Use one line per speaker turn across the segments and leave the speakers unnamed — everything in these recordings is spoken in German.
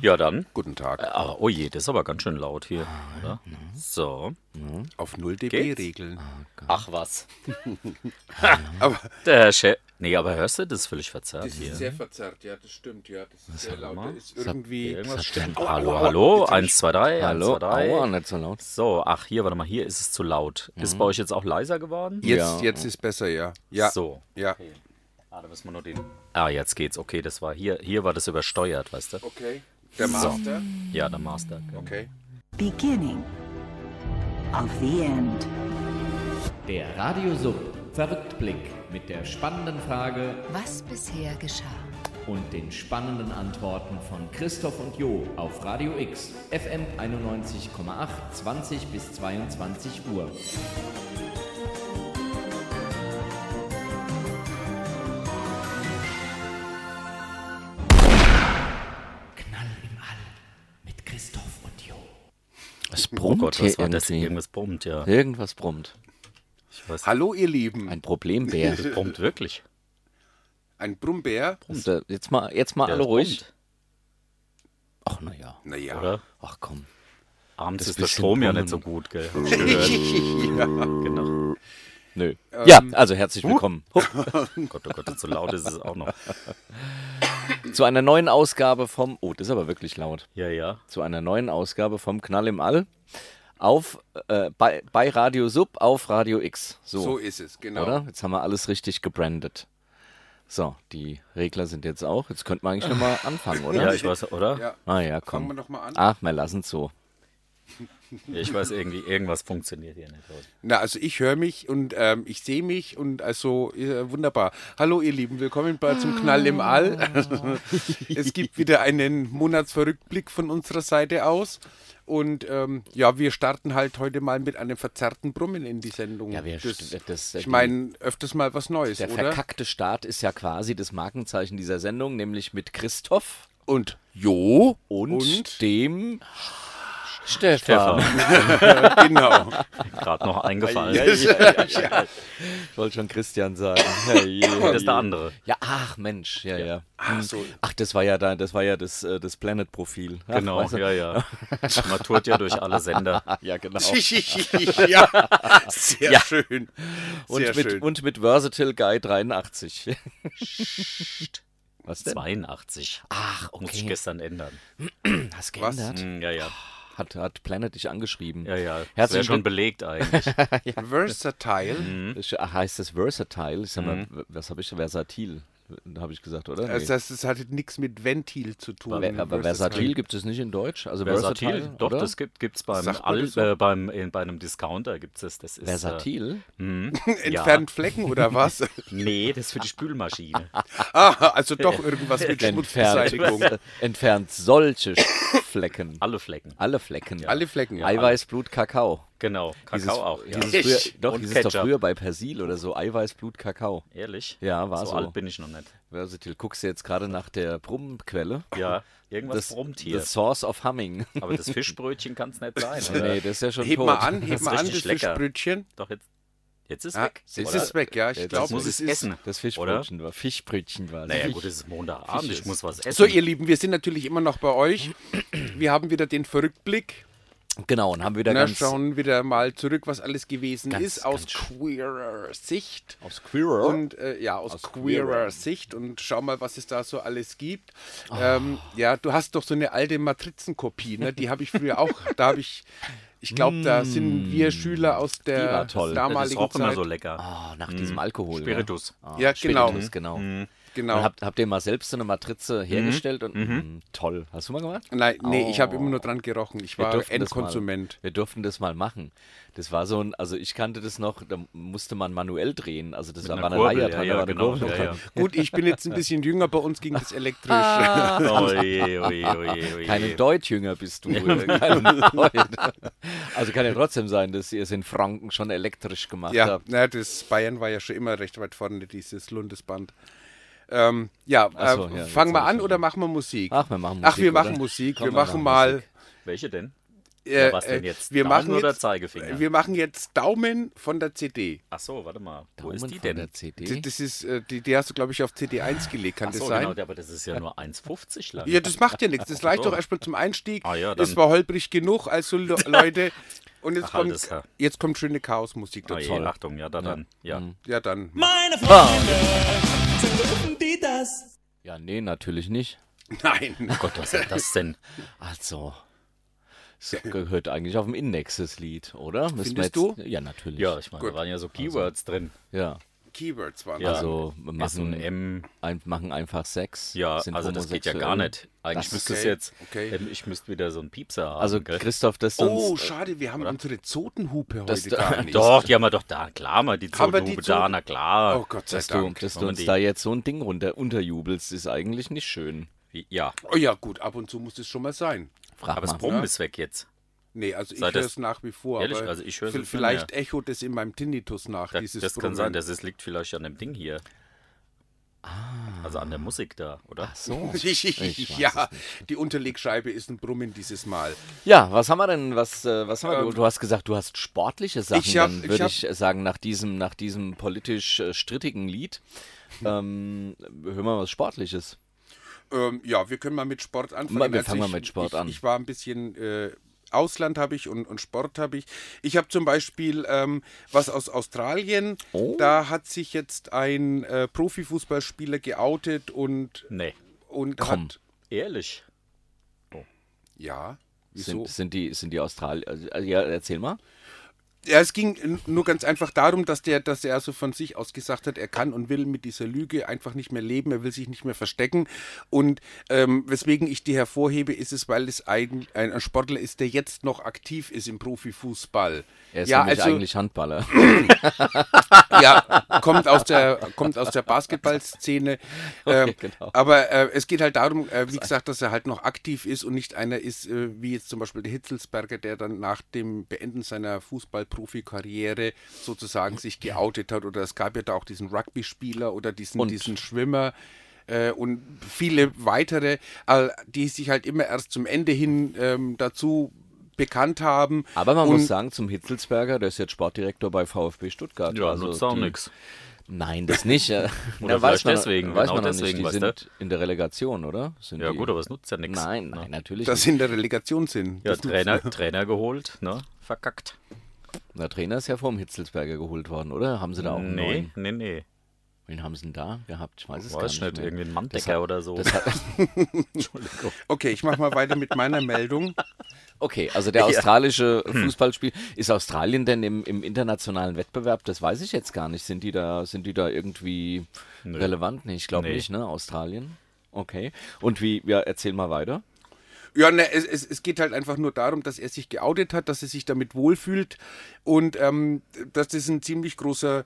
Ja, dann.
Guten Tag.
Ah, oh je, das ist aber ganz schön laut hier. Oder? So.
Auf 0 dB regeln.
Ah,
Ach was.
Aber
Der Herr Chef. Nee, aber hörst du, das ist völlig verzerrt
Das
hier.
ist sehr verzerrt, ja, das stimmt, ja. Das ist sehr laut. Da ist irgendwie. Irgendwas
Irgendwas stimmt.
Au, au,
Hallo,
au.
hallo.
Jetzt hab ich-
1, 2, 3.
Hallo,
1, 2, 3.
aua, nicht so laut.
So, ach hier, warte mal, hier ist es zu laut. Ist bei euch jetzt auch leiser geworden?
jetzt,
Ja.
jetzt ist besser, ja. Ja.
So.
Ja.
Ah, da müssen wir nur den. Ah, jetzt geht's. Okay, das war hier. Hier war das übersteuert, weißt du?
okay.
Der
Master.
Ja, der Master. genau.
Okay.
Beginning of the end.
Der Radiosub Verrücktblick mit der spannenden Frage
Was bisher geschah.
und den spannenden Antworten von Christoph und Jo auf Radio X FM 91,8 20 bis 22 Uhr. Knall im All mit Christoph und Jo.
Es
Oh
brummt
Gott,
hier
was war das?
irgendwie.
Irgendwas brummt, ja.
Irgendwas brummt.
Ich weiß,
Hallo, ihr Lieben.
Ein Problembär.
das brummt wirklich.
Ein Brummbär.
Also, jetzt mal, jetzt mal
Ja,
alle
das
ruhig.
brummt,
Ach, naja.
Naja.
Oder?
Ach komm.
Abends
Das
ist der
bisschen
Strom ja
brummen.
nicht so gut, gell? Oh Hab ich gehört.
Äh,
Genau.
Nö.
Ähm,
ja, also herzlich willkommen Huch,
Gott, oh Gott, so laut ist es auch noch.
zu einer neuen Ausgabe vom. Oh, das ist aber wirklich laut.
Ja, ja.
Zu einer neuen Ausgabe vom Knall im All. Auf, äh, bei, bei Radio Sub auf Radio X. So,
So ist es, genau.
oder? Jetzt haben wir alles richtig gebrandet. So, die Regler sind jetzt auch. Jetzt könnten wir eigentlich nochmal anfangen, oder?
Ja, ich weiß, oder?
Ja.
Ah ja, komm.
Fangen wir doch mal an.
Ach, wir lassen es so.
Ja, Ich weiß, irgendwie, irgendwas funktioniert hier nicht. heute.
Na, also ich höre mich und ähm, ich sehe mich und also äh, wunderbar. Hallo, ihr Lieben. Willkommen bei zum Knall im
Ah.
All. es gibt wieder einen Monatsverrückblick von unserer Seite aus. Und ähm, ja, wir starten halt heute mal mit einem verzerrten Brummen in die Sendung.
Ja, wir-
das,
das- äh,
ich meine, öfters mal was Neues,
Der
oder?
verkackte Start ist ja quasi das Markenzeichen dieser Sendung, nämlich mit Christoph
Und Jo
und,
Und?
dem Stefan.
genau.
Gerade noch eingefallen.
Ich wollte schon Christian sagen. Herrje,
Das ist der
herrje.
andere.
Ja, ach Mensch, ja, ja.
Ach so.
Ach, das war ja da, das war ja das, äh, das Planet-Profil. Ach,
Genau,
weißt du?
ja, ja. Man tourt ja durch alle Sender.
ja, genau.
ja, sehr schön.
Und
Sehr
mit,
schön.
und mit Versatile Guy 83. Was denn?
82.
Ach,
Muss ich
okay.
gestern ändern.
Hast geändert?
Hm, Ja, ja.
Hat, hat Planet dich angeschrieben?
Ja, ja. Das wäre
Herzlichen
schon
Glückwunsch.
belegt eigentlich.
Versatile.
Hm?
Ist- ah, Heißt das Versatile? Ich sag
Mhm.
mal, w- was habe ich? Versatil, habe ich gesagt, oder?
Also das, das hat nichts mit Ventil zu tun.
aber, aber Versatil gibt es nicht in Deutsch. Also
Versatil, doch,
oder?
das gibt es beim
Sagt man
All,
das so?
äh, beim, in, bei einem Discounter gibt es das. ist, äh,
Versatil?
Entfernt Flecken oder was?
Nee, das ist für die Spülmaschine.
ah, also doch irgendwas mit Schmutzbeseitigung.
entfernt, entfernt solche Flecken.
Alle Flecken.
Alle Flecken. Ja.
Alle Flecken, ja.
Eiweiß, Blut, Kakao.
Genau. Kakao
Dieses-
auch. Ja.
Dieses früher, doch,
Und
dieses doch
Ketchup.
früher bei Persil oder so. Eiweiß, Blut, Kakao.
Ehrlich?
Ja, war
so.
so.
alt bin ich noch nicht.
Versatil, guckst du jetzt gerade nach der Brummquelle?
Ja, irgendwas
Das,
brummt hier.
the Source of Humming.
Aber das Fischbrötchen kann es nicht sein. Oder?
nee, das ist ja schon
Heb
tot.
mal an, heb
Das ist
mal an, das
richtig lecker.
Fischbrötchen.
Doch, jetzt, jetzt ist
Ah,
weg.
es ist
Oder?
weg, ja. Ich
Jetzt
glaube,
muss
es
es
ist
essen.
Das Fischbrötchen war. Fischbrötchen war. es.
Naja, gut, es ist Montagabend, ich muss was essen.
So, ihr Lieben, wir sind natürlich immer noch bei euch. Wir haben wieder den Verrückblick.
Genau, und haben wieder
Na,
ganz
schauen wieder mal zurück, was alles gewesen
Ganz,
ist aus
ganz
queerer Sicht.
aufs Queerer.
Und äh, ja, aus, queerer, Sicht und schau mal, was es da so alles gibt. Ähm, ja, du hast doch so eine alte Matrizenkopie, ne? Die habe ich früher auch. Da habe ich, ich glaube, da sind wir Schüler aus der
war toll.
das ist
damaligen
auch immer
Zeit.
so lecker.
Ah, nach diesem Alkohol. gell?
Mhm. Spiritus. Mhm.
Ah,
Ja,
Spiritus,
genau.
genau.
genau.
Und habt, habt ihr mal selbst so eine Matrize hergestellt? Und,
Mhm.
mh, toll. Hast du mal gemacht?
Nein, nee, ich habe immer nur dran gerochen. Ich war
durften das
Endkonsument.
Mal, wir durften das mal machen. Das war so ein, also ich kannte das noch, da musste man manuell drehen. Also das war
einer
eine
Kurbel,
Leier
ja,
dran,
ja,
da war eine
genau,
Kurbel
ja,
dran.
ja.
Gut, ich bin jetzt ein bisschen jünger, bei uns ging das elektrisch.
Oje, oje, oje, oje. genau.
Kein Deutjünger bist du. Kein Deut. Also kann ja trotzdem sein, dass ihr es in Franken schon elektrisch gemacht
Ja,
habt.
na, das Bayern war ja schon immer recht weit vorne, dieses Lundesband. Ähm, ja,
Ach so,
äh,
ja, jetzt
fangen wir
hab ich
an
schon-
oder machen wir Musik?
Ach, wir machen Musik.
Ach, wir
oder?
machen Musik.
Komm,
wir machen mal äh,
Welche denn? Ja, was denn jetzt?
Wir
Daumen
machen
oder
jetzt,
Zeigefinger?
Wir machen jetzt Daumen von der CD.
Ach so, warte mal. Wo
Daumen
ist die
von
denn?
der CD?
D- Das ist, äh, die, die hast du, glaube ich, auf CD1 gelegt, kann
Mhm. Ach so,
das sein?
genau, aber das ist ja nur 1,50 lang.
Ja, das macht ja nichts. Das reicht doch erstmal zum Einstieg.
Ah ja,
das
dann-
war holprig genug, also Le Leute. Und jetzt,
Ach, alles
kommt,
klar.
jetzt kommt schöne Chaosmusik
Ah,
dazu.
je, Achtung, ja, da dann. Ja.
ja, dann.
Ja, nee, natürlich nicht.
Nein.
Gott, was ist das denn?
Also, es gehört eigentlich auf dem Index das Lied, oder? Müssen wir
Findest
jetzt- Ja, natürlich.
Ja, ich meine, da waren ja so Keywords drin.
ja.
Keywords waren
Ja. ähm,
das.
Also wir
S und
machen,
M.
ein, machen einfach Sex.
Ja,
sind
also das geht ja gar
homosexuell.
nicht. Eigentlich
Das-
müsste es
okay,
jetzt,
okay.
ähm, ich müsste wieder so einen Piepser haben.
Also
gell?
Christoph, das
äh,
Oh,
sonst,
schade, wir haben unsere Zotenhupe
Das-
heute gar nicht.
Doch, die haben wir doch da. Klar, mal die
äh, Haben wir die
Zotenhupe da,
Zoten-
na klar.
Oh Gott sei
dass du,
Dank.
dass
Wenn
du
man
uns
die-
da jetzt so ein Ding runter unterjubelst, ist eigentlich nicht schön.
Ja,
Oh ja, gut, ab und zu muss es schon mal sein.
Frag
aber das
mal.
Brummen ist weg jetzt.
Nee, also ich höre
Seid das-
es nach wie vor.
Ehrlich?
aber
Also ich hör's
vi-
nicht mehr.
Vielleicht echot es in meinem Tinnitus nach,
Da,
dieses
das kann
Brummen.
sein, das ist, liegt vielleicht an dem Ding hier.
Ah.
Also an der Musik da, oder? Ach so.
ja, die Unterlegscheibe ist ein Brummen dieses Mal.
Ja, was haben wir denn? Was, äh, was haben wir?
Ähm,
du, du hast gesagt, du hast sportliche Sachen.
ich hab-
dann
ich
würde
hab-
ich, sagen, nach diesem, nach diesem politisch äh, strittigen Lied ähm, hören wir was Sportliches.
Ähm, ja, wir können mal mit Sport anfangen. Also
Wir fangen mal mit Sport
ich,
an.
Ich war ein bisschen äh, Ausland habe ich und, und Sport habe ich. Ich habe zum Beispiel ähm, was aus Australien.
Oh.
Da hat sich jetzt ein äh, Profifußballspieler geoutet und,
Nee,
und
Komm.
hat.
ehrlich.
Ja. Wieso?
Sind, sind die, sind die Australier? Also, ja, erzähl mal.
Ja, es ging n- nur ganz einfach darum, dass der, dass er so von sich aus gesagt hat, er kann und will mit dieser Lüge einfach nicht mehr leben, er will sich nicht mehr verstecken. Und ähm, weswegen ich die hervorhebe, ist es, weil es ein, ein Sportler ist, der jetzt noch aktiv ist im Profifußball.
Er ist
ja,
nämlich
also,
eigentlich Handballer.
ja, kommt aus der, kommt aus der Basketballszene. Ähm,
genau.
Aber äh, es geht halt darum, äh, wie gesagt, dass er halt noch aktiv ist und nicht einer ist, äh, wie jetzt zum Beispiel der Hitzelsberger, der dann nach dem Beenden seiner Fußball-Profikarriere sozusagen sich geoutet hat. Oder es gab ja da auch diesen Rugby-Spieler oder diesen,
Und-
diesen Schwimmer. äh, Und viele weitere, äh, die sich halt immer erst zum Ende hin ähm, dazu bekannt haben.
Aber man
und
muss sagen, zum Hitzelsberger, der ist jetzt Sportdirektor bei VfB Stuttgart.
Ja,
Also
nutzt auch
die-
nichts.
Nein, das nicht. ja.
Oder
Da weiß
vielleicht
man,
deswegen,
Weiß
genau
man noch
deswegen,
nicht. Die
weißt
sind
du?
in der Relegation, oder? Sind
Ja
die?
gut, aber es nutzt ja nichts.
Nein, nein, natürlich
Dass
nicht.
sie in der Relegation sind.
Ja,
Das nutzt
Trainer, Trainer geholt, ne? Verkackt.
Der Trainer ist ja vom Hitzelsberger geholt worden, oder? Haben sie da auch einen
nee,
neuen?
nee, nee.
Wen haben sie denn da gehabt? Ich weiß es
Weiß
gar nicht.
nicht,
mehr.
irgendwie ein Manndecker
Das hat-
oder so.
das hat-
Okay, ich mache mal weiter mit meiner Meldung.
Okay, also der australische
Hm.
Fußballspiel. Ist Australien denn im, im internationalen Wettbewerb? Das weiß ich jetzt gar nicht. Sind die da, sind die da irgendwie relevant? Nee, ich glaube
Nee.
nicht, ne? Australien. Okay. Und wie, ja, erzähl mal weiter.
Ja, ne, es, es, es geht halt einfach nur darum, dass er sich geoutet hat, dass er sich damit wohlfühlt und ähm, dass das ein ziemlich großer,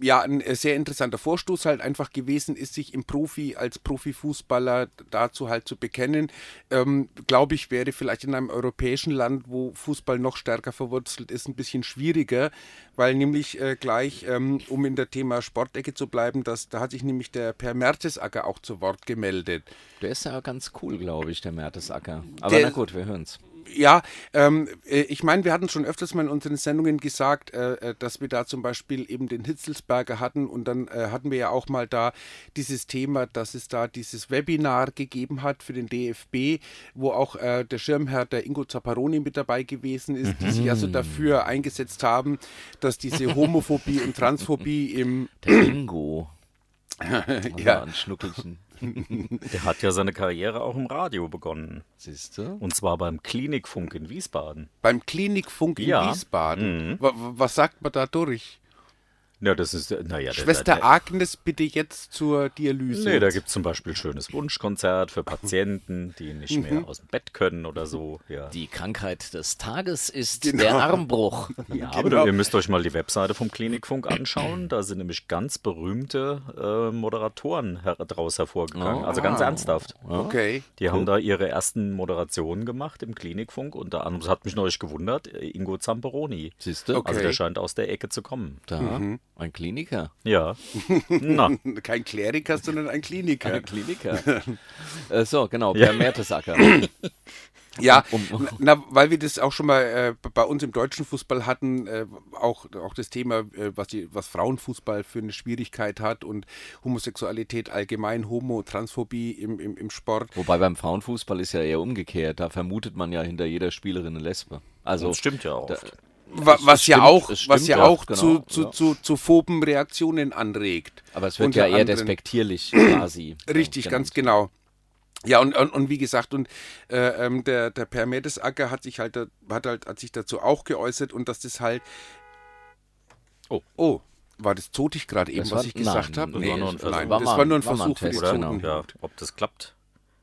ja, ein äh, sehr interessanter Vorstoß halt einfach gewesen ist, sich im Profi, als Profifußballer dazu halt zu bekennen. Ähm, Glaube ich, wäre vielleicht in einem europäischen Land, wo Fußball noch stärker verwurzelt ist, ein bisschen schwieriger, weil nämlich äh, gleich, ähm, um in der Thema Sportecke zu bleiben, dass, da hat sich nämlich der Per Mertesacker auch zu Wort gemeldet.
Der ist ja ganz cool, glaube ich, der Mertesacker. Aber
Der-
na gut, wir hören's.
Ja, ähm, äh, ich meine, wir hatten schon öfters mal in unseren Sendungen gesagt, äh, äh, dass wir da zum Beispiel eben den Hitzelsberger hatten und dann äh, hatten wir ja auch mal da dieses Thema, dass es da dieses Webinar gegeben hat für den DFB, wo auch äh, der Schirmherr der Ingo Zapparoni mit dabei gewesen ist, die sich
Mhm.
also dafür eingesetzt haben, dass diese Homophobie und Transphobie im
Der Ingo.
ja,
Ein Schnuckelchen.
Der hat ja seine Karriere auch im Radio begonnen.
Siehst du?
Und zwar beim Klinikfunk in Wiesbaden.
beim Klinikfunk in
Ja. Mhm.
Wiesbaden. Wa- wa- Was sagt man da durch?
Ja, das ist, naja.
Schwester Agnes bitte jetzt zur Dialyse.
Nee, da gibt es zum Beispiel schönes Wunschkonzert für Patienten, die nicht mehr aus dem Bett können oder so. Ja,
Die Krankheit des Tages ist der Armbruch.
ja aber
genau.
ihr müsst euch mal die Webseite vom Klinikfunk anschauen. Da sind nämlich ganz berühmte äh, Moderatoren her draus hervorgegangen. also ganz ernsthaft.
Okay.
Die haben da ihre ersten Moderationen gemacht im Klinikfunk. Unter anderem, das hat mich neulich gewundert, äh, Ingo Zamperoni.
Siehst du?
Also
Okay. Mhm.
der scheint aus der Ecke zu kommen.
Da, ein Kliniker.
Ja. Na,
Kein Kleriker, sondern ein Kliniker.
Ein Kliniker. äh, so, genau,
Ja.
Per Mertesacker.
Ja,
Um,
na, weil wir das auch schon mal äh, bei uns im deutschen Fußball hatten, äh, auch, auch das Thema, äh, was, die, was Frauenfußball für eine Schwierigkeit hat und Homosexualität allgemein, Homo, Transphobie im, im, im Sport.
Wobei beim Frauenfußball ist ja eher umgekehrt, da vermutet man ja hinter jeder Spielerin eine Lesbe. Also,
das stimmt ja auch.
Da,
Wa-
Es-
was,
es
ja
stimmt-
auch,
es stimmt
was ja
auch,
auch
genau,
zu, zu,
ja.
zu, zu phoben Reaktionen anregt.
aber es wird
Unter
ja eher
anderem.
despektierlich quasi.
Richtig,
äh, genannt.
ganz genau. Ja, und, und, und wie gesagt, und äh, ähm, der, der Per Mertesacker hat sich halt, da- hat halt hat sich dazu auch geäußert und dass das halt.
Oh.
Oh, war das zotig gerade eben,
Das
was
war-
ich gesagt
nein,
habe?
das
war nur ein Versuch.
nein,
War
das
mal
war nur ein
ein- war mal ein
Versuch für die
Test,
Oder?
genau.
Zoten.
Ja, ob das klappt,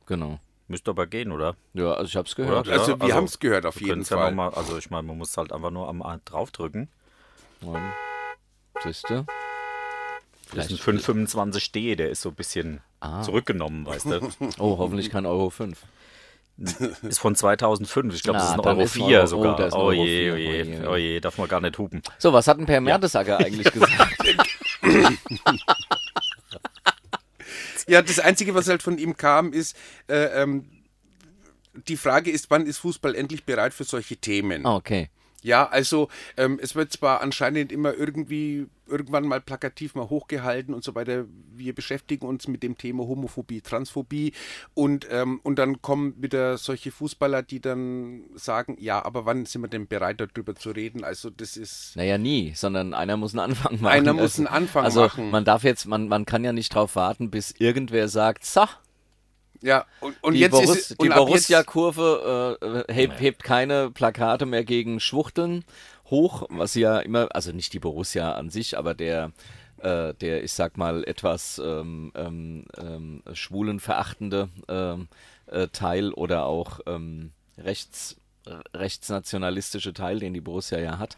Genau.
müsste aber gehen, oder?
Ja, also ich hab's
oder?
gehört.
Ja,
Also, wir haben's gehört auf
wir
jeden
können's ja
Fall.
noch mal, also ich meine, man muss halt einfach nur am A draufdrücken.
Und, siehst du?
Das ist ein
Vielleicht.
525D, der ist so ein bisschen zurückgenommen, weißt du.
Oh, hoffentlich kein Euro 5.
Ist von 2005, ich glaube,
Na,
das ist ein
dann
Euro
ist
4
ein Euro- oh,
sogar.
da ist ein
Oh,
Euro
je, oh
vier,
je,
oh je.
oh je, darf man gar nicht hupen.
So, was hat denn Per Mertesacker eigentlich gesagt?
Ja, das Einzige, was halt von ihm kam, ist, äh, ähm, die Frage ist, wann ist Fußball endlich bereit für solche Themen?
Ah, okay.
Ja, also ähm, es wird zwar anscheinend immer irgendwie irgendwann mal plakativ mal hochgehalten und so weiter. Wir beschäftigen uns mit dem Thema Homophobie, Transphobie und, ähm, und dann kommen wieder solche Fußballer, die dann sagen, ja, aber wann sind wir denn bereit, darüber zu reden? Also das ist
Naja, nie, sondern einer muss einen Anfang machen.
Einer muss einen Anfang
also,
machen.
Man darf jetzt, man, man kann ja nicht drauf warten, bis irgendwer sagt, so,
ja und, und
die,
jetzt
Borus,
ist es-
die
und ab
Borussia-Kurve äh, äh, hebt, hebt keine Plakate mehr gegen Schwuchteln hoch, was sie ja immer, also nicht die Borussia an sich, aber der, äh, der ich sag mal, etwas ähm, ähm, ähm, schwulenverachtende ähm, äh, Teil oder auch ähm, rechts, rechtsnationalistische Teil, den die Borussia ja hat.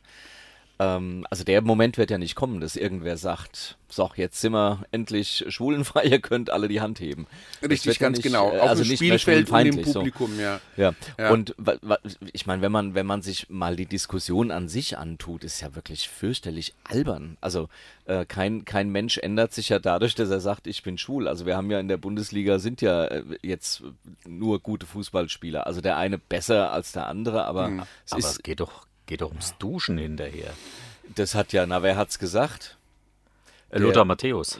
Ähm, also der Moment wird ja nicht kommen, dass irgendwer sagt, so, jetzt sind wir endlich schwulenfrei, ihr könnt alle die Hand heben. Das
Richtig,
wird ja
ganz
nicht,
genau.
äh,
Auf
also
dem
nicht mehr
Spielfeld und im
schwulenfeindlich, so.
Publikum, ja.
Ja.
Ja.
und wa, wa, ich meine, wenn man, wenn man sich mal die Diskussion an sich antut, ist ja wirklich fürchterlich albern. Also äh, kein, kein Mensch ändert sich ja dadurch, dass er sagt, ich bin schwul. Also wir haben ja in der Bundesliga sind ja äh, jetzt nur gute Fußballspieler. Also der eine besser als der andere, aber
Mhm.
es
Aber
ist,
es geht doch, geht doch ums Duschen hinterher.
das hat ja, na wer hat's gesagt?
Äh, Lothar Matthäus.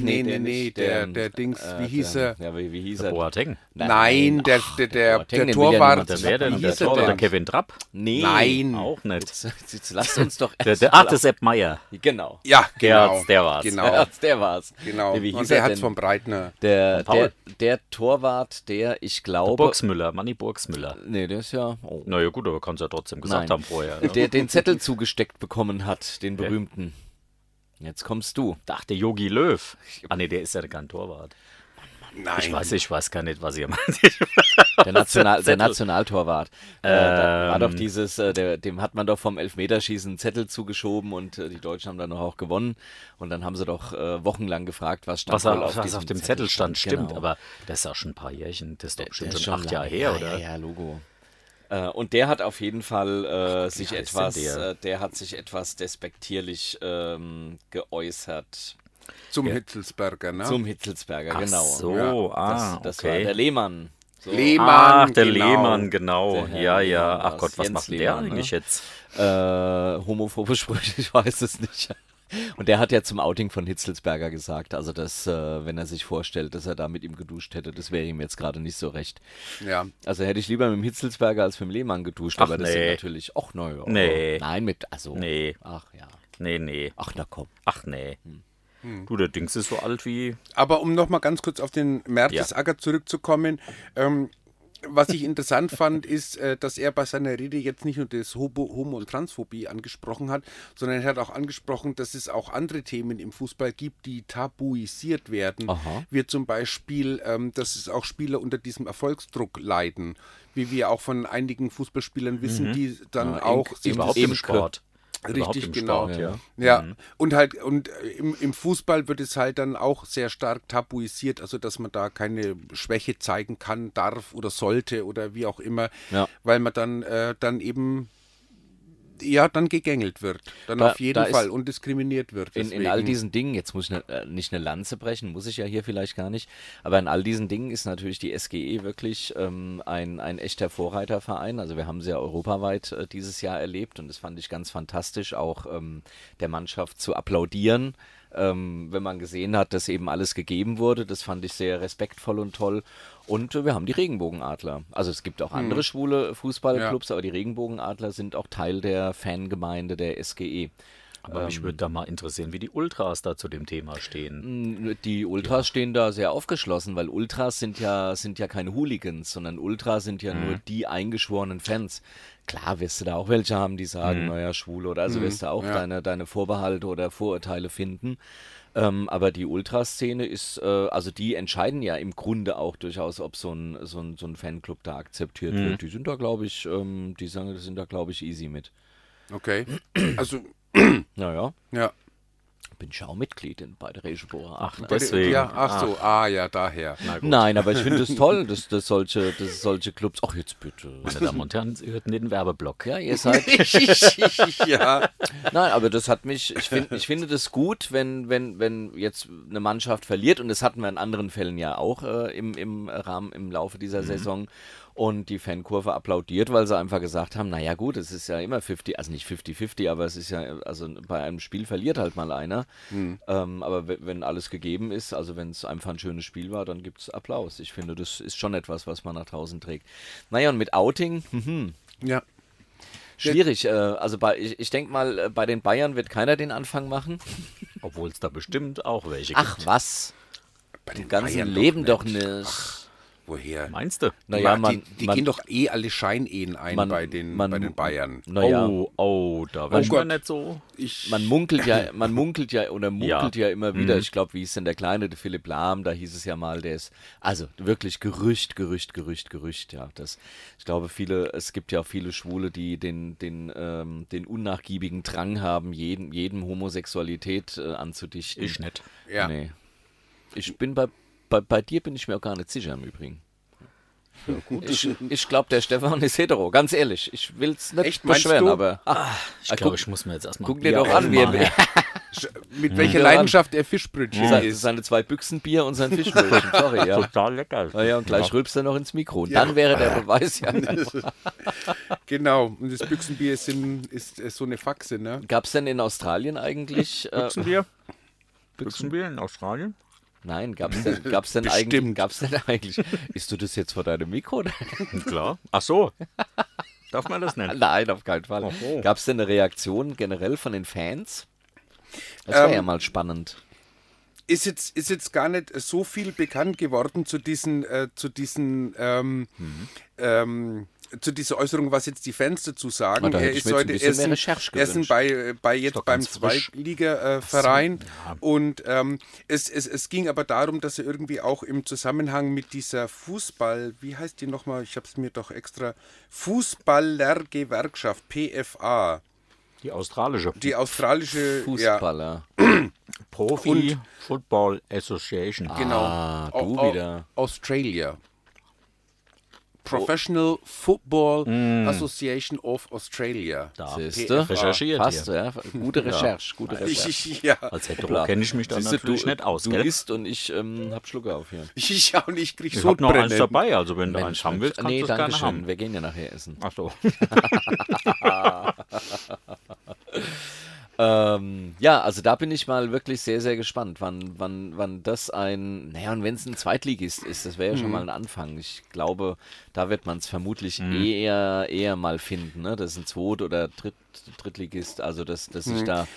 Nee, nee,
der-
nee,
der
nee,
nicht,
der, der Dings, wie hieß
der,
er?
Ja, wie, wie hieß er?
Boateng.
Nein, der,
Ach,
der, der, der
Boateng, den will ja
Torwart.
niemand
Der
Das-
wäre denn
wie
der
hieß er
Torwart, der
denn?
Kevin Trapp?
Nee.
Nein.
Auch nicht.
Jetzt, jetzt lass uns doch
Der,
erst
der,
mal
ach, das ist Sepp Meier.
Genau.
Ja,
Der
genau.
hat's, der war's.
Genau,
Der war's.
genau.
Der, wie hieß
Und der
er
hat's
denn?
vom Breitner.
Der,
Von Paul.
der, der Torwart, der ich glaube.
Burgsmüller, Manni Burgsmüller.
nee, der ist ja. Oh,
Naja, gut, aber kannst ja trotzdem gesagt
nein.
haben vorher. Ne?
Der den Zettel zugesteckt bekommen hat, den berühmten. Jetzt kommst du.
Dachte Yogi Löw. Ah, nee, der ist ja kein Torwart.
Nein.
Ich weiß, ich weiß gar nicht, was ihr meint.
Der, National, der
Zettel. Ähm.
Nationaltorwart. Äh, da war doch dieses, äh, der, dem hat man doch vom Elfmeterschießen einen Zettel zugeschoben und äh, die Deutschen haben dann noch auch gewonnen. Und dann haben sie doch äh, wochenlang gefragt, was stand
Was, er,
wohl
auf, was
diesem
auf dem Zettel stand, stimmt,
Genau.
aber das ist auch schon ein paar Jährchen, das ist doch
Der
bestimmt
ist
schon acht
lange-
Jahre her,
ja,
oder?
Ja, ja, Logo. Äh, Und der hat auf jeden Fall äh, sich
heißt
etwas,
denn der?
der? der hat sich etwas despektierlich ähm, geäußert
Zum Hitzelsberger, ne?
zum Hitzelsberger,
Ah. Ach
genau.
so,
Ja,
ah,
das das war
okay.
der Lehmann. So.
Lehmann,
Ach, der
genau.
Lehmann, genau.
Der Herr
ja, ja.
Lehmann
Ach
war's.
Gott, was
Jens
macht denn
Lehmann,
der
ne?
eigentlich jetzt?
Äh, homophobe Sprüche, ich weiß es nicht. Und der hat ja zum Outing von Hitzelsberger gesagt, also dass, äh, wenn er sich vorstellt, dass er da mit ihm geduscht hätte, das wäre ihm jetzt gerade nicht so recht.
Ja.
Also hätte ich lieber mit dem Hitzelsberger als mit dem Lehmann geduscht,
Ach,
aber das sind
nee.
natürlich auch neu. oder?
Nee.
Nein, mit, also.
Nee.
Ach ja.
Nee, nee.
Ach, na komm.
Ach, nee. Du, der Dings ist so alt wie.
Aber um nochmal ganz kurz auf den Mertesacker zurückzukommen, ähm, was ich interessant fand, ist, äh, dass er bei seiner Rede jetzt nicht nur das Hobo, Homo und Transphobie angesprochen hat, sondern er hat auch angesprochen, dass es auch andere Themen im Fußball gibt, die tabuisiert werden.
Aha.
Wie zum Beispiel, ähm, dass es auch Spieler unter diesem Erfolgsdruck leiden. Wie wir auch von einigen Fußballspielern wissen, die dann auch sich
Mhm. Überhaupt
das-
im Sport. Überhaupt
Richtig,
im
genau.
Sport, ja.
ja. Ja,
Mhm.
und halt, und äh, im, im Fußball wird es halt dann auch sehr stark tabuisiert, also dass man da keine Schwäche zeigen kann, darf oder sollte oder wie auch immer,
Ja.
weil man dann, äh, dann eben ja, dann gegängelt wird. Dann
Da-
auf jeden
da ist-
Fall und diskriminiert wird.
In, in
deswegen.
all diesen Dingen, jetzt muss ich ne, äh, nicht eine Lanze brechen, muss ich ja hier vielleicht gar nicht, aber in all diesen Dingen ist natürlich die SGE wirklich ähm, ein, ein echter Vorreiterverein. Also wir haben sie ja europaweit äh, dieses Jahr erlebt und das fand ich ganz fantastisch, auch ähm, der Mannschaft zu applaudieren, ähm, wenn man gesehen hat, dass eben alles gegeben wurde. Das fand ich sehr respektvoll und toll. Und äh, wir haben die Regenbogenadler. Also es gibt auch andere schwule Fußballclubs, aber die Regenbogenadler sind auch Teil der Fangemeinde der E. SGE.
Aber mich würde da mal interessieren, wie die Ultras da zu dem Thema
Hm.
stehen.
Die Ultras stehen da sehr aufgeschlossen, weil Ultras sind ja, sind ja keine Hooligans, sondern Ultras sind ja nur die eingeschworenen Fans. Klar wirst du da auch welche haben, die sagen, naja, Schwule oder also wirst du auch deine, deine Vorbehalte oder Vorurteile finden. Ähm, aber die Ultraszene ist, äh, also die entscheiden ja im Grunde auch durchaus, ob so ein, so ein, so ein Fanclub da akzeptiert wird. Die sind da, glaube ich, ähm, die sagen, die sind da, glaube ich, easy mit.
Okay. Also,
Naja,
ja.
bin ich auch Mitglied in, bei der Regebohrer Aachen.
Deswegen.
Ja, ach so, ah ja, daher.
Nein, aber ich finde es toll, dass, dass, solche, dass es solche Clubs. Ach, jetzt bitte.
Meine Damen und Herren, Sie hörten den Werbeblock.
Ja, ihr seid.
ja.
Nein, aber das hat mich. Ich, find, ich finde das gut, wenn, wenn, wenn jetzt eine Mannschaft verliert. Und das hatten wir in anderen Fällen ja auch äh, im, im Rahmen, im Laufe dieser Saison. Und die Fankurve applaudiert, weil sie einfach gesagt haben: Naja, gut, es ist ja immer 50, also nicht 50-50, aber es ist ja, also bei einem Spiel verliert halt mal einer. Ähm, aber we- wenn alles gegeben ist, also wenn es einfach ein schönes Spiel war, dann gibt es Applaus. Ich finde, das ist schon etwas, was man nach draußen trägt. Naja, und mit Outing, mhm,
Ja.
Schwierig. Äh, also bei, ich, ich denke mal, äh, bei den Bayern wird keiner den Anfang machen.
Obwohl es da bestimmt auch welche gibt.
Ach was,
Bei
im ganzen Leben doch nicht.
Woher?
Meinst du?
Naja,
die
man,
die
man,
gehen doch eh alle Scheinehen ein
man-
bei, den,
man-
bei den Bayern.
Naja,
Oh, oh, da war ich
Gott.
mal nicht so.
Ich,
man munkelt ja, man munkelt ja Mhm. oder munkelt ja, immer wieder. Ich glaube, wie ist denn der kleine, der Philipp Lahm, da hieß es ja mal, der ist, also wirklich Gerücht, Gerücht, Gerücht, Gerücht, ja. Das, ich glaube, viele, es gibt ja auch viele Schwule, die den, den, ähm, den unnachgiebigen Drang haben, jeden, jedem Homosexualität äh, anzudichten.
Ich nicht.
ja.
Nee. Ich bin bei, bei, bei dir bin ich mir auch gar nicht sicher im Übrigen. Ich, ich glaube, der Stefan ist hetero, ganz ehrlich. Ich will es nicht
Echt, meinst
beschweren,
du?
aber ah,
Ich glaube, ich muss mir jetzt erstmal.
guck dir
Ja,
doch an, wie
Mann,
er
Mit welcher
Hm. Ja.
Leidenschaft er Fischbrötchen
seine,
ist.
seine zwei Büchsen Bier und sein Fischbrötchen. Sorry, ja.
Total lecker.
Ah ja, und gleich rülpst er noch ins Mikro. Und dann wäre der Beweis ja.
Genau. Und das Büchsenbier ist, in, ist, ist so eine Faxe, ne?
Gab es denn in Australien eigentlich. Äh,
Büchsenbier? Büchsenbier in Australien?
nein, gab es denn, gab's denn, eigentlich-
Bestimmt.
gab's denn eigentlich. Isst du das jetzt vor deinem Mikro?
Klar. Ach so. Darf man das nennen?
Nein, auf keinen Fall.
Oho.
Gab es denn eine Reaktion generell von den Fans? Das wäre
Ähm,
ja mal spannend.
ist jetzt, ist jetzt gar nicht so viel bekannt geworden zu diesen, äh, zu diesen, ähm, ähm, zu dieser Äußerung, was jetzt die Fans dazu sagen.
Ah, da hätte
er
ich
ist
mir jetzt ein
heute
bisschen
Essen,
mehr Recherche
Essen
gewünscht.
bei, äh, bei jetzt
doch
beim
ganz frisch.
Zweitliga-Verein. Und ähm, es, es, es ging aber darum, dass er irgendwie auch im Zusammenhang mit dieser Fußball, wie heißt die nochmal? Ich habe es mir doch extra. Fußballergewerkschaft, PFA,
Die australische
die australische äh, ja,
Fußballer.
Profi Football Association.
Genau.
Ah,
Au-
du
au-
wieder.
Australia. Professional Football Association of Australia.
Da.
Siehst du?
Recherchiert
Passt,
hier.
ja. Gute Recherche, gute
Ich,
Recherche.
ich, ja.
Als hetero kenne ich mich da
Siehst
natürlich
du,
nicht aus,
Du
gell?
isst und ich ähm, hab Schlucke auf hier.
Ich auch nicht, krieg
ich
so
habe noch eins dabei, also wenn du eins haben willst, kannst
nee,
du es
danke
gerne
schön.
haben.
Wir gehen ja nachher essen.
Ach so.
Ähm, ja, also da bin ich mal wirklich sehr, sehr gespannt, wann, wann, wann das ein, naja, und wenn es ein Zweitligist ist, das wäre ja
Mhm.
schon mal ein Anfang. Ich glaube, da wird man es vermutlich
Mhm.
eh eher, eher mal finden, ne? Das ist ein Zweit- oder Dritt, Drittligist, also dass, dass
Mhm.
ich da,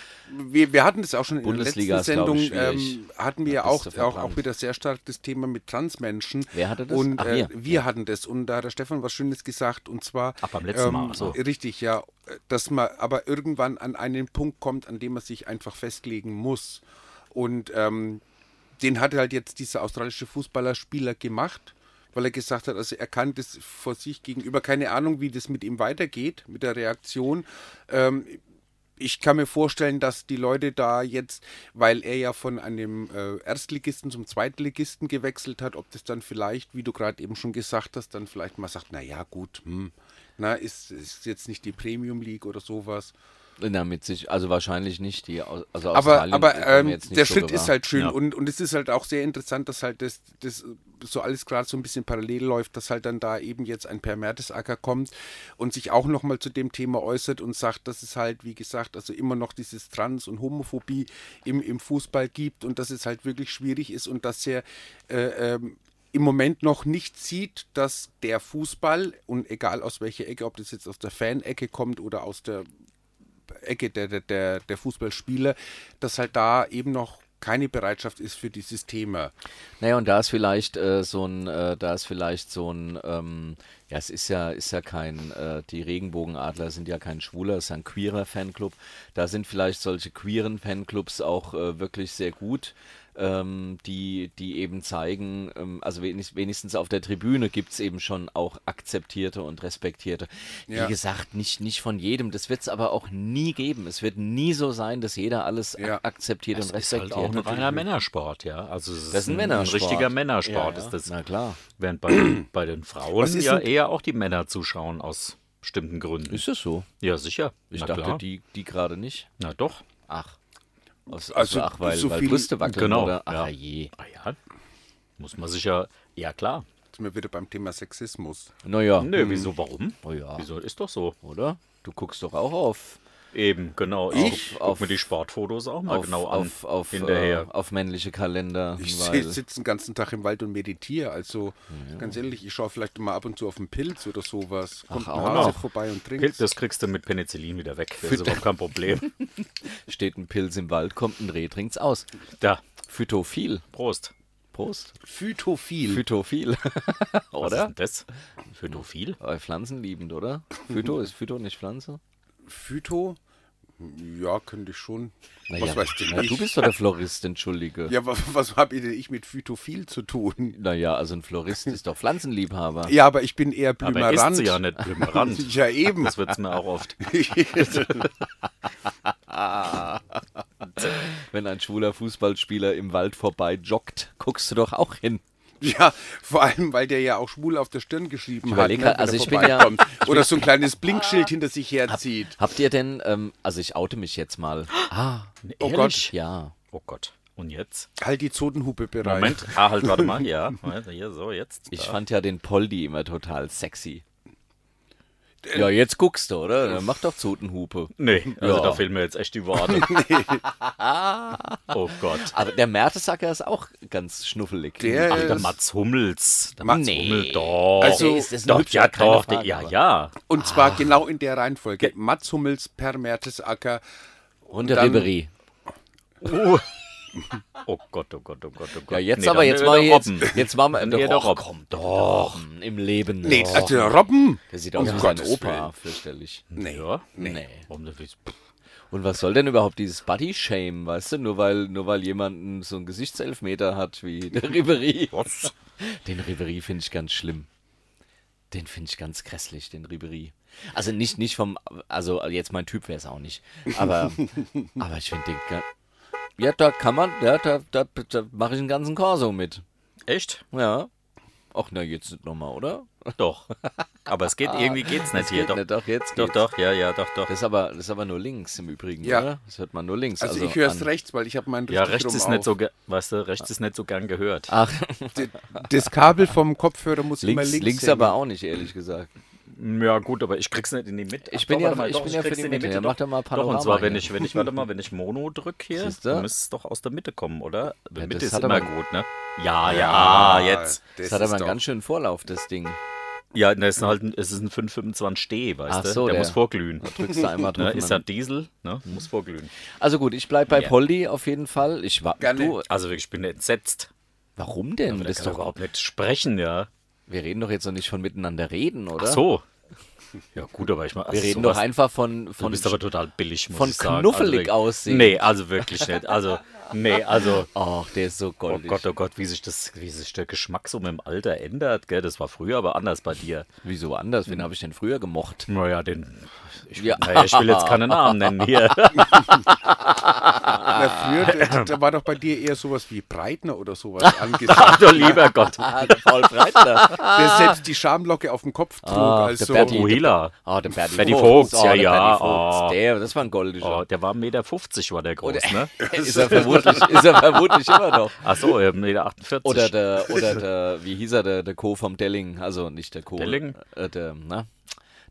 Wir, wir hatten das auch schon in der
Bundesliga
letzten
ist, glaub
Sendung,
ich, schwierig.
ähm, hatten wir
Da
ja
bist
auch,
du verbrannt.
auch, auch wieder sehr stark das Thema mit Transmenschen.
Wer hatte das?
Und
Ach,
äh,
ihr.
wir hatten das und da hat der Stefan was Schönes gesagt und zwar. ähm,
Ach, beim letzten Mal, ach so.
Richtig, ja. Dass man aber irgendwann an einen Punkt kommt, an dem man sich einfach festlegen muss. Und ähm, den hat halt jetzt dieser australische Fußballerspieler gemacht, weil er gesagt hat, also er kann das vor sich gegenüber, keine Ahnung, wie das mit ihm weitergeht, mit der Reaktion. Ähm, ich kann mir vorstellen, dass die Leute da jetzt, weil er ja von einem äh, Erstligisten zum Zweitligisten gewechselt hat, ob das dann vielleicht, wie du gerade eben schon gesagt hast, dann vielleicht mal sagt, naja gut, hm, na, ist, ist jetzt nicht die Premium League oder sowas.
Na, mit sich, also wahrscheinlich nicht die, also
Aber,
Australien
aber
ist mir
ähm,
jetzt nicht
der
so
Schritt
gewahr.
ist halt schön
Ja.
und, und es ist halt auch sehr interessant, dass halt das, das so alles gerade so ein bisschen parallel läuft, dass halt dann da eben jetzt ein Per Mertesacker kommt und sich auch nochmal zu dem Thema äußert und sagt, dass es halt, wie gesagt, also immer noch dieses Trans- und Homophobie im, im Fußball gibt und dass es halt wirklich schwierig ist und dass er äh, ähm, im Moment noch nicht sieht, dass der Fußball, und egal aus welcher Ecke, ob das jetzt aus der Fan-Ecke kommt oder aus der Ecke der, der, der, der Fußballspieler, dass halt da eben noch keine Bereitschaft ist für dieses Thema.
Naja, und da ist vielleicht äh, so ein, äh, da ist vielleicht so ein, ähm, ja, es ist ja, ist ja kein, äh, die Regenbogenadler sind ja kein schwuler, es ist ja ein queerer Fanclub. Da sind vielleicht solche queeren Fanclubs auch äh, wirklich sehr gut, ähm, die, die eben zeigen, ähm, also wenigstens, wenigstens auf der Tribüne gibt es eben schon auch akzeptierte und respektierte.
Ja.
Wie gesagt, nicht, nicht von jedem, das wird es aber auch nie geben. Es wird nie so sein, dass jeder alles
Ja.
ak akzeptiert und
ist halt
respektiert.
auch ein reiner Männersport, ja. Also es
Das ist ein Männersport.
richtiger Männersport
Ja, ja.
ist das.
Na klar.
Während bei, den- bei den Frauen
ist
ja
denn-
eher auch die Männer zuschauen aus bestimmten Gründen.
Ist es so?
ja, sicher.
Ich
Na
dachte,
klar.
die, die gerade nicht.
Na doch.
Ach. Aus,
Also,
also, ach, weil,
so
weil
viel-
Brüste wackeln,
genau,
oder?
ja.
Ach je.
Ah ja. Muss man sich ja. Ja, klar.
Jetzt sind wir wieder beim Thema Sexismus.
Naja,
Nö, wieso, warum?
Oh ja.
Wieso ist doch so?
oder? Du guckst doch auch auf,
Eben, genau.
Ich?
Ich guck
Auf-
mir die Sportfotos auch mal
auf,
genau an.
auf, auf, äh,
hinterher.
auf männliche Kalender.
Ich
weil,
sitze den ganzen Tag im Wald und meditiere. Also ganz ehrlich, ich schaue vielleicht mal ab und zu auf einen Pilz oder sowas. Kommt
auch
ein Hase
noch.
vorbei und trinkt.
Pilz, Genau. das kriegst du mit Penicillin wieder weg. Das ist überhaupt kein Problem.
steht ein Pilz im Wald, kommt ein Reh, trinkt's aus.
Da,
Phytophil.
Prost.
Prost.
Phytophil.
Phytophil.
Was
oder?
ist denn das? Phytophil?
Äh, Pflanzenliebend, oder? Phyto, ist Phyto nicht Pflanze?
Phyto? Ja, könnte ich schon.
Na
was
ja,
weißt du
na,
nicht?
du bist doch der Florist, entschuldige.
ja, was, was habe ich denn ich mit Phytophil zu tun?
Naja, also ein Florist ist doch Pflanzenliebhaber.
Ja, aber ich bin eher
Aber er isst
blümerant.
sie ja nicht blümerant.
Ja, eben.
Das wird es mir auch oft.
Wenn ein schwuler Fußballspieler im Wald vorbei joggt, guckst du doch auch hin.
Ja, vor allem, weil der ja auch schwul auf der Stirn geschrieben hat.
überleg
ne,
grad,
wenn
also
er
ich bin
vorbeikommt. Oder so ein kleines Blinkschild hinter sich herzieht.
Habt ihr denn, ähm, also ich oute mich jetzt mal. Ah,
Oh
Ehrlich?
ja.
Oh Gott. Und jetzt?
Halt die Zotenhupe bereit.
Moment. Ah, halt, warte mal. Ja, warte, hier, so, jetzt.
Ich fand ja den Poldi immer total sexy.
Äh,
Ja, jetzt guckst du, oder? Dann Mach doch Zotenhupe.
Nee, also
Ja.
da fehlen mir jetzt echt die Worte. oh Gott.
Aber der Mertesacker ist auch ganz schnuffelig.
Der-
Ach, der Mats Hummels. Der
Mats-
Mats
Nee.
Hummel, doch.
Also-
Der ist- ist ein
doch,
Hübscher,
ja,
keine
doch.
Frage,
der, ja,
aber-
ja.
Und
Ah.
zwar genau in der Reihenfolge. Mats Hummels per Mertesacker.
und der
dann-
Ribery.
Oh. oh Gott, oh Gott, oh Gott, oh Gott.
Ja, jetzt
Nee,
aber,
dann
jetzt
der
mal äh, jetzt,
Robben.
jetzt machen wir
Dann eher der
Och,
Robben.
komm, doch. Im Leben.
Nee,
doch.
also der Robben.
Der sieht aus
Um
Oh
wie sein
Gottes
Opa,
Willen.
fürchterlich.
Nee.
Ja?
Nee.
Warum das ist-
Und was soll denn überhaupt dieses Body Shame, weißt du? Nur weil, nur weil jemand so einen Gesichtselfmeter hat wie der Ribery.
Was?
Den Ribery finde ich ganz schlimm. Den finde ich ganz grässlich, den Ribery. Also nicht, nicht vom, also jetzt mein Typ wäre es auch nicht. Aber, aber ich finde den, ga- ja, da kann man, ja, da, da, da mache ich einen ganzen Corso mit.
Echt?
Ja. Ach, na, jetzt nicht nochmal, oder?
Doch. Aber es geht, irgendwie geht's nicht hier.
Ah, geht
Doch,
nicht, doch, jetzt
Doch,
geht's.
doch, ja, ja, doch, doch.
Das ist aber, das ist aber nur links im Übrigen,
Ja.
oder? Das hört man nur links.
Also, ich höre es
an-
rechts, weil ich habe meinen
Ja,
richtig
rechts
rum
ist
auf.
nicht so, ge- weißt du, rechts ist nicht so gern gehört.
Ach,
D- Das Kabel vom Kopfhörer muss immer
links,
links
links,
hängen.
aber auch nicht, ehrlich gesagt.
Ja, gut, aber ich krieg's nicht in die Mitte.
Ich
Ach,
bin
doch,
ja-
warte
ich
doch,
bin ja für
krieg's
die
in
Mitte. Ja,
doch.
mach doch mal
Doch,
Panorama
und zwar, wenn
hier.
ich, wenn ich, warte mal, wenn ich Mono drück hier,
Siehst du?
müsste es doch aus der Mitte kommen, oder?
das
Mitte ist
hat
immer
aber-
gut, ne? Ja, ja, jetzt.
Ah, Das, hat aber
ist
einen
doch-
ganz schönen Vorlauf, das Ding.
Ja, ne, es ist halt ein, es ist ein 525 Steh, weißt
Ach
du?
so,
der,
der-
muss vorglühen.
Drückst du einmal
Ne,
drauf.
ist ja
dann-
Diesel, ne? Muss vorglühen.
also gut, ich bleib bei
Ja.
Poldi auf jeden Fall. Ich war.
Gerne.
Du,
Also wirklich, ich bin entsetzt.
warum denn?
Der
das ist
kann
doch,
überhaupt nicht sprechen, ja.
wir reden doch jetzt noch nicht von miteinander reden, oder?
Ach so. Ja, gut, aber ich meine,
Wir reden doch einfach von,
Du
von
bist aber total billig, muss
von
ich sagen.
knuffelig
wirklich-
aussehen.
Nee, also wirklich nicht. Also, nee, also.
Ach, der ist so
Oh
goldig.
Gott, oh Gott, wie sich, das, wie sich der Geschmack so mit dem Alter ändert, gell? Das war früher aber anders bei dir.
Wieso anders?
Hm.
Wen habe ich denn früher gemocht?
Naja, den. Ich,
Ja.
naja, ich will jetzt keine Namen nennen hier.
Na, früher, da- da war doch bei dir eher sowas wie Breitner oder sowas angesagt,
Ach du lieber Gott.
Ah, der Paul Breitner.
der selbst die Schamlocke auf dem Kopf trug.
Ah,
also,
der Berti.
Uhila.
Ah, der Berti
Berti Vogts,
Oh,
ja,
der
ja,
Berti Vogts.
oh.
Der, das war ein goldischer.
Oh, der war 1,50 Meter, war der groß, ne?
Ist er, vermutlich, ist er vermutlich immer noch.
Achso, 1,48 Meter.
Oder der, oder der, wie hieß er, der, der Co. vom Delling, also nicht der Co.
Delling?
Äh, der, na?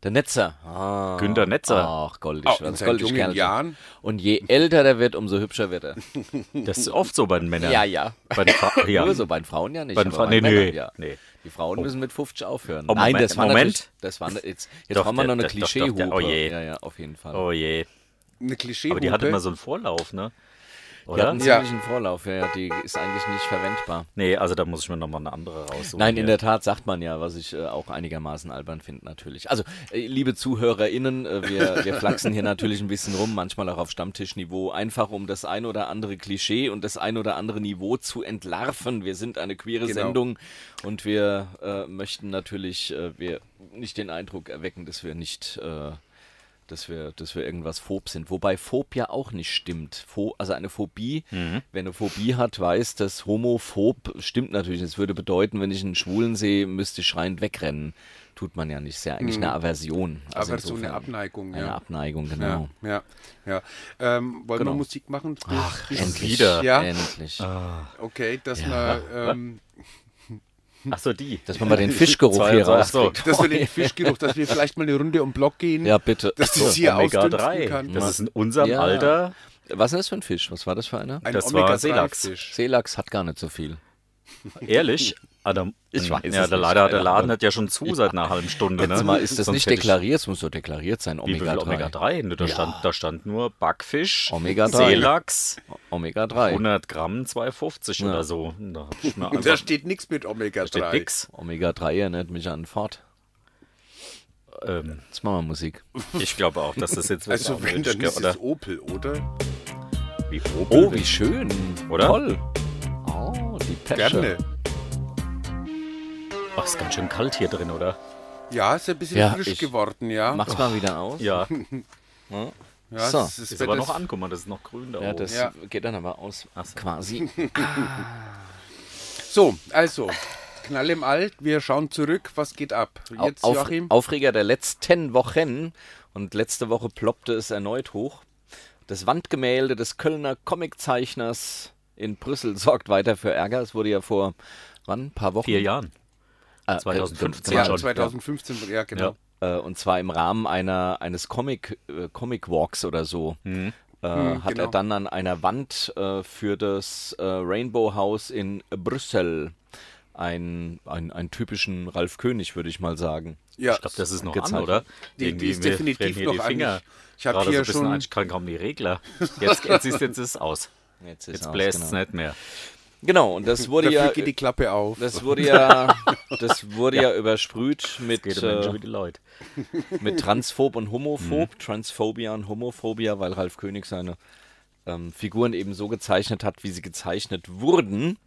Der Netzer. Ah,
Günther Netzer.
Ach, goldig.
Oh,
war
in
das,
seinen
goldig
jungen
Kerlchen.
Jahren.
Und je älter der wird, umso hübscher wird er.
Das ist oft so bei den Männern.
Ja, ja.
Bei den Fra ja.
Nur so, bei den Frauen ja nicht.
Bei den
aber
Fra- nee,
Männern,
nee, nee.
Die Frauen müssen mit 50 aufhören.
Oh, Moment,
Nein, das war
Moment.
natürlich- Das war, jetzt jetzt
Doch,
haben wir
der-
noch eine
doch, doch, der-
Klischeehupe.
oh je.
Ja, ja, auf jeden Fall.
Oh je.
eine klischee
Aber die hatte immer so einen Vorlauf, ne?
Die
Oder?
hatten
Ja.
ziemlich einen Vorlauf, ja, ja, die ist eigentlich nicht verwendbar.
Nee, also da muss ich mir nochmal eine andere raussuchen.
Nein, in
hier.
der Tat sagt man ja, was ich äh, auch einigermaßen albern finde natürlich. Also, äh, liebe ZuhörerInnen, äh, wir, wir flachsen hier natürlich ein bisschen rum, manchmal auch auf Stammtischniveau, einfach um das ein oder andere Klischee und das ein oder andere Niveau zu entlarven. Wir sind eine queere
Genau.
Sendung und wir äh, möchten natürlich äh, wir nicht den Eindruck erwecken, dass wir nicht... Äh, dass wir, dass wir irgendwas phob sind. Wobei phob ja auch nicht stimmt. Pho, also eine Phobie, wer eine Phobie hat, weiß, dass homophob stimmt natürlich. Das würde bedeuten, wenn ich einen Schwulen sehe, müsste ich schreiend wegrennen. Tut man ja nicht. Ist ja eigentlich eine Aversion. Also
Aber so eine
insofern
Abneigung,
Eine
ja.
Abneigung,
Ja,
genau.
ja, ja. Ähm, wollen
Genau.
wir Musik machen? Ach,
Endlich.
wieder.
Ja,
Endlich.
okay, dass wir, ähm,
Achso, die.
Dass man mal den Fischgeruch
Zwei-
hier
zwei-
raus.
so.
dass wir den Fischgeruch, dass wir vielleicht mal eine Runde um den Block gehen,
Ja, bitte.
dass das hier
Omega
ausdünsten
3.
kann.
Das ist in unserem
Ja.
Alter.
Was ist das für ein Fisch? Was war das für einer?
ein
das war Seelachs.
Omega-3-Fisch.
Seelachs hat gar nicht so viel.
Ehrlich. Adam,
Ich weiß es
ja, der,
nicht.
Leider, der
Keine
Laden
Ahnung.
hat ja schon zu seit einer halben Stunde.
Letztes
Ne?
Mal ist das
Sonst
nicht
hätte ich-
deklariert, es muss doch deklariert sein.
Wie
Omega
Omega
3.
3. Omega 3? Ne, da, stand, da stand nur Backfisch,
Omega 3.
Seelachs,
Omega 3.
100 Gramm, 2,50 oder so. Da hab ich mir
Und da
einfach,
Also steht nichts mit Omega-3.
steht nix.
Omega 3 erinnert mich an Ford.
Ähm,
Jetzt machen wir Musik.
ich glaube auch, dass das jetzt wirklich
Also wenn, dann
unnötig
ist
oder?
es Opel, oder?
Wie
Oh, wie schön.
Oder?
Toll. Oh, die Pesche.
Gerne.
Ach, ist ganz schön kalt hier drin, oder?
Ja, ist ein bisschen
Ja,
frisch
ich-
geworden, ja.
Mach's mal wieder aus.
Ja,
ja
so.
es
ist
wenn
aber
das-
noch an. Guck mal, das ist noch grün da
Ja,
oben.
das
Ja.
geht dann aber aus. Quasi.
So, also, Knall im All, wir schauen zurück, was geht ab? Jetzt,
Auf,
Joachim?
Aufreger der letzten Wochen. Und letzte Woche ploppte es erneut hoch. Das Wandgemälde des Kölner Comiczeichners in Brüssel sorgt weiter für Ärger. Es wurde ja vor, wann? Ein paar Wochen?
Vier Jahren.
Ah, äh,
2015
ja,
schon.
2015, ja, genau.
Ja.
äh, und zwar im Rahmen einer, eines Comic, äh, Comic Walks oder so.
Mhm.
Äh, hat er
genau.
dann an einer Wand äh, für das äh, Rainbow House in Brüssel einen, einen, einen typischen Ralf König, würde ich mal sagen.
Ja,
Ich glaube, das ist noch
Gezeichnet.
an, oder?
Die- die
Irgendwie,
ist
mir
definitiv
frieren hier
noch
die
an.
Finger.
Ich hab
Gerade so
hier
ein bisschen
schon-
an, ich kann kaum die Regler. Jetzt, jetzt ist jetzt ist aus.
Jetzt, ist
Jetzt
aus,
bläst es
genau.
nicht mehr.
Genau, und das wurde
Dafür
ja.
geht die Klappe auf.
Das wurde ja, das wurde ja. übersprüht mit,
Geht um
äh,
Menschen wie die Leute.
mit Transphob und
Mhm.
Homophob, Transphobia und Homophobia, weil Ralf König seine ähm, Figuren eben so gezeichnet hat, wie sie gezeichnet wurden.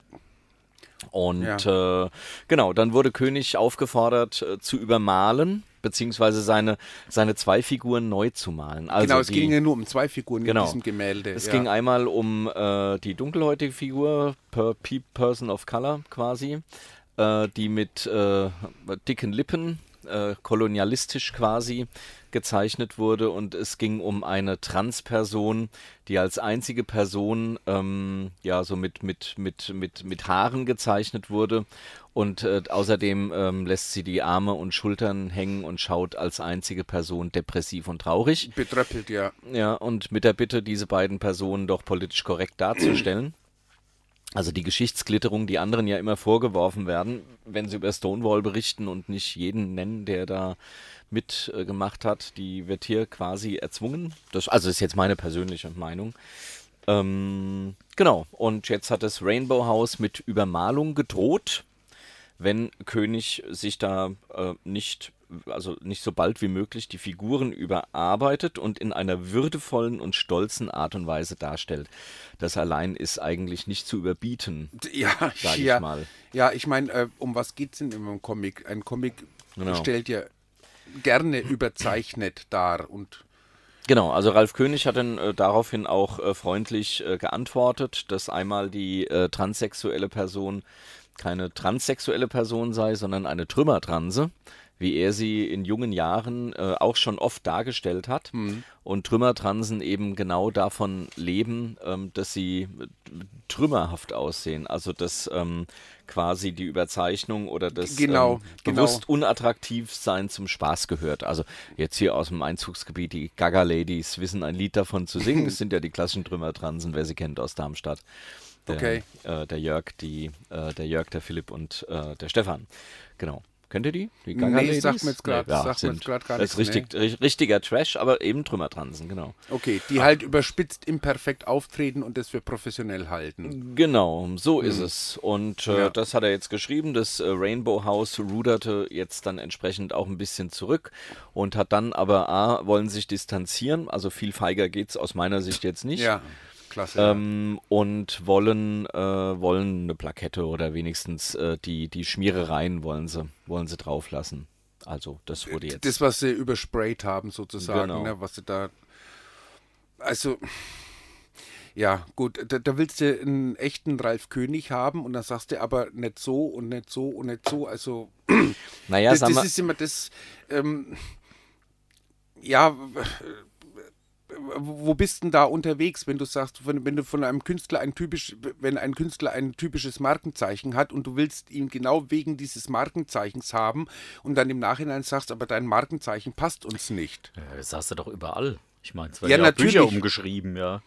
Und äh, genau, dann wurde König aufgefordert äh, zu übermalen, beziehungsweise seine, seine zwei Figuren neu zu malen. Also
genau, es
die,
ging ja nur um zwei Figuren
Genau.
in diesem Gemälde.
es
ja.
ging einmal um äh, die dunkelhäutige Figur, per Pe- Person of Color quasi, äh, die mit äh, dicken Lippen, äh, kolonialistisch quasi, gezeichnet wurde. Und es ging um eine Transperson, die als einzige Person ähm, ja so mit, mit, mit, mit, mit Haaren gezeichnet wurde. Und äh, außerdem ähm, lässt sie die Arme und Schultern hängen und schaut als einzige Person depressiv und traurig.
Betröppelt, ja.
Ja, und mit der Bitte, diese beiden Personen doch politisch korrekt darzustellen. Also die Geschichtsklitterung, die anderen ja immer vorgeworfen werden, wenn sie über Stonewall berichten und nicht jeden nennen, der da mitgemacht hat, die wird hier quasi erzwungen. Das, also ist jetzt meine persönliche Meinung. Ähm, genau, und jetzt hat das Rainbow House mit Übermalung gedroht, wenn König sich da äh, nicht also nicht so bald wie möglich die Figuren überarbeitet und in einer würdevollen und stolzen Art und Weise darstellt. Das allein ist eigentlich nicht zu überbieten.
Ja,
Sag ich
ja.
mal.
Ja, ich meine, äh, um was geht's denn in einem Comic? Ein Comic
Genau.
stellt ja gerne überzeichnet dar und
Genau, also Ralf König hat dann äh, daraufhin auch äh, freundlich äh, geantwortet, dass einmal die äh, transsexuelle Person keine transsexuelle Person sei, sondern eine Trümmertranse, wie er sie in jungen Jahren äh, auch schon oft dargestellt hat.
Mhm.
Und Trümmertransen eben genau davon leben, ähm, dass sie äh, trümmerhaft aussehen. Also dass ähm, quasi die Überzeichnung oder das
Genau,
ähm,
genau.
bewusst unattraktiv sein zum Spaß gehört. Also jetzt hier aus dem Einzugsgebiet, die Gaga Ladies wissen ein Lied davon zu singen. Das sind ja die klassischen Trümmertransen, wer sie kennt aus Darmstadt. Der,
Okay.
äh, der Jörg, die, äh, der Jörg, der Philipp und äh, der Stefan. Genau. Kennt ihr die? Die Gaga
Nee,
Ladies?
sagt mir jetzt grad- sagt mir jetzt
sind-
grad gar
das ist
nichts,
richtig, ri- richtiger Trash, aber eben Trümmertransen, genau.
okay, die halt überspitzt imperfekt auftreten und das für professionell halten.
Genau, so ist es. Und äh,
Mhm. Ja.
das hat er jetzt geschrieben. Das äh, Rainbow House ruderte jetzt dann entsprechend auch ein bisschen zurück und hat dann aber A, wollen sich distanzieren. Also viel feiger geht's aus meiner Sicht jetzt nicht.
Ja, klasse.
Ähm, und wollen, äh, wollen eine Plakette oder wenigstens äh, die, die Schmierereien wollen sie, wollen sie drauflassen. Also das wurde jetzt.
Äh, das, was sie übersprayt haben, sozusagen,
Genau.
ne, was sie da. Also, ja, gut, da, da willst du einen echten Ralf König haben und dann sagst du aber nicht so und nicht so und nicht so. Also,
naja,
das,
sag
das
mal,
ist immer das. Ähm, ja, wo bist denn da unterwegs, wenn du sagst, wenn, wenn du von einem Künstler ein typisch, wenn ein Künstler ein typisches Markenzeichen hat und du willst ihn genau wegen dieses Markenzeichens haben und dann im Nachhinein sagst, aber dein Markenzeichen passt uns nicht.
Ja, das hast du doch überall. Ich meine, es werden
Ja,
ja, auch
natürlich.
Bücher umgeschrieben, ja.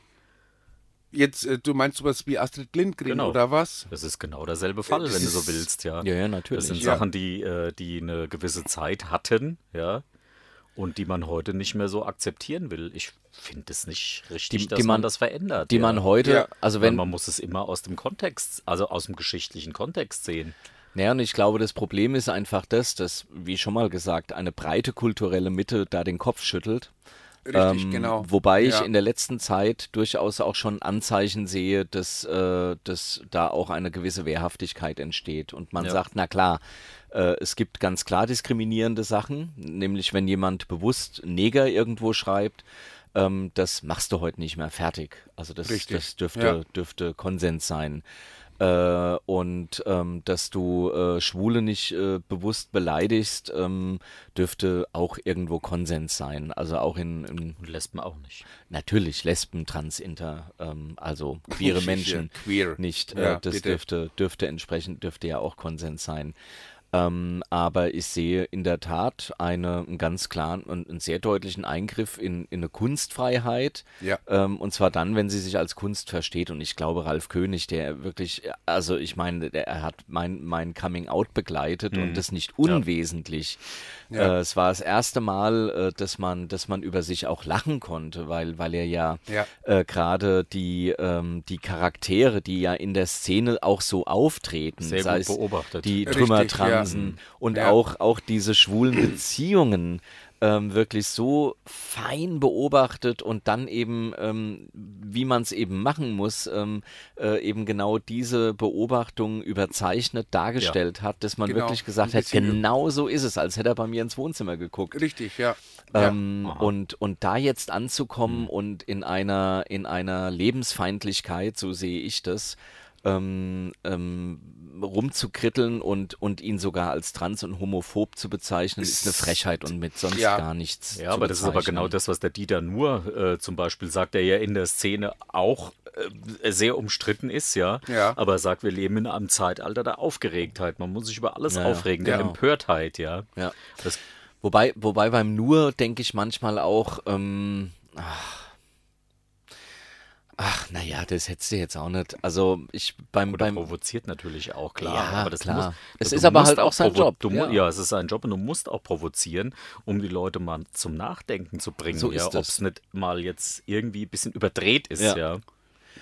Jetzt, äh, du meinst sowas wie Astrid Lindgren
Genau.
oder was?
Das ist genau derselbe Fall,
das
wenn du so
ist-
willst, ja.
Ja, ja, natürlich.
Das sind
Ja.
Sachen, die, äh, die eine gewisse Zeit hatten, ja. Und die man heute nicht mehr so akzeptieren will. Ich finde es nicht richtig,
Die-
dass
die
man,
man-
das verändert.
die
ja.
man heute,
Ja.
also
Weil
wenn,
man muss es immer aus dem Kontext, also aus dem geschichtlichen Kontext sehen.
Naja, und ich glaube, das Problem ist einfach das, dass, wie schon mal gesagt, eine breite kulturelle Mitte da den Kopf schüttelt.
Richtig,
Ähm,
genau.
Wobei
Ja.
ich in der letzten Zeit durchaus auch schon Anzeichen sehe, dass, äh, dass da auch eine gewisse Wehrhaftigkeit entsteht. Und man sagt, na klar, äh, es gibt ganz klar diskriminierende Sachen, nämlich wenn jemand bewusst Neger irgendwo schreibt, ähm, das machst du heute nicht mehr fertig. Also das,
Richtig,
das dürfte,
ja.
dürfte Konsens sein. Äh, und ähm, dass du äh, Schwule nicht äh, bewusst beleidigst, ähm, dürfte auch irgendwo Konsens sein. Also auch in, in
Und Lesben auch nicht.
natürlich Lesben, Trans, Inter, ähm, also queere
Sicher,
Menschen
queer.
nicht. Äh,
Ja,
das
bitte.
dürfte, dürfte entsprechend, dürfte ja auch Konsens sein. Ähm, aber ich sehe in der Tat eine, einen ganz klaren und einen sehr deutlichen Eingriff in, in eine Kunstfreiheit.
Ja.
Ähm, und zwar dann, wenn sie sich als Kunst versteht. Und ich glaube, Ralf König, der wirklich, also ich meine, der, er hat mein, mein Coming-out begleitet und das nicht unwesentlich. Äh, es war das erste Mal, äh, dass, man, dass man über sich auch lachen konnte, weil, weil er ja,
Ja.
Äh, gerade die, ähm, die Charaktere, die ja in der Szene auch so auftreten,
Sehr
sei
gut
es
beobachtet.
die
Richtig,
Trümmertransen und
Ja.
auch, auch diese schwulen Beziehungen ähm, wirklich so fein beobachtet und dann eben, ähm, wie man es eben machen muss, ähm, äh, eben genau diese Beobachtung überzeichnet dargestellt hat, dass man
Genau,
wirklich gesagt
ein
hat,
bisschen-
genau so ist es, als hätte er bei mir ins Wohnzimmer geguckt.
Richtig, ja.
Ähm, und, und da jetzt anzukommen
Hm.
und in einer, in einer Lebensfeindlichkeit, so sehe ich das, ähm, ähm, rumzukritteln und, und ihn sogar als trans und homophob zu bezeichnen, ist eine Frechheit und mit sonst
Ja.
gar nichts.
Ja,
zu
aber das ist aber
bezeichnen.
genau das, was der Dieter Nuhr äh, zum Beispiel sagt, der ja in der Szene auch äh, sehr umstritten ist, ja.
Ja.
Aber er sagt, wir leben in einem Zeitalter der Aufgeregtheit. Man muss sich über alles
Ja, ja.
aufregen, der
Genau.
Empörtheit, ja.
Ja.
Das,
Wobei, wobei beim Nur denke ich manchmal auch, ähm, ach, ach naja, das hättest du jetzt auch nicht. Also ich beim,
oder
beim
provoziert natürlich auch, klar.
Ja,
aber das
klar.
Muss,
Es
du
ist aber
musst
halt auch sein
provo-
Job,
Du,
ja.
ja. ja, es ist sein Job und du musst auch provozieren, um die Leute mal zum Nachdenken zu bringen,
So
ja,
ist
ob
es.
es nicht mal jetzt irgendwie ein bisschen überdreht ist,
Ja.
ja.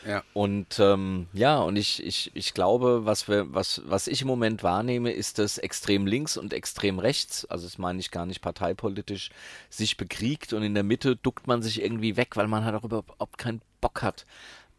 Ja.
Und ähm, ja, und ich, ich, ich glaube, was, wir, was, was ich im Moment wahrnehme, ist, dass extrem links und extrem rechts, also das meine ich gar nicht parteipolitisch, sich bekriegt und in der Mitte duckt man sich irgendwie weg, weil man halt auch überhaupt keinen Bock hat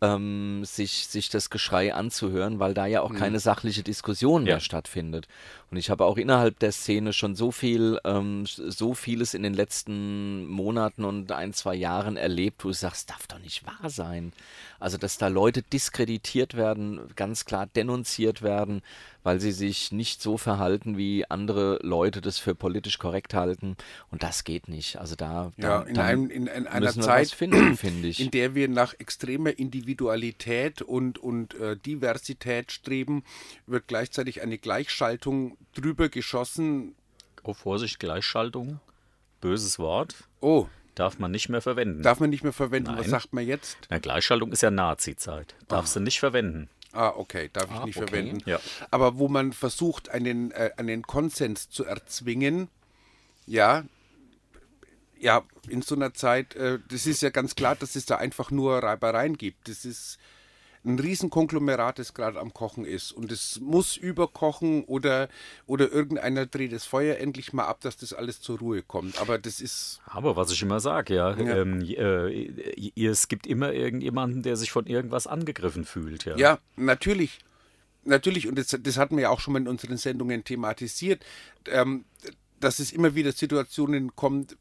ähm, sich, sich das Geschrei anzuhören, weil da ja auch keine sachliche Diskussion mehr
Ja.
stattfindet. Und ich habe auch innerhalb der Szene schon so viel, ähm, so vieles in den letzten Monaten und ein, zwei Jahren erlebt, wo du sagst, darf doch nicht wahr sein. Also, dass da Leute diskreditiert werden, ganz klar denunziert werden, weil sie sich nicht so verhalten, wie andere Leute das für politisch korrekt halten. Und das geht nicht. Also da,
Ja,
da
in,
dann
einem, in, in einer
müssen wir
Zeit,
was finden, finde ich.
in der wir nach extremer Individualität und, und äh, Diversität streben, wird gleichzeitig eine Gleichschaltung drüber geschossen.
Oh, Vorsicht, Gleichschaltung. Böses Wort.
Oh,
Darf man nicht mehr verwenden.
darf man nicht mehr verwenden. Was
Nein.
sagt man jetzt?
Na, Gleichschaltung ist ja Nazi-Zeit. Darfst du nicht verwenden.
Ah, okay, darf ich nicht
okay.
verwenden.
Ja.
Aber wo man versucht, einen, äh, einen Konsens zu erzwingen, ja, ja, in so einer Zeit, äh, das ist ja ganz klar, dass es da einfach nur Reibereien gibt. Das ist ein Riesenkonglomerat, das gerade am Kochen ist. Und es muss überkochen oder, oder irgendeiner dreht das Feuer endlich mal ab, dass das alles zur Ruhe kommt. Aber das ist,
Aber was ich immer sage, ja,
Ja.
Ähm, j- äh, j- j- es gibt immer irgendjemanden, der sich von irgendwas angegriffen fühlt. Ja.
Ja, natürlich. Natürlich, und das, das hatten wir ja auch schon mal in unseren Sendungen thematisiert, ähm, dass es immer wieder Situationen kommt,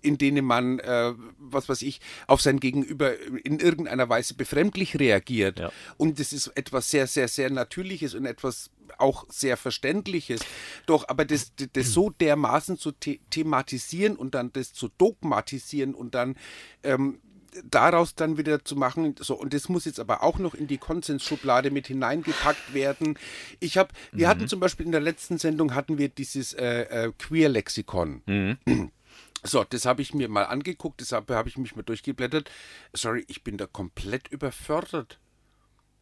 in denen man, äh, was weiß ich, auf sein Gegenüber in irgendeiner Weise befremdlich reagiert.
Ja.
Und das ist etwas sehr, sehr, sehr Natürliches und etwas auch sehr Verständliches. Doch, aber das, das so dermaßen zu the thematisieren und dann das zu dogmatisieren und dann ähm, daraus dann wieder zu machen, so und das muss jetzt aber auch noch in die Konsensschublade mit hineingepackt werden. Ich habe, wir hatten zum Beispiel in der letzten Sendung hatten wir dieses äh, äh, Queer-Lexikon. So, das habe ich mir mal angeguckt, deshalb habe ich mich mal durchgeblättert. Sorry, ich bin da komplett überfordert.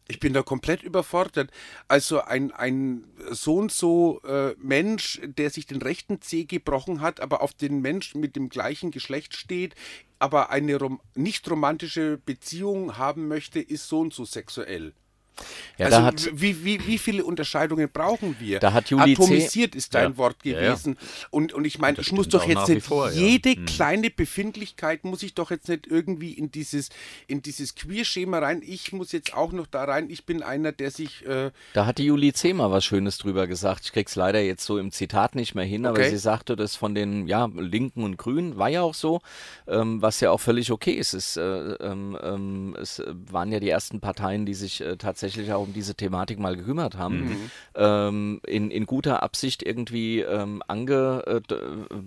Ich bin da komplett überfordert. Also ein, ein so und so äh, Mensch, der sich den rechten Zeh gebrochen hat, aber auf den Mensch mit dem gleichen Geschlecht steht, aber eine rom nicht romantische Beziehung haben möchte, ist so und so sexuell.
ja,
also
da hat,
wie, wie, wie viele Unterscheidungen brauchen wir?
Da hat Juli C.
Atomisiert ist dein
Ja.
Wort
Ja, ja.
gewesen. Und, und ich meine,
Das
ich muss
stimmt
doch
auch
jetzt
nach wie
nicht
vor, ja. Hm.
jede kleine Befindlichkeit muss ich doch jetzt nicht irgendwie in dieses, in dieses Queer-Schema rein. Ich muss jetzt auch noch da rein. Ich bin einer, der sich äh,
Da hatte Julie Zehmer was Schönes drüber gesagt. Ich krieg's leider jetzt so im Zitat nicht mehr hin, aber
Okay.
sie sagte, dass von den ja, Linken und Grünen war ja auch so, ähm, was ja auch völlig okay ist. Es, äh, ähm, ähm, es waren ja die ersten Parteien, die sich äh, tatsächlich auch um diese Thematik mal gekümmert haben. Ähm, in, in guter Absicht irgendwie ähm, ange, äh, d- äh,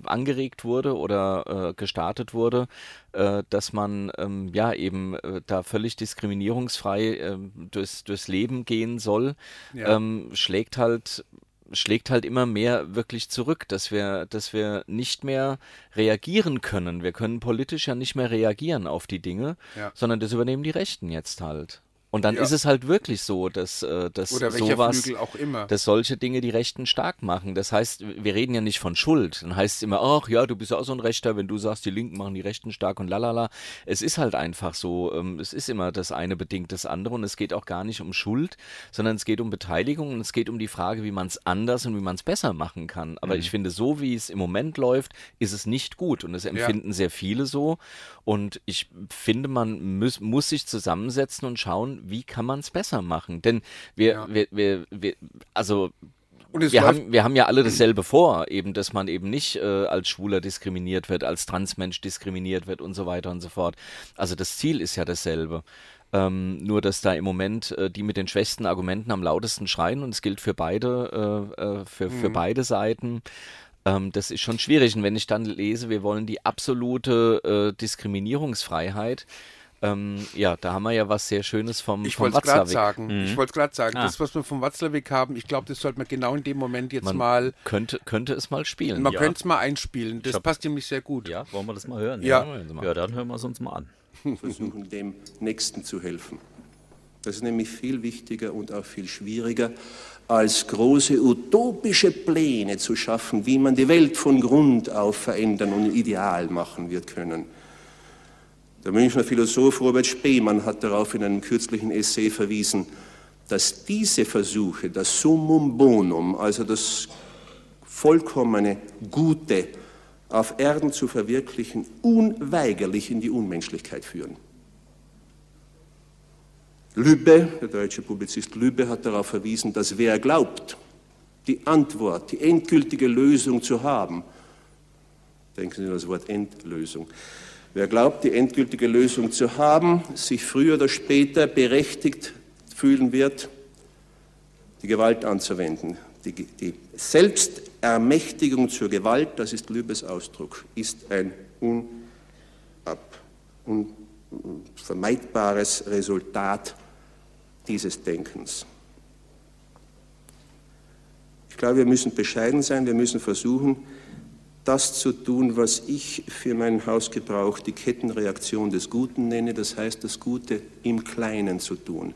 angeregt wurde oder äh, gestartet wurde, äh, dass man ähm, ja eben äh, da völlig diskriminierungsfrei ähm, durchs, durchs Leben gehen soll, ähm, schlägt halt schlägt halt immer mehr wirklich zurück, dass wir, dass wir nicht mehr reagieren können. Wir können politisch ja nicht mehr reagieren auf die Dinge,
Ja.
sondern das übernehmen die Rechten jetzt halt. Und dann
Ja.
ist es halt wirklich so, dass, äh, dass
oder welcher
sowas,
Flügel auch immer.
dass solche Dinge die Rechten stark machen. Das heißt, wir reden ja nicht von Schuld. Dann heißt es immer, ach ja, du bist ja auch so ein Rechter, wenn du sagst, die Linken machen die Rechten stark und lalala. Es ist halt einfach so, ähm, es ist immer das eine bedingt das andere und es geht auch gar nicht um Schuld, sondern es geht um Beteiligung und es geht um die Frage, wie man es anders und wie man es besser machen kann. Aber ich finde, so wie es im Moment läuft, ist es nicht gut und es empfinden sehr viele so. Und ich finde, man muss, muss sich zusammensetzen und schauen, wie kann man es besser machen. Denn wir, wir, wir, wir also
Und es
wir
läuft-
haben, wir haben ja alle dasselbe vor, eben, dass man eben nicht äh, als Schwuler diskriminiert wird, als Transmensch diskriminiert wird und so weiter und so fort. Also das Ziel ist ja dasselbe. Ähm, nur, dass da im Moment äh, die mit den schwächsten Argumenten am lautesten schreien und es gilt für beide, äh, äh, für,
Mhm.
für beide Seiten. Ähm, das ist schon schwierig. Und wenn ich dann lese, wir wollen die absolute äh, Diskriminierungsfreiheit, ähm, ja, da haben wir ja was sehr Schönes vom,
ich
vom
wollte es gerade
Watzlawick.
sagen. Ich wollte es gerade sagen.
Ah.
Das, was wir vom Watzlawick haben, ich glaube, das sollte man genau in dem Moment jetzt
Man
mal,
könnte, könnte es mal spielen.
man
ja.
könnte es mal einspielen. Das
hab-
passt nämlich sehr gut.
Ja, wollen wir das mal hören?
Ja.
Ja, ja dann hören wir es uns mal an.
versuchen, dem Nächsten zu helfen. Das ist nämlich viel wichtiger und auch viel schwieriger, als große utopische Pläne zu schaffen, wie man die Welt von Grund auf verändern und ideal machen wird können. Der Münchner Philosoph Robert Spemann hat darauf in einem kürzlichen Essay verwiesen, dass diese Versuche, das Summum Bonum, also das vollkommene Gute auf Erden zu verwirklichen, unweigerlich in die Unmenschlichkeit führen. Lübbe, der deutsche Publizist Lübbe, hat darauf verwiesen, dass wer glaubt, die Antwort, die endgültige Lösung zu haben, denken Sie an das Wort Endlösung, wer glaubt, die endgültige Lösung zu haben, sich früher oder später berechtigt fühlen wird, die Gewalt anzuwenden. Die, die Selbstermächtigung zur Gewalt, das ist Lübes Ausdruck, ist ein unab, unvermeidbares Resultat dieses Denkens. Ich glaube, wir müssen bescheiden sein, wir müssen versuchen, das zu tun, was ich für meinen Hausgebrauch die Kettenreaktion des Guten nenne, das heißt, das Gute im Kleinen zu tun.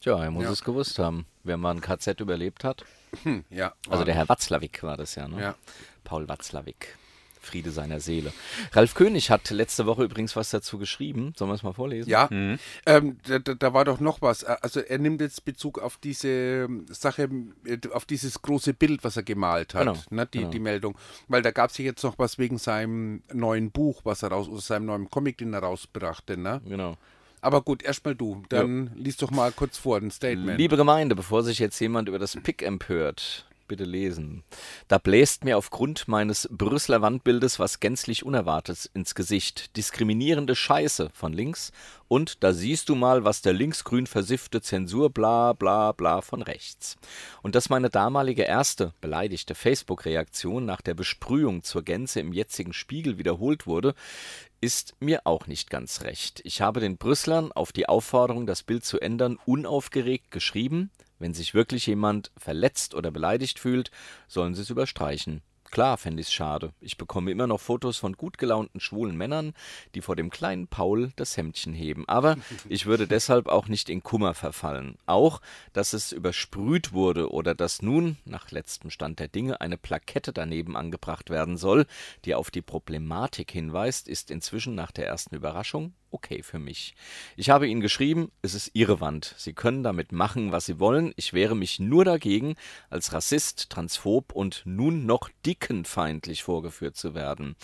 Tja, er muss es gewusst haben, wenn man ein KZ überlebt hat.
Hm, Ja.
Also der Herr Watzlawick war das ja, ne?
Ja.
Paul Watzlawick. Friede seiner Seele. Ralf König hat letzte Woche übrigens was dazu geschrieben. Sollen wir es mal vorlesen?
Ja, ähm, da, da, da war doch noch was. Also er nimmt jetzt Bezug auf diese Sache, äh, auf dieses große Bild, was er gemalt hat,
Genau,
ne, die,
genau.
die Meldung. Weil da gab es ja jetzt noch was wegen seinem neuen Buch, was er raus, oder seinem neuen Comic, den er rausbrachte. Ne?
Genau.
Aber gut, erstmal du. Dann liest doch mal kurz vor ein Statement.
Liebe Gemeinde, bevor sich jetzt jemand über das Pick empört, bitte lesen. Da bläst mir aufgrund meines Brüsseler Wandbildes was gänzlich Unerwartetes ins Gesicht. Diskriminierende Scheiße von links und da siehst du mal, was der linksgrün versiffte Zensur bla bla bla von rechts. Und dass meine damalige erste beleidigte Facebook-Reaktion nach der Besprühung zur Gänze im jetzigen Spiegel wiederholt wurde, ist mir auch nicht ganz recht. Ich habe den Brüsslern auf die Aufforderung, das Bild zu ändern, unaufgeregt geschrieben, wenn sich wirklich jemand verletzt oder beleidigt fühlt, sollen sie es überstreichen. Klar fände ich es schade. Ich bekomme immer noch Fotos von gut gelaunten schwulen Männern, die vor dem kleinen Paul das Hemdchen heben. Aber ich würde deshalb auch nicht in Kummer verfallen. Auch, dass es übersprüht wurde oder dass nun, nach letztem Stand der Dinge, eine Plakette daneben angebracht werden soll, die auf die Problematik hinweist, ist inzwischen nach der ersten Überraschung okay für mich. Ich habe ihnen geschrieben, es ist ihre Wand. Sie können damit machen, was sie wollen. Ich wehre mich nur dagegen, als Rassist, Transphob und nun noch dickenfeindlich vorgeführt zu werden.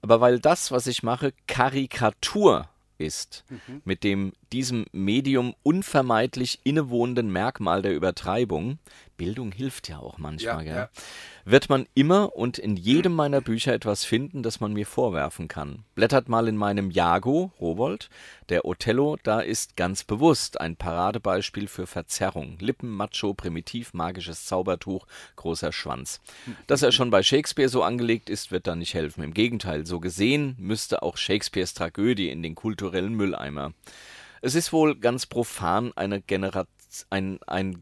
Aber weil das, was ich mache, Karikatur ist,
Mhm.
mit dem diesem Medium unvermeidlich innewohnenden Merkmal der Übertreibung, Bildung hilft ja auch manchmal,
Ja,
gell?
ja.
wird man immer und in jedem meiner Bücher etwas finden, das man mir vorwerfen kann. Blättert mal in meinem Jago, Rowold, der Othello, da ist ganz bewusst ein Paradebeispiel für Verzerrung. Lippen, Macho, Primitiv, magisches Zaubertuch, großer Schwanz. Dass er schon bei Shakespeare so angelegt ist, wird da nicht helfen. Im Gegenteil, so gesehen müsste auch Shakespeares Tragödie in den kulturellen Mülleimer. Es ist wohl ganz profan eine Generation. Ein, ein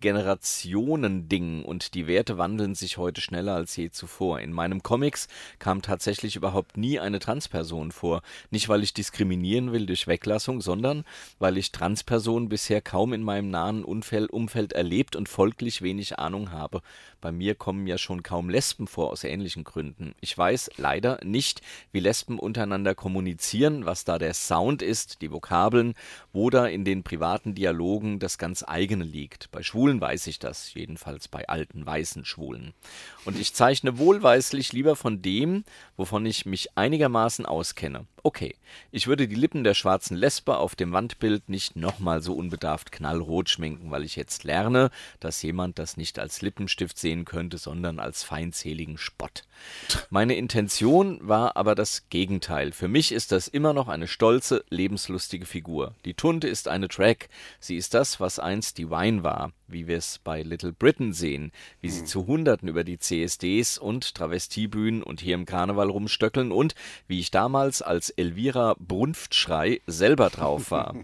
Generationending und die Werte wandeln sich heute schneller als je zuvor. In meinem Comics kam tatsächlich überhaupt nie eine Transperson vor. Nicht, weil ich diskriminieren will durch Weglassung, sondern weil ich Transpersonen bisher kaum in meinem nahen Unfell, Umfeld erlebt und folglich wenig Ahnung habe. Bei mir kommen ja schon kaum Lesben vor aus ähnlichen Gründen. Ich weiß leider nicht, wie Lesben untereinander kommunizieren, was da der Sound ist, die Vokabeln, wo da in den privaten Dialogen das ganz eigene liegt. Bei Schwulen weiß ich das, jedenfalls bei alten weißen Schwulen. Und ich zeichne wohlweislich lieber von dem, wovon ich mich einigermaßen auskenne. Okay, ich würde die Lippen der schwarzen Lesbe auf dem Wandbild nicht nochmal so unbedarft knallrot schminken, weil ich jetzt lerne, dass jemand das nicht als Lippenstift sehen könnte, sondern als feindseligen Spott. Meine Intention war aber das Gegenteil. Für mich ist das immer noch eine stolze, lebenslustige Figur. Die Tunte ist eine Drag. Sie ist das, was einst die Wine war, wie wir es bei Little Britain sehen, wie sie zu Hunderten über die CSDs und Travestiebühnen und hier im Karneval rumstöckeln und wie ich damals als Elvira Brunftschrei selber drauf war.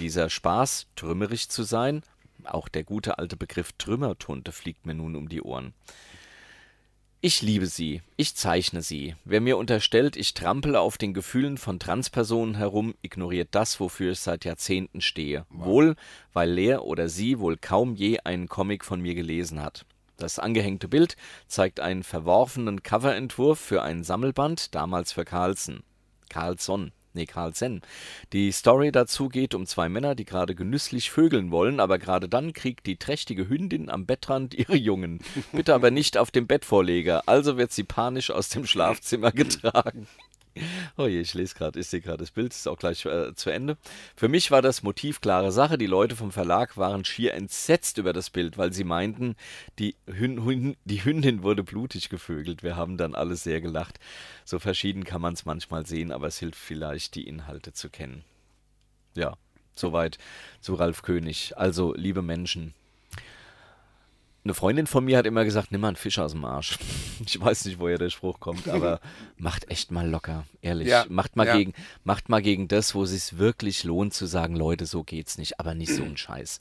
Dieser Spaß, trümmerig zu sein, auch der gute alte Begriff Trümmertunte fliegt mir nun um die Ohren. Ich liebe sie, ich zeichne sie. Wer mir unterstellt, ich trampele auf den Gefühlen von Transpersonen herum, ignoriert das, wofür ich seit Jahrzehnten stehe. Wohl, weil Lehr oder sie wohl kaum je einen Comic von mir gelesen hat. Das angehängte Bild zeigt einen verworfenen Coverentwurf für einen Sammelband, damals für Carlson. Carlson, nee, Carlsen. Die Story dazu geht um zwei Männer, die gerade genüsslich vögeln wollen, aber gerade dann kriegt die trächtige Hündin am Bettrand ihre Jungen. Bitte aber nicht auf dem Bettvorleger, also wird sie panisch aus dem Schlafzimmer getragen. Oh je, ich lese gerade, ich sehe gerade das Bild, ist auch gleich äh, zu Ende. Für mich war das Motiv klare Sache. Die Leute vom Verlag waren schier entsetzt über das Bild, weil sie meinten, die, Hün Hün die Hündin wurde blutig gevögelt. Wir haben dann alle sehr gelacht. So verschieden kann man es manchmal sehen, aber es hilft vielleicht, die Inhalte zu kennen. Ja, soweit zu Ralf König. Also, liebe Menschen, eine Freundin von mir hat immer gesagt, nimm mal einen Fisch aus dem Arsch. Ich weiß nicht, woher der Spruch kommt, aber macht echt mal locker, ehrlich.
Ja,
macht, mal
ja.
gegen, macht mal gegen das, wo es sich wirklich lohnt zu sagen, Leute, so geht's nicht, aber nicht so ein Scheiß.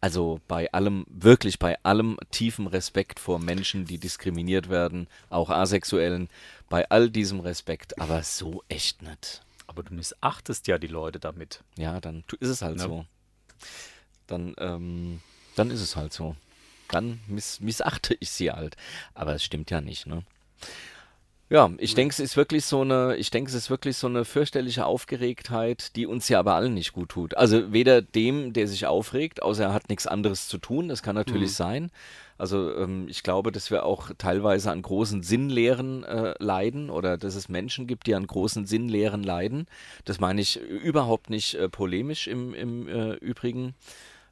Also bei allem, wirklich bei allem tiefen Respekt vor Menschen, die diskriminiert werden, auch Asexuellen, bei all diesem Respekt, aber so echt nicht.
Aber du missachtest ja die Leute damit.
Ja, dann tu- ist es halt so. Dann, ähm, dann ist es halt so. Dann miss, missachte ich sie halt. Aber es stimmt ja nicht, ne? Ja, ich denke, es ist wirklich so eine, ich denke, es ist wirklich so eine fürchterliche Aufgeregtheit, die uns ja aber allen nicht gut tut. Also weder dem, der sich aufregt, außer er hat nichts anderes zu tun, das kann natürlich sein. Also ähm, ich glaube, dass wir auch teilweise an großen Sinnlehren äh, leiden oder dass es Menschen gibt, die an großen Sinnlehren leiden. Das meine ich überhaupt nicht äh, polemisch im, im äh, Übrigen.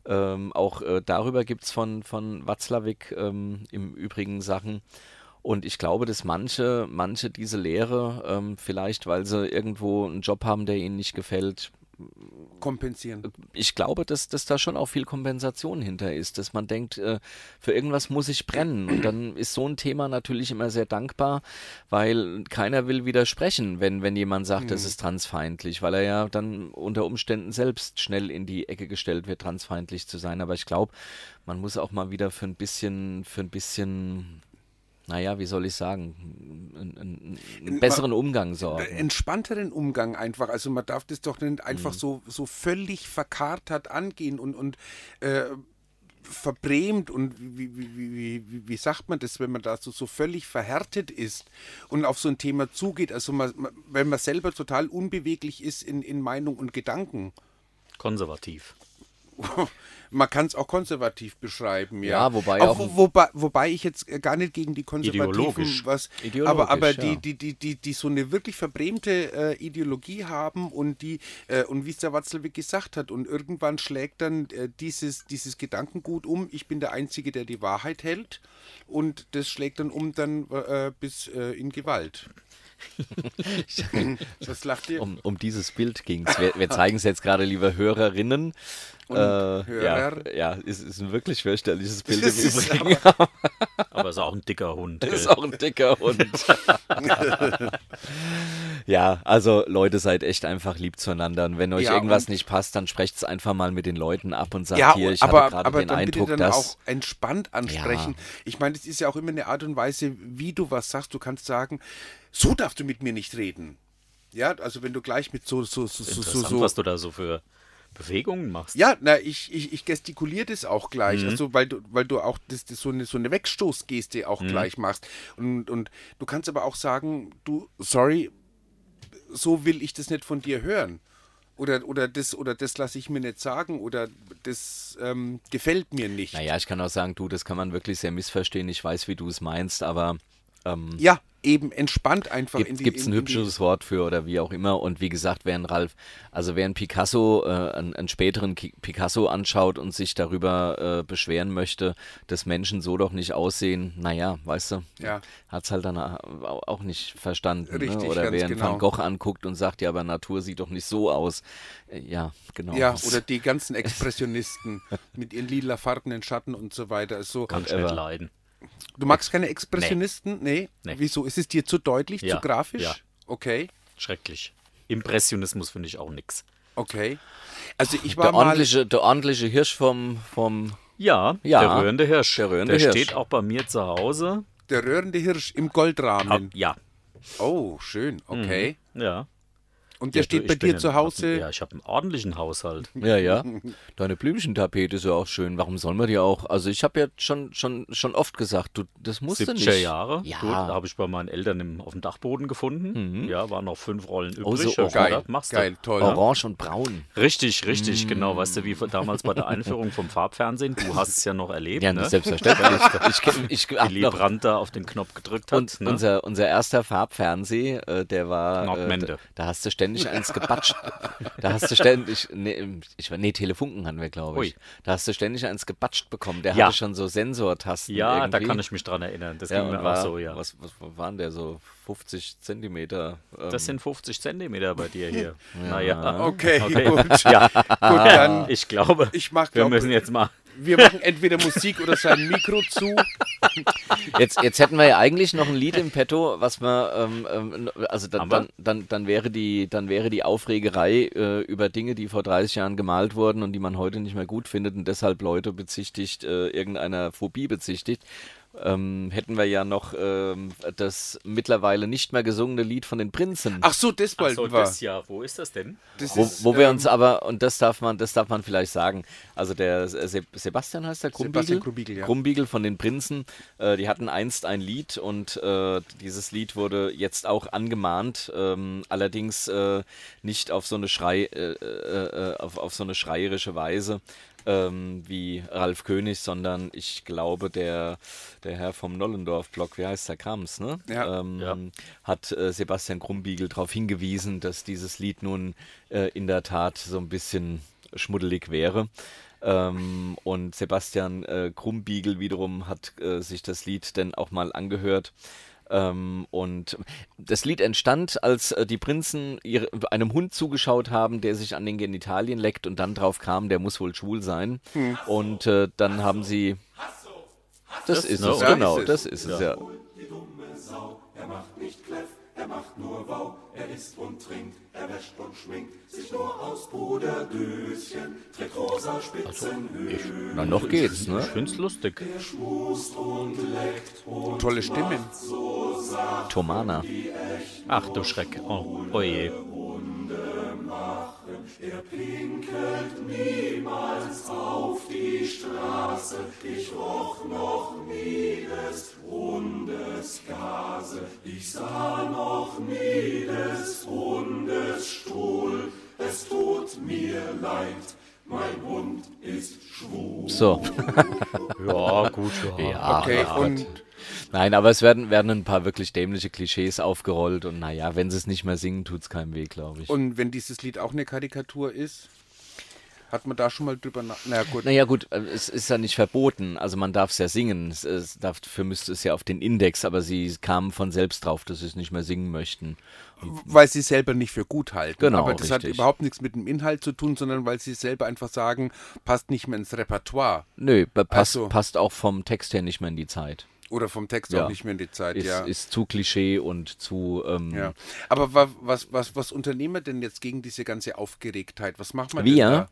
Ähm, auch äh, darüber gibt es von, von Watzlawick ähm, im Übrigen Sachen. Und ich glaube, dass manche, manche diese Lehre, ähm, vielleicht weil sie irgendwo einen Job haben, der ihnen nicht gefällt,
Kompensieren.
ich glaube, dass, dass da schon auch viel Kompensation hinter ist, dass man denkt, äh, für irgendwas muss ich brennen. Und dann ist so ein Thema natürlich immer sehr dankbar, weil keiner will widersprechen, wenn, wenn jemand sagt, das ist transfeindlich, weil er ja dann unter Umständen selbst schnell in die Ecke gestellt wird, transfeindlich zu sein. Aber ich glaube, man muss auch mal wieder für ein bisschen, für ein bisschen, naja, wie soll ich sagen, einen, einen, einen besseren Umgang sorgen.
Entspannteren Umgang einfach. Also man darf das doch nicht einfach so, so völlig verkatert angehen und, und äh, verbrämt und wie, wie, wie, wie, wie- wie sagt man das, wenn man da so, so völlig verhärtet ist und auf so ein Thema zugeht. Also man, man, wenn man selber total unbeweglich ist in, in Meinung und Gedanken.
Konservativ.
Man kann es auch konservativ beschreiben, ja.
Ja, wobei auch-
wo- wobei, wobei ich jetzt äh, gar nicht gegen die Konservativen
Ideologisch.
was.
Ideologisch,
aber aber
ja.
die, die, die, die, die so eine wirklich verbrämte äh, Ideologie haben und die, äh, und wie es der Watzelwick gesagt hat, und irgendwann schlägt dann äh, dieses, dieses Gedankengut um, ich bin der Einzige, der die Wahrheit hält. Und das schlägt dann um dann äh, bis äh, in Gewalt. Was lacht ihr?
Um, um dieses Bild ging es. Wir, wir zeigen es jetzt gerade, liebe Hörerinnen. Und
Hörer.
äh, Ja, ja ist, ist ein wirklich fürchterliches Bild
Das
im
ist
Übrigen.
Aber ist auch ein dicker Hund.
Das
Gell?
ist auch ein dicker Hund. ja, also Leute, seid echt einfach lieb zueinander. Und wenn euch
Ja,
irgendwas
und-
nicht passt, dann sprecht es einfach mal mit den Leuten ab und sagt
Ja,
hier, ich
aber,
habe gerade
aber
den
dann
Eindruck,
bitte dann
dass.
auch entspannt ansprechen.
Ja.
Ich meine, es ist ja auch immer eine Art und Weise, wie du was sagst. Du kannst sagen, so darfst du mit mir nicht reden. Ja, also wenn du gleich mit so, so, so, so, so,
Interessant,
so
was du da so für Bewegungen machst.
ja, na, ich, ich, ich gestikuliere das auch gleich.
Mhm.
Also, weil du, weil du auch das, das so, eine, so eine Wegstoßgeste
Mhm.
auch gleich machst. Und, und du kannst aber auch sagen, du, sorry, so will ich das nicht von dir hören. Oder, oder das, oder das lasse ich mir nicht sagen, oder das ähm, gefällt mir nicht.
Naja, ich kann auch sagen, du, das kann man wirklich sehr missverstehen. Ich weiß, wie du es meinst, aber. Ähm,
Ja, eben entspannt einfach in die.
Gibt es
in-
ein
in die-
hübsches Wort für oder wie auch immer? Und wie gesagt, wer einen Ralf, also wer einen Picasso, äh, einen, einen späteren Ki Picasso anschaut und sich darüber äh, beschweren möchte, dass Menschen so doch nicht aussehen, naja, weißt du,
Ja.
hat es halt dann au- auch nicht verstanden. ne?
Richtig,
Oder
ganz
wer einen
genau.
Van Gogh anguckt und sagt, ja, aber Natur sieht doch nicht so aus. Äh, Ja, genau.
Ja, oder die ganzen Expressionisten mit ihren lilafarbenen Schatten und so weiter. Also, Ist So,
Kann ich nicht leiden.
du magst keine Expressionisten? Nee.
Nee.
Wieso? Ist es dir zu deutlich,
Ja,
zu grafisch?
ja.
Okay,
Schrecklich. Impressionismus finde ich auch nix.
okay. Also ich war
der,
mal.
ordentliche, der ordentliche Hirsch vom, vom
Ja,
Ja,
der rührende Hirsch.
der rührende
der
Hirsch.
steht auch bei mir zu Hause.
Der röhrende Hirsch im Goldrahmen.
Ja,
Oh, schön. Okay.
ja.
Und
Mhm. Ja,
der
du,
steht bei
ich bin
dir
ein-
zu Hause.
Ja, ich habe einen ordentlichen Haushalt.
Ja, ja. Deine Blümchentapete ist ja auch schön. Warum soll man die auch? Also ich habe ja schon, schon, schon oft gesagt, du, das musst du nicht.
70er Jahre.
Ja. Mhm.
Gut, habe ich bei meinen Eltern im, auf dem Dachboden gefunden. Ja, waren noch fünf Rollen übrig.
Oh, so
Hab ich
geil,
gedacht, machst
geil,
du.
toll.
Orange und braun.
Richtig,
Mm.
richtig, genau. Weißt du, wie von damals bei der Einführung vom Farbfernsehen. Du hast es ja noch erlebt,
Ja,
ne?
das ist selbstverständlich. Ich, kenn- ich hab
Willy
noch
Brandt da auf den Knopf gedrückt hat.
Und
ne?
unser, unser erster Farbfernseh, äh, der war. Äh,
Nordmende.
da, da hast du ständig eins gebatscht. da hast du ständig. Nee, ich, nee Telefunken hatten wir, glaube ich.
Ui.
Da hast du ständig eins gebatscht bekommen. Der
Ja.
hatte schon so Sensortasten.
ja,
irgendwie.
da kann ich mich dran erinnern. Das
Ja,
ging
und
mir
war,
auch so, ja.
Was, was waren der so? 50 Zentimeter. ähm,
Das sind 50 Zentimeter bei dir hier. Naja.
Okay,
Okay.
gut.
Ja,
Gut, dann
ich glaube,
Ich mach,
wir
glaub-
müssen jetzt mal.
wir machen entweder Musik oder sein Mikro zu.
Jetzt, jetzt hätten wir ja eigentlich noch ein Lied im Petto, was wir, ähm, ähm, also dann,
Haben wir?
dann, dann, dann, wäre die, dann wäre die Aufregerei äh, über Dinge, die vor 30 Jahren gemalt wurden und die man heute nicht mehr gut findet und deshalb Leute bezichtigt, äh, irgendeiner Phobie bezichtigt. Ähm, hätten wir ja noch ähm, das mittlerweile nicht mehr gesungene Lied von den Prinzen.
Ach so, das wollten
So,
wir.
das Jahr, wo ist das denn?
Das
Wo,
ist,
wo wir
ähm,
uns aber, und das darf man, das darf man vielleicht sagen, also der Se- Sebastian heißt der Krumbiegel,
Sebastian Krumbiegel, ja.
Krumbiegel von den Prinzen, äh, die hatten einst ein Lied und äh, dieses Lied wurde jetzt auch angemahnt, ähm, allerdings äh, nicht auf so eine Schrei, äh, äh, äh, auf, auf so eine schreierische Weise. Ähm, wie Ralf König, sondern ich glaube, der, der Herr vom Nollendorf-Block, wie heißt der Krams, ne?
Ja.
Ähm,
Ja.
hat äh, Sebastian Krumbiegel darauf hingewiesen, dass dieses Lied nun äh, in der Tat so ein bisschen schmuddelig wäre. Ähm, und Sebastian äh, Krumbiegel wiederum hat äh, sich das Lied dann auch mal angehört. Ähm, und das Lied entstand, als äh, die Prinzen ihre, einem Hund zugeschaut haben, der sich an den Genitalien leckt und dann drauf kam, der muss wohl schwul sein. Und äh, dann haben sie. Das ist
ne,
es,
oder?
genau,
Ist
das ist es, ja.
ähm,
Na, noch geht's, ne?
Ich find's lustig.
tolle Stimmen.
Tomana.
Ach du Schreck. Oh, oje.
So.
Ja, gut, ja.
Okay, und
Nein, aber es werden, werden ein paar wirklich dämliche Klischees aufgerollt und naja, wenn sie es nicht mehr singen, tut's keinem weh, glaube ich.
Und wenn dieses Lied auch eine Karikatur ist, hat man da schon mal drüber nach. Na gut.
Naja gut, äh, es ist ja nicht verboten, also man darf es ja singen, es, es, dafür müsste es ja auf den Index, aber sie kamen von selbst drauf, dass sie es nicht mehr singen möchten.
Weil sie es selber nicht für gut halten.
Genau,
Aber das hat
richtig.
überhaupt nichts mit dem Inhalt zu tun, sondern weil sie selber einfach sagen, passt nicht mehr ins Repertoire.
Nö, pa- passt,
so.
passt auch vom Text her nicht mehr in die Zeit.
Oder vom Text
Ja.
auch nicht mehr in die Zeit,
Ist,
ja.
ist zu Klischee und zu... Ähm,
ja. Aber wa was, was, was unternehmen wir denn jetzt gegen diese ganze Aufgeregtheit? Was macht man
Wir?
denn da?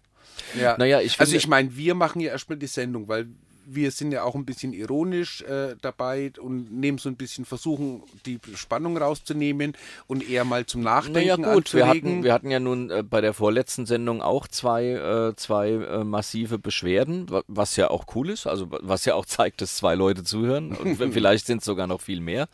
Ja.
Naja, ich
also
finde-
ich meine, wir machen ja erstmal die Sendung, weil wir sind ja auch ein bisschen ironisch äh, dabei und nehmen so ein bisschen versuchen, die Spannung rauszunehmen und eher mal zum Nachdenken
Naja gut, wir hatten,
anzuregen.
wir hatten ja nun äh, bei der vorletzten Sendung auch zwei, äh, zwei äh, massive Beschwerden, wa- was ja auch cool ist, also wa- was ja auch zeigt, dass zwei Leute zuhören und w- vielleicht sind es sogar noch viel mehr,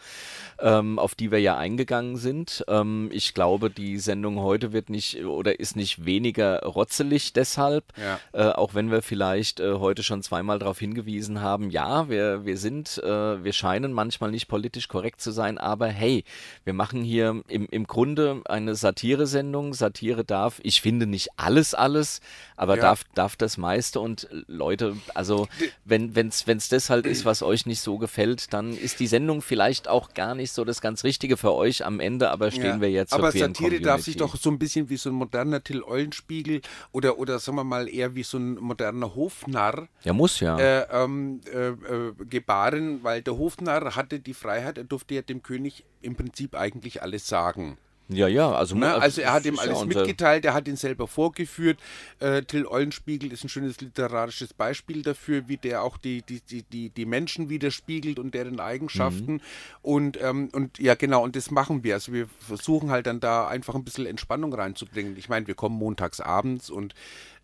ähm, auf die wir ja eingegangen sind. Ähm, ich glaube, die Sendung heute wird nicht oder ist nicht weniger rotzelig deshalb,
Ja.
äh, auch wenn wir vielleicht äh, heute schon zweimal darauf hingewiesen haben, ja, wir, wir sind, äh, wir scheinen manchmal nicht politisch korrekt zu sein, aber hey, wir machen hier im, im Grunde eine Satire-Sendung. Satire darf, ich finde nicht alles, alles, aber
Ja.
darf, darf das meiste und äh, Leute, also wenn wenn's wenn's das halt ist, was euch nicht so gefällt, dann ist die Sendung vielleicht auch gar nicht so das ganz Richtige für euch am Ende, aber stehen
Ja,
wir jetzt zur
Aber
queeren
Satire darf
Community.
sich doch so ein bisschen wie so ein moderner Till Eulenspiegel oder, oder sagen wir mal eher wie so ein moderner Hofnarr
Ja, muss ja.
äh, ähm, äh, äh, gebaren, weil der Hofnarr hatte die Freiheit, er durfte ja dem König im Prinzip eigentlich alles sagen.
Ja, ja, also,
Ne? Also er hat ihm
ist
alles
unser-
mitgeteilt, er hat ihn selber vorgeführt. Äh, Till Eulenspiegel ist ein schönes literarisches Beispiel dafür, wie der auch die, die, die, die, die Menschen widerspiegelt und deren Eigenschaften.
Mhm.
Und, ähm, und ja, genau, und das machen wir. Also wir versuchen halt dann da einfach ein bisschen Entspannung reinzubringen. Ich meine, wir kommen montags abends und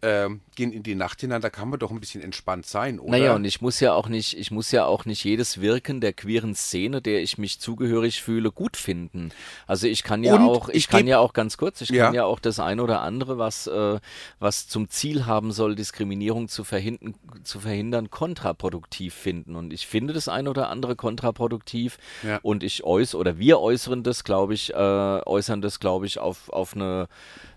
ähm, gehen in die Nacht hinein, da kann man doch ein bisschen entspannt sein, oder?
Naja, und ich muss ja auch nicht, ich muss ja auch nicht jedes Wirken der queeren Szene, der ich mich zugehörig fühle, gut finden. Also ich kann ja
Und
auch, ich,
ich
kann
geb-
ja auch ganz kurz, ich
Ja.
kann ja auch das eine oder andere, was, äh, was zum Ziel haben soll, Diskriminierung zu verhindern, zu verhindern, kontraproduktiv finden. Und ich finde das eine oder andere kontraproduktiv.
Ja.
Und ich äußere oder wir äußern das, glaube ich, äh, äußern das, glaube ich, auf, auf eine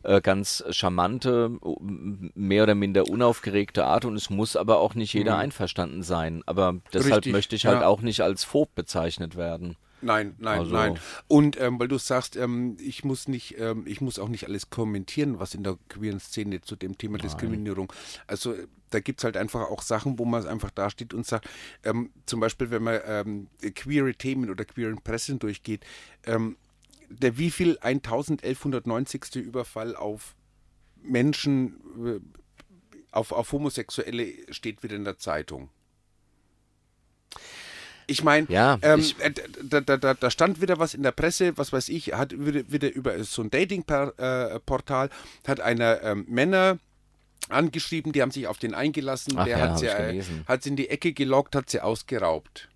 äh, ganz charmante, m- mehr oder minder unaufgeregte Art und es muss aber auch nicht jeder einverstanden sein. Aber deshalb
Mhm. Richtig,
möchte ich halt
ja.
auch nicht als Phob bezeichnet werden.
Nein, nein,
Also-
nein. Und ähm, weil du sagst, ähm, ich muss nicht, ähm, ich muss auch nicht alles kommentieren, was in der queeren Szene zu dem Thema Diskriminierung. Also äh, da gibt es halt einfach auch Sachen, wo man einfach dasteht und sagt, ähm, zum Beispiel, wenn man ähm, queere Themen oder queeren Pressen durchgeht, ähm, der wie viel 1190. Überfall auf Menschen, äh, auf, auf Homosexuelle steht wieder in der Zeitung. Ich meine,
Ja,
ähm,
ich-
äh, da, da, da, da stand wieder was in der Presse, was weiß ich, hat wieder, wieder über so ein Dating-Portal, äh, hat einer ähm, Männer angeschrieben, die haben sich auf den eingelassen,
Ach
der
ja, hab
hat, sie,
ich
äh,
gelesen.
hat sie in die Ecke gelockt, hat sie ausgeraubt.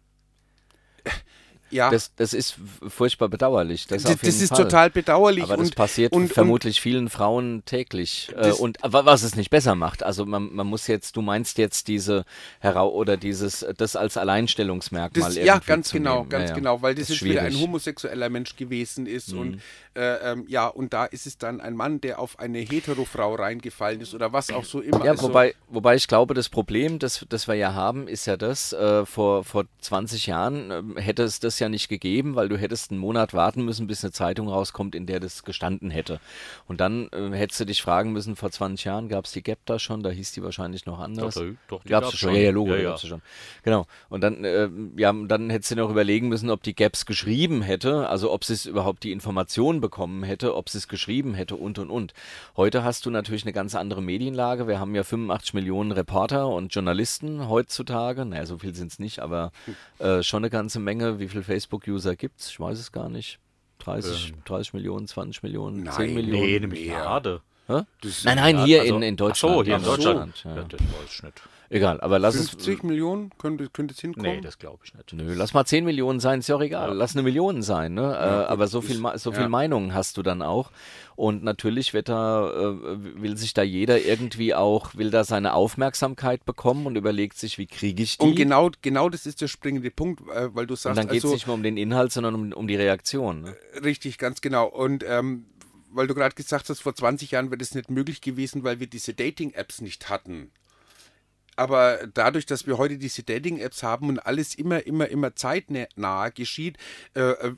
Ja,
Das, das ist f- furchtbar bedauerlich. Das,
das,
auf jeden
das ist
Fall.
total bedauerlich.
Aber das
und,
passiert
und, und,
vermutlich vielen Frauen täglich. Äh, und wa- was es nicht besser macht. Also man, man muss jetzt, du meinst jetzt diese Herau oder dieses, das als Alleinstellungsmerkmal
Das,
irgendwie
ja, ganz
zu
genau,
nehmen.
ganz
Ja, ja.
genau, weil das,
ist
jetzt wieder ein
schwierig. Mhm.
homosexueller Mensch gewesen ist und äh, ähm, ja, und da ist es dann ein Mann, der auf eine Heterofrau reingefallen ist oder was auch so immer.
Ja,
Also,
wobei, wobei ich glaube, das Problem, das, das wir ja haben, ist ja das, äh, vor, vor 20 Jahren ähm, hätte es das ja nicht gegeben, weil du hättest einen Monat warten müssen, bis eine Zeitung rauskommt, in der das gestanden hätte. Und dann äh, hättest du dich fragen müssen, vor 20 Jahren gab es die Gap da schon, da hieß die wahrscheinlich noch anders.
Doch, die- doch, die
gab's
gab's
schon.
schon.
Ja, ja, Logo,
Ja,
die
ja.
gab's schon. Genau. Und dann, äh, ja, dann hättest du noch überlegen müssen, ob die Gaps geschrieben hätte, also ob sie es überhaupt die Information bekommen hätte, ob sie es geschrieben hätte und und und. Heute hast du natürlich eine ganz andere Medienlage. Wir haben ja 85 Millionen Reporter und Journalisten heutzutage. Naja, so viel sind es nicht, aber äh, schon eine ganze Menge. Wie viele Facebook-User gibt es? Ich weiß es gar nicht. 30, 30 Millionen, 20 Millionen, 10
Nein,
Millionen.
Nee, eine Milliarde.
Hä? Nein, nein, hier in, in Deutschland.
Achso, Also hier in
Ach so.
Deutschland. Ja,
Ja.
das weiß ich nicht.
Egal, aber lass also es.
50 Millionen könnte, könnte es hinkommen.
Nee, das glaube ich nicht.
Nö, lass mal 10 Millionen sein, ist ja auch egal. Lass eine Million sein, ne? äh, aber so viel, Ma- so viel Meinungen hast du dann auch. Und natürlich wird da, äh, will sich da jeder irgendwie auch, will da seine Aufmerksamkeit bekommen und überlegt sich, wie kriege ich die?
und genau, genau das ist der springende Punkt, äh, weil du
Und
sagst,
dann geht es
also
nicht mehr um den Inhalt, sondern um, um die Reaktion. Ne?
richtig, ganz genau. Und ähm, weil du gerade gesagt hast, vor 20 Jahren wäre das nicht möglich gewesen, weil wir diese Dating-Apps nicht hatten. Aber dadurch, dass wir heute diese Dating-Apps haben und alles immer, immer, immer zeitnah geschieht, äh, äh,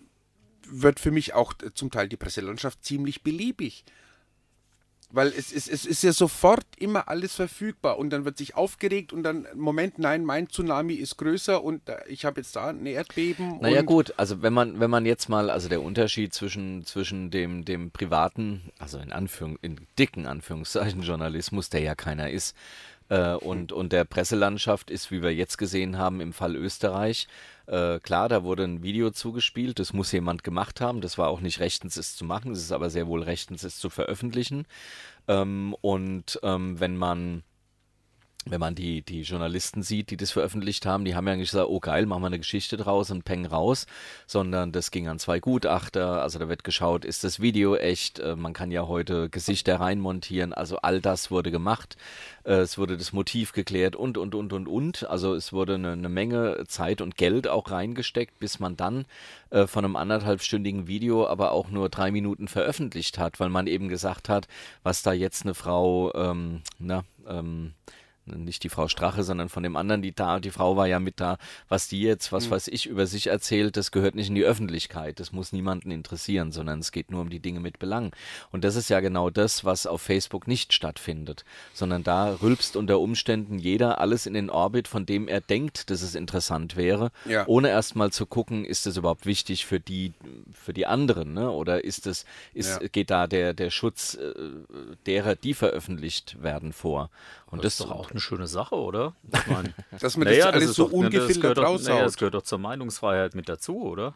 wird für mich auch äh, zum Teil die Presselandschaft ziemlich beliebig. Weil es ist, es ist ja sofort immer alles verfügbar und dann wird sich aufgeregt und dann, Moment, nein, mein Tsunami ist größer und äh, ich habe jetzt da ein Erdbeben.
Naja
und
gut, also wenn man, wenn man jetzt mal, also der Unterschied zwischen, zwischen dem, dem privaten, also in Anführung, in dicken Anführungszeichen Journalismus, der ja keiner ist, äh, und, und der Presselandschaft ist, wie wir jetzt gesehen haben, im Fall Österreich, äh, klar, da wurde ein Video zugespielt, das muss jemand gemacht haben, das war auch nicht rechtens, es zu machen, es ist aber sehr wohl rechtens, es zu veröffentlichen. Ähm, und ähm, wenn man wenn man die, die Journalisten sieht, die das veröffentlicht haben, die haben ja nicht gesagt, oh geil, machen wir eine Geschichte draus und peng raus, sondern das ging an zwei Gutachter, also da wird geschaut, ist das Video echt, äh, man kann ja heute Gesichter reinmontieren, also all das wurde gemacht, äh, es wurde das Motiv geklärt und, und, und, und, und, also es wurde eine, eine Menge Zeit und Geld auch reingesteckt, bis man dann äh, von einem anderthalbstündigen Video aber auch nur drei Minuten veröffentlicht hat, weil man eben gesagt hat, was da jetzt eine Frau, ähm, na, ähm, nicht die Frau Strache, sondern von dem anderen, die da, die Frau war ja mit da, was die jetzt,
Hm.
was weiß ich, über sich erzählt, das gehört nicht in die Öffentlichkeit, das muss niemanden interessieren, sondern es geht nur um die Dinge mit Belang. Und das ist ja genau das, was auf Facebook nicht stattfindet, sondern da rülpst unter Umständen jeder alles in den Orbit, von dem er denkt, dass es interessant wäre,
Ja.
ohne erstmal zu gucken, ist es überhaupt wichtig für die, für die anderen, ne? oder ist es, ist,
Ja.
geht da der, der Schutz äh, derer, die veröffentlicht werden, vor? Und
Das ist doch auch eine schöne Sache, oder? Ich meine,
Dass man
naja,
das alles so
doch- ne,
ungefiltert
gehört doch, naja, das
raushaut.
gehört doch zur Meinungsfreiheit mit dazu, oder?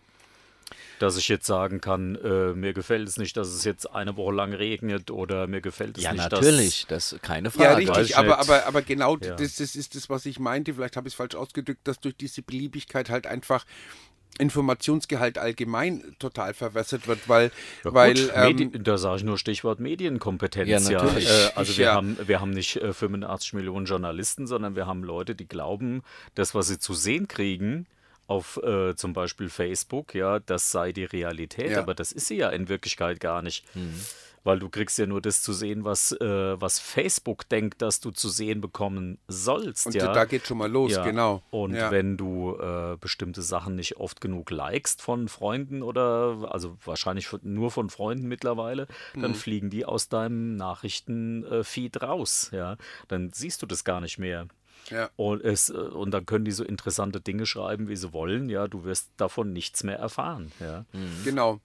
Dass ich jetzt sagen kann, äh, mir gefällt es nicht, dass es jetzt eine Woche lang regnet oder mir gefällt es
Ja,
nicht,
natürlich, das keine Frage.
Ja,
weiß Ah, ich
richtig, aber,
nicht.
aber, aber genau
Ja.
das, das ist das, was ich meinte. Vielleicht habe ich es falsch ausgedrückt, dass durch diese Beliebigkeit halt einfach Informationsgehalt allgemein total verwässert wird, weil,
Ja,
weil
Gut,
ähm,
Medi- da sage ich nur Stichwort Medienkompetenz.
Ja,
Ja,
natürlich.
Äh, also wir,
Ja.
haben, wir haben nicht äh, 85 Millionen Journalisten, sondern wir haben Leute, die glauben, das, was sie zu sehen kriegen, auf äh, zum Beispiel Facebook, ja, das sei die Realität,
Ja. Mhm.
aber das ist sie ja in Wirklichkeit gar nicht. Weil du kriegst ja nur das zu sehen, was, äh, was Facebook denkt, dass du zu sehen bekommen sollst.
und
ja.
da geht schon mal los,
Ja.
genau.
Und
ja.
wenn du äh, bestimmte Sachen nicht oft genug likest von Freunden oder, also wahrscheinlich von, nur von Freunden mittlerweile, dann
Mhm.
fliegen die aus deinem Nachrichtenfeed raus. Ja, dann siehst du das gar nicht mehr.
Ja.
Und, es, äh, und dann können die so interessante Dinge schreiben, wie sie wollen. Ja, du wirst davon nichts mehr erfahren. Ja,
Genau.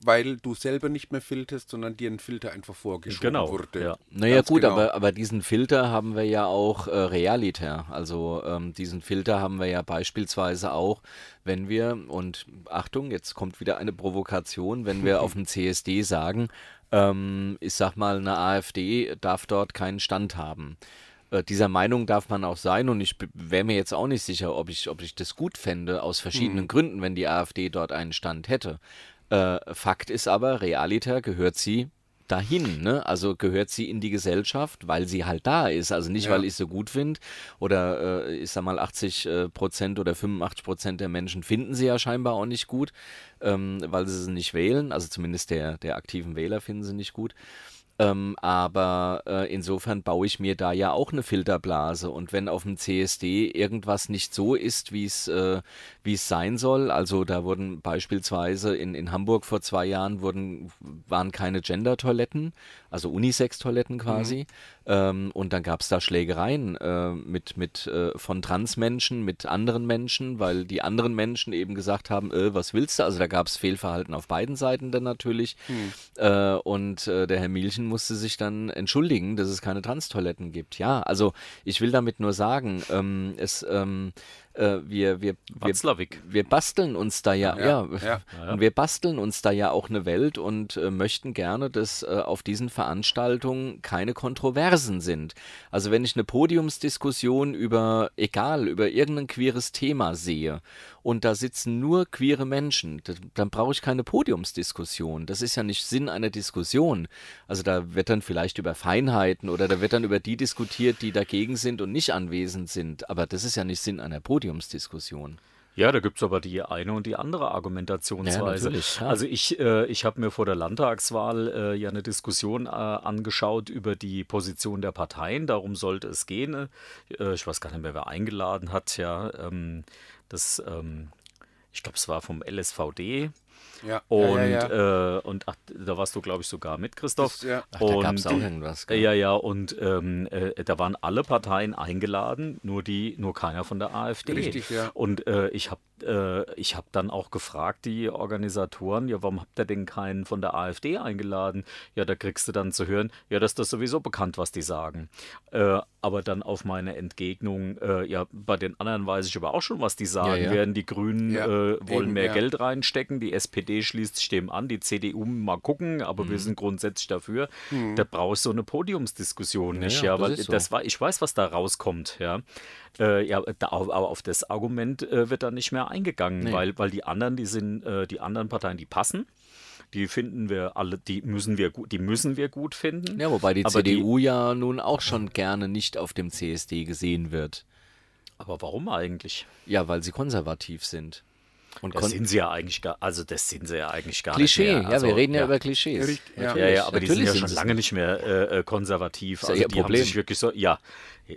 Weil du selber nicht mehr filterst, sondern dir ein Filter einfach vorgeschoben
genau.
wurde.
Ja.
Naja
Ganz
gut,
genau.
aber, aber diesen Filter haben wir ja auch äh, realiter. Also ähm, diesen Filter haben wir ja beispielsweise auch, wenn wir, und Achtung, jetzt kommt wieder eine Provokation, wenn wir auf dem CSD sagen, ähm, ich sag mal, eine AfD darf dort keinen Stand haben. Äh, dieser Meinung darf man auch sein und ich wäre mir jetzt auch nicht sicher, ob ich, ob ich das gut fände, aus verschiedenen
Hm.
Gründen, wenn die AfD dort einen Stand hätte. Äh, Fakt ist aber, realiter gehört sie dahin, ne? Also gehört sie in die Gesellschaft, weil sie halt da ist. Also nicht, weil ich sie gut finde oder äh, ich sag mal 80 äh, Prozent oder 85 Prozent der Menschen finden sie ja scheinbar auch nicht gut, ähm, weil sie sie nicht wählen. Also zumindest der, der aktiven Wähler finden sie nicht gut. Ähm, aber äh, insofern baue ich mir da ja auch eine Filterblase. Und wenn auf dem CSD irgendwas nicht so ist, wie es äh, wie es sein soll, also da wurden beispielsweise in, in Hamburg vor zwei Jahren wurden, waren keine Gender-Toiletten, also Unisex-Toiletten quasi. Ähm, und dann gab es da Schlägereien äh, mit, mit, äh, von Transmenschen mit anderen Menschen, weil die anderen Menschen eben gesagt haben, äh, was willst du? Also da gab es Fehlverhalten auf beiden Seiten dann natürlich. Äh, und äh, der Herr Milchen musste sich dann entschuldigen, dass es keine Transtoiletten gibt. Ja, also ich will damit nur sagen, ähm, es, ähm, äh, wir, wir, wir,
Watzlawick.
wir basteln uns da ja, ja,
Ja,
und wir basteln uns da ja auch eine Welt und äh, möchten gerne, dass äh, auf diesen Veranstaltungen keine Kontroversen sind. Also wenn ich eine Podiumsdiskussion über, egal, über irgendein queeres Thema sehe und da sitzen nur queere Menschen, d- dann brauche ich keine Podiumsdiskussion. Das ist ja nicht Sinn einer Diskussion. Also da wird dann vielleicht über Feinheiten oder da wird dann über die diskutiert, die dagegen sind und nicht anwesend sind. Aber das ist ja nicht Sinn einer Podiumsdiskussion.
Ja, da gibt es aber die eine und die andere Argumentationsweise.
Ja, natürlich, ja.
Also ich, äh, ich habe mir vor der Landtagswahl äh, ja eine Diskussion äh, angeschaut über die Position der Parteien. Darum sollte es gehen. Äh, ich weiß gar nicht mehr, wer eingeladen hat. Ja, ähm, das, ähm, ich glaube, es war vom LSVD.
Ja.
Und,
ja, ja, ja.
Äh, und ach, da warst du, glaube ich, sogar mit, Christoph.
Das- ja.
Ach, da
Und-
gab's auch irgendwas, gell?
Ja, ja, und ähm, äh, da waren alle Parteien eingeladen, nur die, nur keiner von der AfD.
Richtig, ja.
Und äh, ich habe äh, ich hab dann auch gefragt, die Organisatoren, ja, warum habt ihr denn keinen von der AfD eingeladen? Ja, da kriegst du dann zu hören, ja, das ist das sowieso bekannt, was die sagen. Äh, aber dann auf meine Entgegnung, äh, ja, bei den anderen weiß ich aber auch schon, was die sagen
ja.
werden. Die Grünen
Ja,
äh, wollen
eben,
mehr
ja.
Geld reinstecken, die SPD schließt sich dem an, die CDU mal gucken, aber
Mhm.
wir sind grundsätzlich dafür. Da brauchst du so eine Podiumsdiskussion nicht, ja,
ja, das
weil
ist so.
das war, ich weiß, was da rauskommt, ja. Äh, ja, da, aber auf das Argument äh, wird dann nicht mehr eingegangen, weil, weil die anderen, die sind, äh, die anderen Parteien, die passen. Die finden wir alle, die müssen wir gut, die müssen wir gut finden.
Ja, wobei die
aber
CDU ja nun auch schon gerne nicht auf dem CSD gesehen wird.
aber warum eigentlich?
Ja, weil sie konservativ sind.
Und
kon-
das sind sie ja eigentlich gar, also das sind sie ja eigentlich gar
Klischee,
nicht mehr. Also,
ja, wir reden ja, über Klischees.
Richtig, ja.
Ja, ja, aber die sind
Natürlich
ja
sind
schon
sie-
lange nicht mehr äh, äh, konservativ.
ja
Also
ihr
die haben
Problem.
sich wirklich so, ja,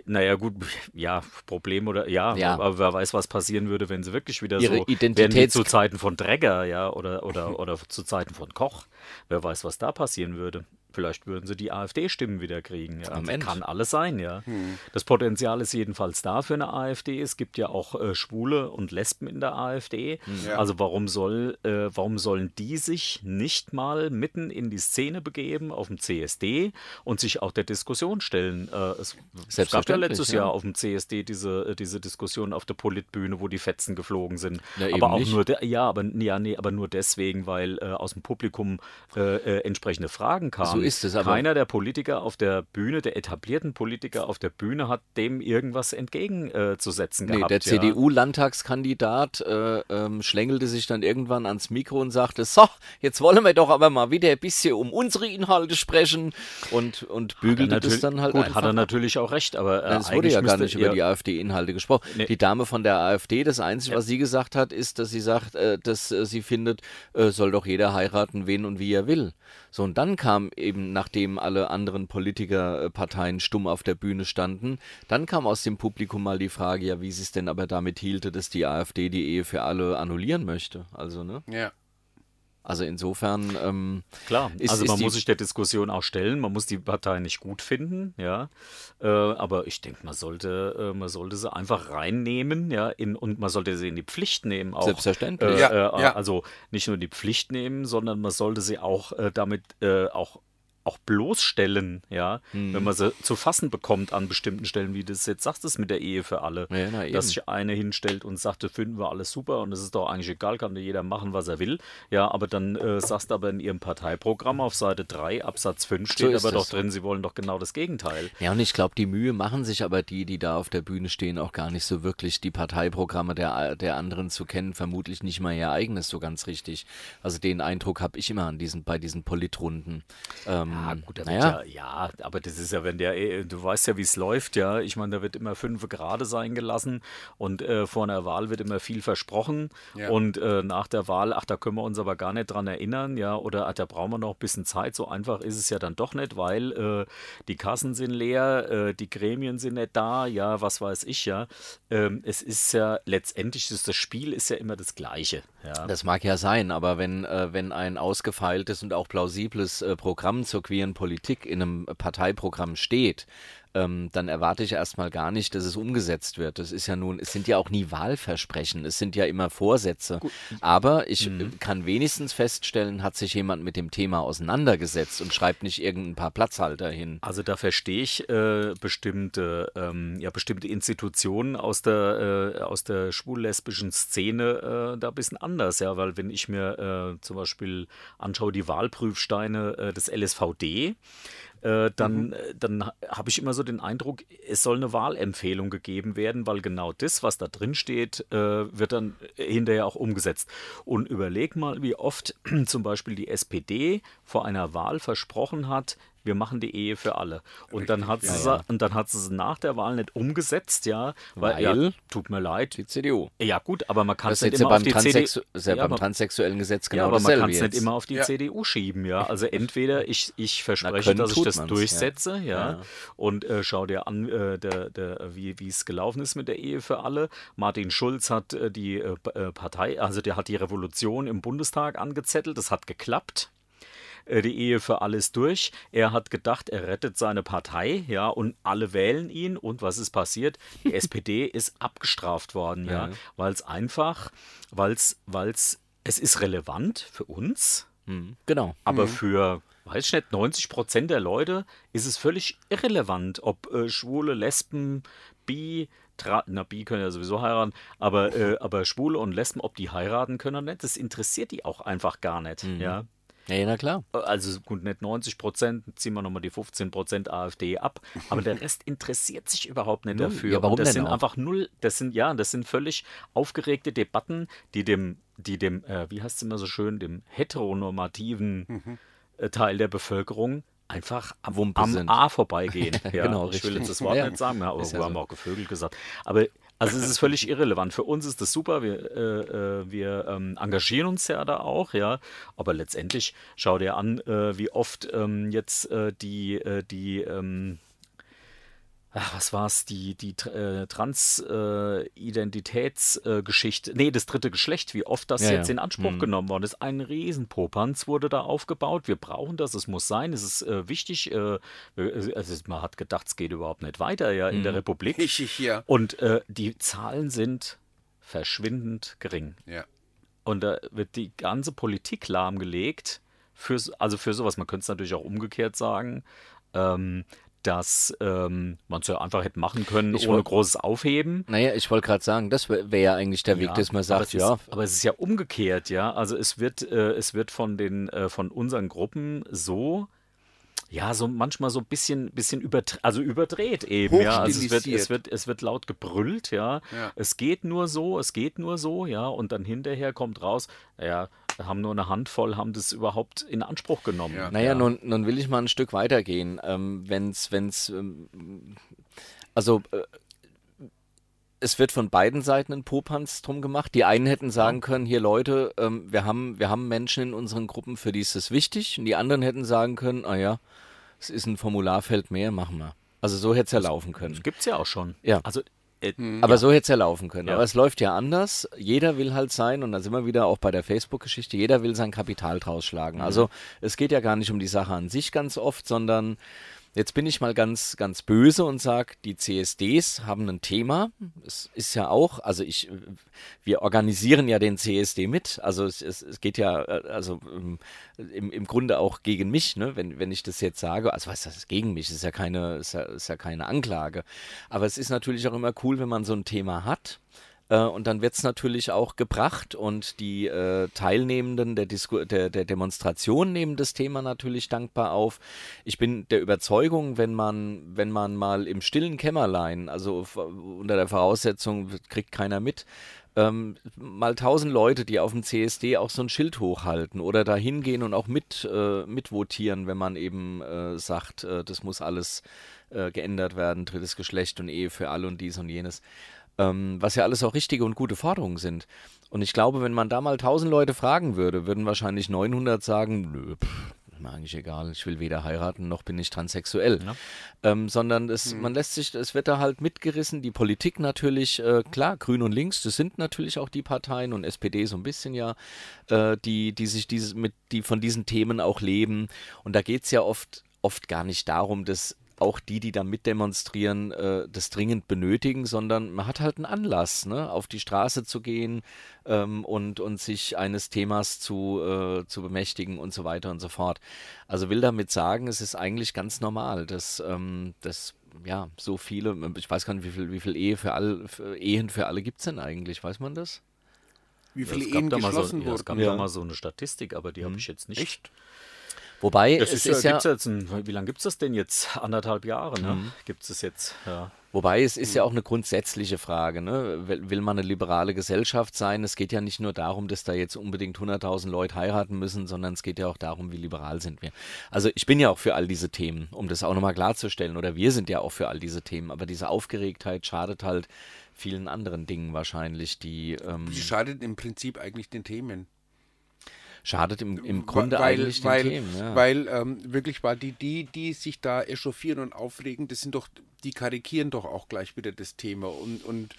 naja gut, ja, Problem oder ja,
Ja.
aber wer weiß, was passieren würde, wenn sie wirklich wieder
Ihre
so
Identitäts-
wären wie zu Zeiten von Dregger, ja, oder oder oder zu Zeiten von Koch. Wer weiß, was da passieren würde. Vielleicht würden sie die AfD-Stimmen wieder kriegen. Ja.
Am
Also
Ende. Hm.
Kann alles sein, ja. Das Potenzial ist jedenfalls da für eine AfD. Es gibt ja auch äh, Schwule und Lesben in der AfD.
Hm.
Also warum soll, äh, warum sollen die sich nicht mal mitten in die Szene begeben auf dem CSD und sich auch der Diskussion stellen? Äh, es, es gab ja
Selbstverständlich,
letztes
ja.
Jahr auf dem CSD diese, äh, diese Diskussion auf der Politbühne, wo die Fetzen geflogen sind.
Na, eben
aber auch
nicht.
nur de- ja, aber ja, nee, aber nur deswegen, weil äh, aus dem Publikum äh, äh, entsprechende Fragen kamen.
So ist es, aber-
keiner der Politiker auf der Bühne, der etablierten Politiker auf der Bühne, hat dem irgendwas entgegenzusetzen
Nee,
gehabt.
der
ja.
CDU-Landtagskandidat äh, ähm, schlängelte sich dann irgendwann ans Mikro und sagte, so, jetzt wollen wir doch aber mal wieder ein bisschen um unsere Inhalte sprechen und, und bügelte das
Natürlich-
dann halt
gut,
einfach
hat er natürlich auch recht, aber äh,
Nein, es wurde
eigentlich
ja gar
müsste-
nicht über die AfD-Inhalte gesprochen.
Nee.
Die Dame von der AfD, das Einzige, was sie gesagt hat, ist, dass sie sagt, äh, dass äh, sie findet, äh, soll doch jeder heiraten, wen und wie er will. So, und dann kam eben, nachdem alle anderen Politikerparteien stumm auf der Bühne standen, dann kam aus dem Publikum mal die Frage, ja, wie sie es denn aber damit hielte, dass die AfD die Ehe für alle annullieren möchte. Also, ne?
Ja.
Also insofern, ähm,
Klar,
Ist-
also
ist
man
die-
muss sich der Diskussion auch stellen, man muss die Partei nicht gut finden, ja. Äh, aber ich denke, man sollte, äh, man sollte sie einfach reinnehmen, ja, in, und man sollte sie in die Pflicht nehmen auch.
Selbstverständlich.
Äh,
Ja,
äh,
ja.
Also nicht nur in die Pflicht nehmen, sondern man sollte sie auch äh, damit äh, auch auch bloßstellen, ja,
Hm.
wenn man sie zu fassen bekommt an bestimmten Stellen, wie du es jetzt sagst, das mit der Ehe für alle,
Ja, na eben.
dass sich einer hinstellt und sagt, das finden wir alles super und es ist doch eigentlich egal, kann doch jeder machen, was er will, ja, aber dann äh, sagst du aber in ihrem Parteiprogramm auf Seite 3, Absatz 5 steht
ist
aber
es.
doch drin, sie wollen doch genau das Gegenteil.
Ja, und ich glaube, die Mühe machen sich aber die, die da auf der Bühne stehen, auch gar nicht so wirklich, die Parteiprogramme der, der anderen zu kennen, vermutlich nicht mal ihr eigenes so ganz richtig. Also den Eindruck habe ich immer an diesen, bei diesen Politrunden. Ähm,
Ah, gut, da
naja,
wird ja, ja, aber das ist ja, wenn der, eh, du weißt ja, wie es läuft, ja. Ich meine, da wird immer fünf gerade sein gelassen und äh, vor einer Wahl wird immer viel versprochen und äh, nach der Wahl, ach, da können wir uns aber gar nicht dran erinnern, ja, oder ach, da brauchen wir noch ein bisschen Zeit. So einfach ist es ja dann doch nicht, weil äh, die Kassen sind leer, äh, die Gremien sind nicht da, ja, was weiß ich, ja. Ähm, es ist ja letztendlich, ist das Spiel ist ja immer das Gleiche, ja.
Das mag ja sein, aber wenn, äh, wenn ein ausgefeiltes und auch plausibles äh, Programm zur queeren Politik in einem Parteiprogramm steht, ähm, dann erwarte ich erstmal gar nicht, dass es umgesetzt wird. Das ist ja nun, es sind ja auch nie Wahlversprechen, es sind ja immer Vorsätze. Aber ich
Mhm.
äh, kann wenigstens feststellen, hat sich jemand mit dem Thema auseinandergesetzt und schreibt nicht irgendein paar Platzhalter hin.
Also da verstehe ich äh, bestimmte, ähm, ja, bestimmte Institutionen aus der, äh, aus der schwul-lesbischen Szene äh, da ein bisschen anders, ja, weil wenn ich mir äh, zum Beispiel anschaue, die Wahlprüfsteine äh, des LSVD, äh, dann,
Mhm.
äh, dann ha- habe ich immer so den Eindruck, es soll eine Wahlempfehlung gegeben werden, weil genau das, was da drin steht, äh, wird dann hinterher auch umgesetzt. Und überleg mal, wie oft zum Beispiel die SPD vor einer Wahl versprochen hat, wir machen die Ehe für alle. Und dann hat sie, sa- und dann hat sie sie nach der Wahl nicht umgesetzt, ja, weil, ja,
Weil?
tut mir leid.
Die CDU.
Ja gut, aber man kann es
Das ist
nicht
jetzt ja
immer auf
beim,
die CDU.
Transsexu ist ja
Ja,
beim
aber-
transsexuellen Gesetz genau
ja, aber man
dasselbe
kann es
jetzt.
nicht immer auf die CDU schieben, ja. Also entweder ich, ich verspreche,
können
dass ich
tut
das
man's, ja.
durchsetze, ja, und äh, schau dir an, äh, der, der, wie wie es gelaufen ist mit der Ehe für alle. Martin Schulz hat äh, die äh, P- äh, Partei, also der hat die Revolution im Bundestag angezettelt, das hat geklappt. Äh, Die Ehe für alles durch. Er hat gedacht, er rettet seine Partei, ja, und alle wählen ihn. Und was ist passiert? Die SPD ist abgestraft worden, ja, weil es einfach, weil es, weil es, es ist relevant für uns,
Hm, Genau.
aber für, weiß ich nicht, 90 Prozent der Leute ist es völlig irrelevant, ob äh, Schwule, Lesben, Bi, Tra na, Bi können ja sowieso heiraten, aber, äh, aber Schwule und Lesben, ob die heiraten können oder nicht, das interessiert die auch einfach gar nicht. Ja?
Ja, ja, na klar.
Also gut, nicht 90 Prozent, ziehen wir nochmal die 15 Prozent AfD ab, aber der Rest interessiert sich überhaupt nicht dafür.
Ja, warum
und das
denn
sind
auch?
einfach null, das sind, ja, das sind völlig aufgeregte Debatten, die dem, die dem, äh, wie heißt es immer so schön, dem heteronormativen äh, Teil der Bevölkerung einfach am,
Mhm. Wumpe
am
sind.
A vorbeigehen. ja,
Genau,
ich will
richtig.
jetzt das Wort
Ja, ja.
nicht sagen, aber
Ist ja
wir haben
so.
auch gevögelt gesagt. Aber Also es ist völlig irrelevant. Für uns ist das super. Wir, äh, äh, wir ähm, engagieren uns ja da auch, ja. Aber letztendlich schau dir an, äh, wie oft ähm, jetzt äh, die, äh, die ähm, Ach, was war's? Die, die äh, Trans-Identitätsgeschichte. Äh, Geschichte- nee, das dritte Geschlecht, wie oft das
Ja,
jetzt
ja.
in
Mhm.
Anspruch genommen worden ist. Ein Riesenpopanz wurde da aufgebaut. Wir brauchen das, es muss sein, es ist äh, wichtig. Äh, es ist, man hat gedacht, es geht überhaupt nicht weiter ja in
Mhm.
der Republik.
Ich, ich, ja.
Und äh, die Zahlen sind verschwindend gering.
Ja.
Und da wird die ganze Politik lahmgelegt, für, also für sowas. Man könnte es natürlich auch umgekehrt sagen, ähm, dass ähm, man es ja einfach hätte machen können,
Ich
ohne
wollt-
großes Aufheben.
Naja, ich wollte gerade sagen, das wäre wär ja eigentlich der Weg, dass man
aber
sagt,
es
ja,
Ist, aber es ist ja umgekehrt, ja. Also es wird, äh, es wird von den, äh, von unseren Gruppen so, ja, so manchmal so ein bisschen, bisschen überdreht, also überdreht eben, ja. Also es wird, es
Hochstilisiert.
wird, es wird laut gebrüllt, ja.
Ja.
Es geht nur so, es geht nur so, ja. Und dann hinterher kommt raus, ja, haben nur eine Handvoll, haben das überhaupt in Anspruch genommen.
Ja.
Naja, nun, nun will ich mal ein Stück weitergehen. Ähm, wenn's, wenn's, ähm, also äh, es wird von beiden Seiten ein Popanz drum gemacht. Die einen hätten sagen können, hier Leute, ähm, wir haben, wir haben Menschen in unseren Gruppen, für die ist das wichtig. Und die anderen hätten sagen können, ah ja, es ist ein Formularfeld mehr, machen wir. Also so hätte es ja laufen können.
Das gibt's ja auch schon.
Ja.
Also äh,
Hm.
Aber so hätte es ja laufen können.
Ja.
Aber es läuft ja anders. Jeder will halt sein, und da sind wir wieder auch bei der Facebook-Geschichte, jeder will sein Kapital draus schlagen. Also es geht ja gar nicht um die Sache an sich ganz oft, sondern jetzt bin ich mal ganz, ganz böse und sage, die CSDs haben ein Thema. Es ist ja auch, also ich, wir organisieren ja den CSD mit. Also es, es, es geht ja, äh, also ähm, im, im Grunde auch gegen mich, ne? wenn, wenn ich das jetzt sage. Also was heißt das gegen mich? Ist ja keine, ist ja, ist ja keine Anklage. Aber es ist natürlich auch immer cool, wenn man so ein Thema hat. Äh, Und dann wird es natürlich auch gebracht und die äh, Teilnehmenden der, Disku der, der Demonstration nehmen das Thema natürlich dankbar auf. Ich bin der Überzeugung, wenn man, wenn man mal im stillen Kämmerlein, also f- unter der Voraussetzung, kriegt keiner mit, ähm, mal tausend Leute, die auf dem CSD auch so ein Schild hochhalten oder da hingehen und auch mit, äh, mitvotieren, wenn man eben äh, sagt, äh, das muss alles äh, geändert werden, drittes Geschlecht und Ehe für alle und dies und jenes ähm, was ja alles auch richtige und gute Forderungen sind. Und ich glaube, wenn man da mal 1000 Leute fragen würde, würden wahrscheinlich 900 sagen, nö, pff, ist mir eigentlich egal, ich will weder heiraten noch bin ich transsexuell. Ähm, sondern es, man lässt sich, es wird da halt mitgerissen, die Politik natürlich, äh, klar, Grün und Links, das sind natürlich auch die Parteien und SPD so ein bisschen ja, äh, die, die sich dieses, mit, die von diesen Themen auch leben. Und da geht es ja oft, oft gar nicht darum, dass auch die, die da mitdemonstrieren, äh, das dringend benötigen, sondern man hat halt einen Anlass, ne, auf die Straße zu gehen ähm, und, und sich eines Themas zu, äh, zu bemächtigen und so weiter und so fort. Also will damit sagen, es ist eigentlich ganz normal, dass, ähm, dass ja, so viele, ich weiß gar nicht, wie viel, wie viel Ehe für alle, für Ehen für alle gibt es denn eigentlich, weiß man das?
Wie
ja,
viele
es gab,
Ehen
da mal, so,
geschlossen
ja, es gab
wurden.
da mal so eine Statistik, aber
Hm.
die habe ich jetzt nicht.
Wobei,
Das
Äh, es
ist,
ist
ja,
ja, Mhm.
gibt's jetzt ein, wie lange gibt es das denn jetzt? Anderthalb Jahre, ne? Gibt es das jetzt? Ja.
Wobei es
Mhm.
ist ja auch eine grundsätzliche Frage. Ne? Will, will man eine liberale Gesellschaft sein? Es geht ja nicht nur darum, dass da jetzt unbedingt 100.000 Leute heiraten müssen, sondern es geht ja auch darum, wie liberal sind wir. Also ich bin ja auch für all diese Themen, um das auch nochmal klarzustellen. Oder wir sind ja auch für all diese Themen. Aber diese Aufgeregtheit schadet halt vielen anderen Dingen wahrscheinlich, die ähm,
Die schadet im Prinzip eigentlich den Themen.
schadet im, im Grunde
weil,
eigentlich
weil,
den Themen. Ja.
Weil ähm, wirklich war die, die, die sich da echauffieren und aufregen, das sind doch, die karikieren doch auch gleich wieder das Thema und, und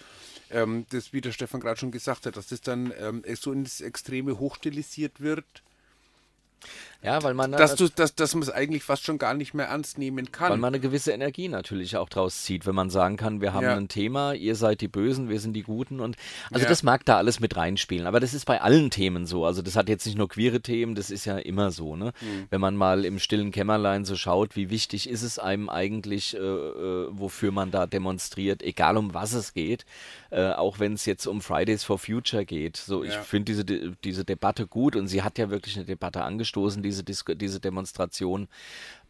ähm, das, wie der Stefan gerade schon gesagt hat, dass das dann ähm, so ins Extreme hochstilisiert wird,
ja, weil man
dass du, dass, dass man es eigentlich fast schon gar nicht mehr ernst nehmen
Weil
kann.
man eine gewisse Energie natürlich auch draus zieht, wenn man sagen kann, wir haben
Ja.
ein Thema, ihr seid die Bösen, wir sind die Guten und also
Ja.
das mag da alles mit reinspielen, aber das ist bei allen Themen so. Also das hat jetzt nicht nur queere Themen, das ist ja immer so, ne?
Mhm.
Wenn man mal im stillen Kämmerlein so schaut, wie wichtig ist es einem eigentlich, äh, äh, wofür man da demonstriert, egal um was es geht, äh, auch wenn es jetzt um Fridays for Future geht. So, ich
Ja.
finde diese, De- diese Debatte gut und sie hat ja wirklich eine Debatte angestoßen, diese, Disku- diese Demonstration.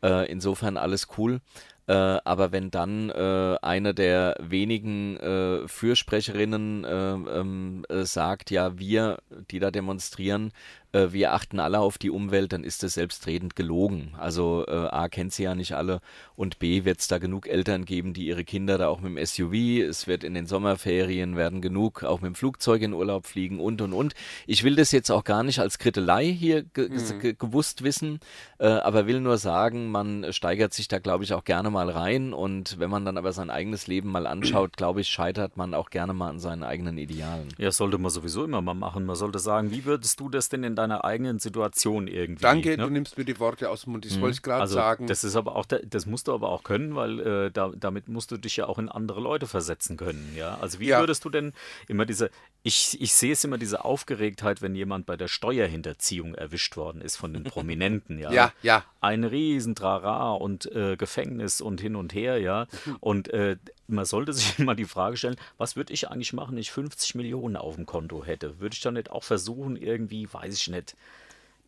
Äh, insofern alles cool. Äh, aber wenn dann äh, eine der wenigen äh, Fürsprecherinnen äh, ähm, äh, sagt, ja, wir, die da demonstrieren, äh, wir achten alle auf die Umwelt, dann ist das selbstredend gelogen. Also äh, A kennt sie ja nicht alle und B wird es da genug Eltern geben, die ihre Kinder da auch mit dem SUV, es wird in den Sommerferien werden genug auch mit dem Flugzeug in Urlaub fliegen und und und. Ich will das jetzt auch gar nicht als Krittelei hier ge ge gewusst wissen, äh, aber will nur sagen, man steigert sich da glaube ich auch gerne mal rein und wenn man dann aber sein eigenes Leben mal anschaut, glaube ich, scheitert man auch gerne mal an seinen eigenen Idealen.
Ja, sollte man sowieso immer mal machen. Man sollte sagen, wie würdest du das denn in deiner eigenen Situation irgendwie?
Danke,
ne?
du nimmst mir die Worte aus dem Mund.
Mhm.
Ich wollte es gerade
Also
sagen.
das ist aber auch, der- das musst du aber auch können, weil äh, da, damit musst du dich ja auch in andere Leute versetzen können, ja. Also wie
Ja.
würdest du denn immer diese, ich, ich sehe es immer diese Aufgeregtheit, wenn jemand bei der Steuerhinterziehung erwischt worden ist von den Prominenten, ja.
Ja, ja.
Ein riesen Trara und äh, Gefängnis und hin und her, ja.
Mhm.
Und äh, man sollte sich immer die Frage stellen, was würde ich eigentlich machen, wenn ich 50 Millionen auf dem Konto hätte? Würde ich dann nicht auch versuchen, irgendwie, weiß ich nicht,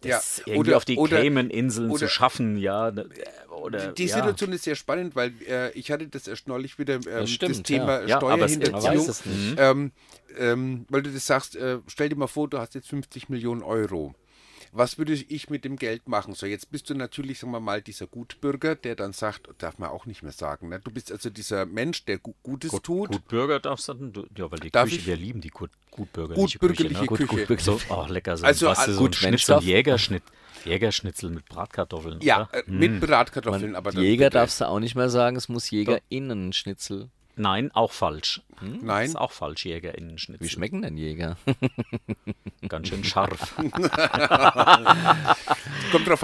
das
Ja,
irgendwie
oder-
auf die
oder-
Cayman-Inseln zu
oder-
schaffen, ja. ne, äh, Oder,
Die
ja.
Situation ist sehr spannend, weil äh, ich hatte das erst neulich wieder ähm, das,
stimmt,
Thema
ja. Ja, aber es- Mhm. man weiß
Steuerhinterziehung.
es nicht.
ähm, ähm, weil du das sagst, äh, stell dir mal vor, du hast jetzt 50 Millionen Euro. Was würde ich mit dem Geld machen? So, jetzt bist du natürlich, sagen wir mal, dieser Gutbürger, der dann sagt, darf man auch nicht mehr sagen. Ne? Du bist also dieser Mensch, der Gu Gutes tut.
Gut Burger darfst du, du- ja, weil die
Darf
Küche,
ich?
wir lieben die gut, gutbürgerliche
Gutbürgerliche
Küche. Ne?
Küche.
gut, wirklich.
So, oh, lecker, so
Also,
also, weißt du,
ah,
so
gut,
ein Schnitz, so ein
Menschstoff.
Jägerschnitt, Jägerschnitzel mit Bratkartoffeln,
Ja,
oder?
äh, mit Bratkartoffeln, aber dann
Jäger
bitte-
darfst du auch nicht mehr sagen, es muss Jägerinnen-Schnitzel.
Nein, auch falsch. Hm?
Nein.
Ist auch falsch, Jägerinnen-Schnitzel.
Wie schmecken denn Jäger?
Ganz schön scharf.
Kommt drauf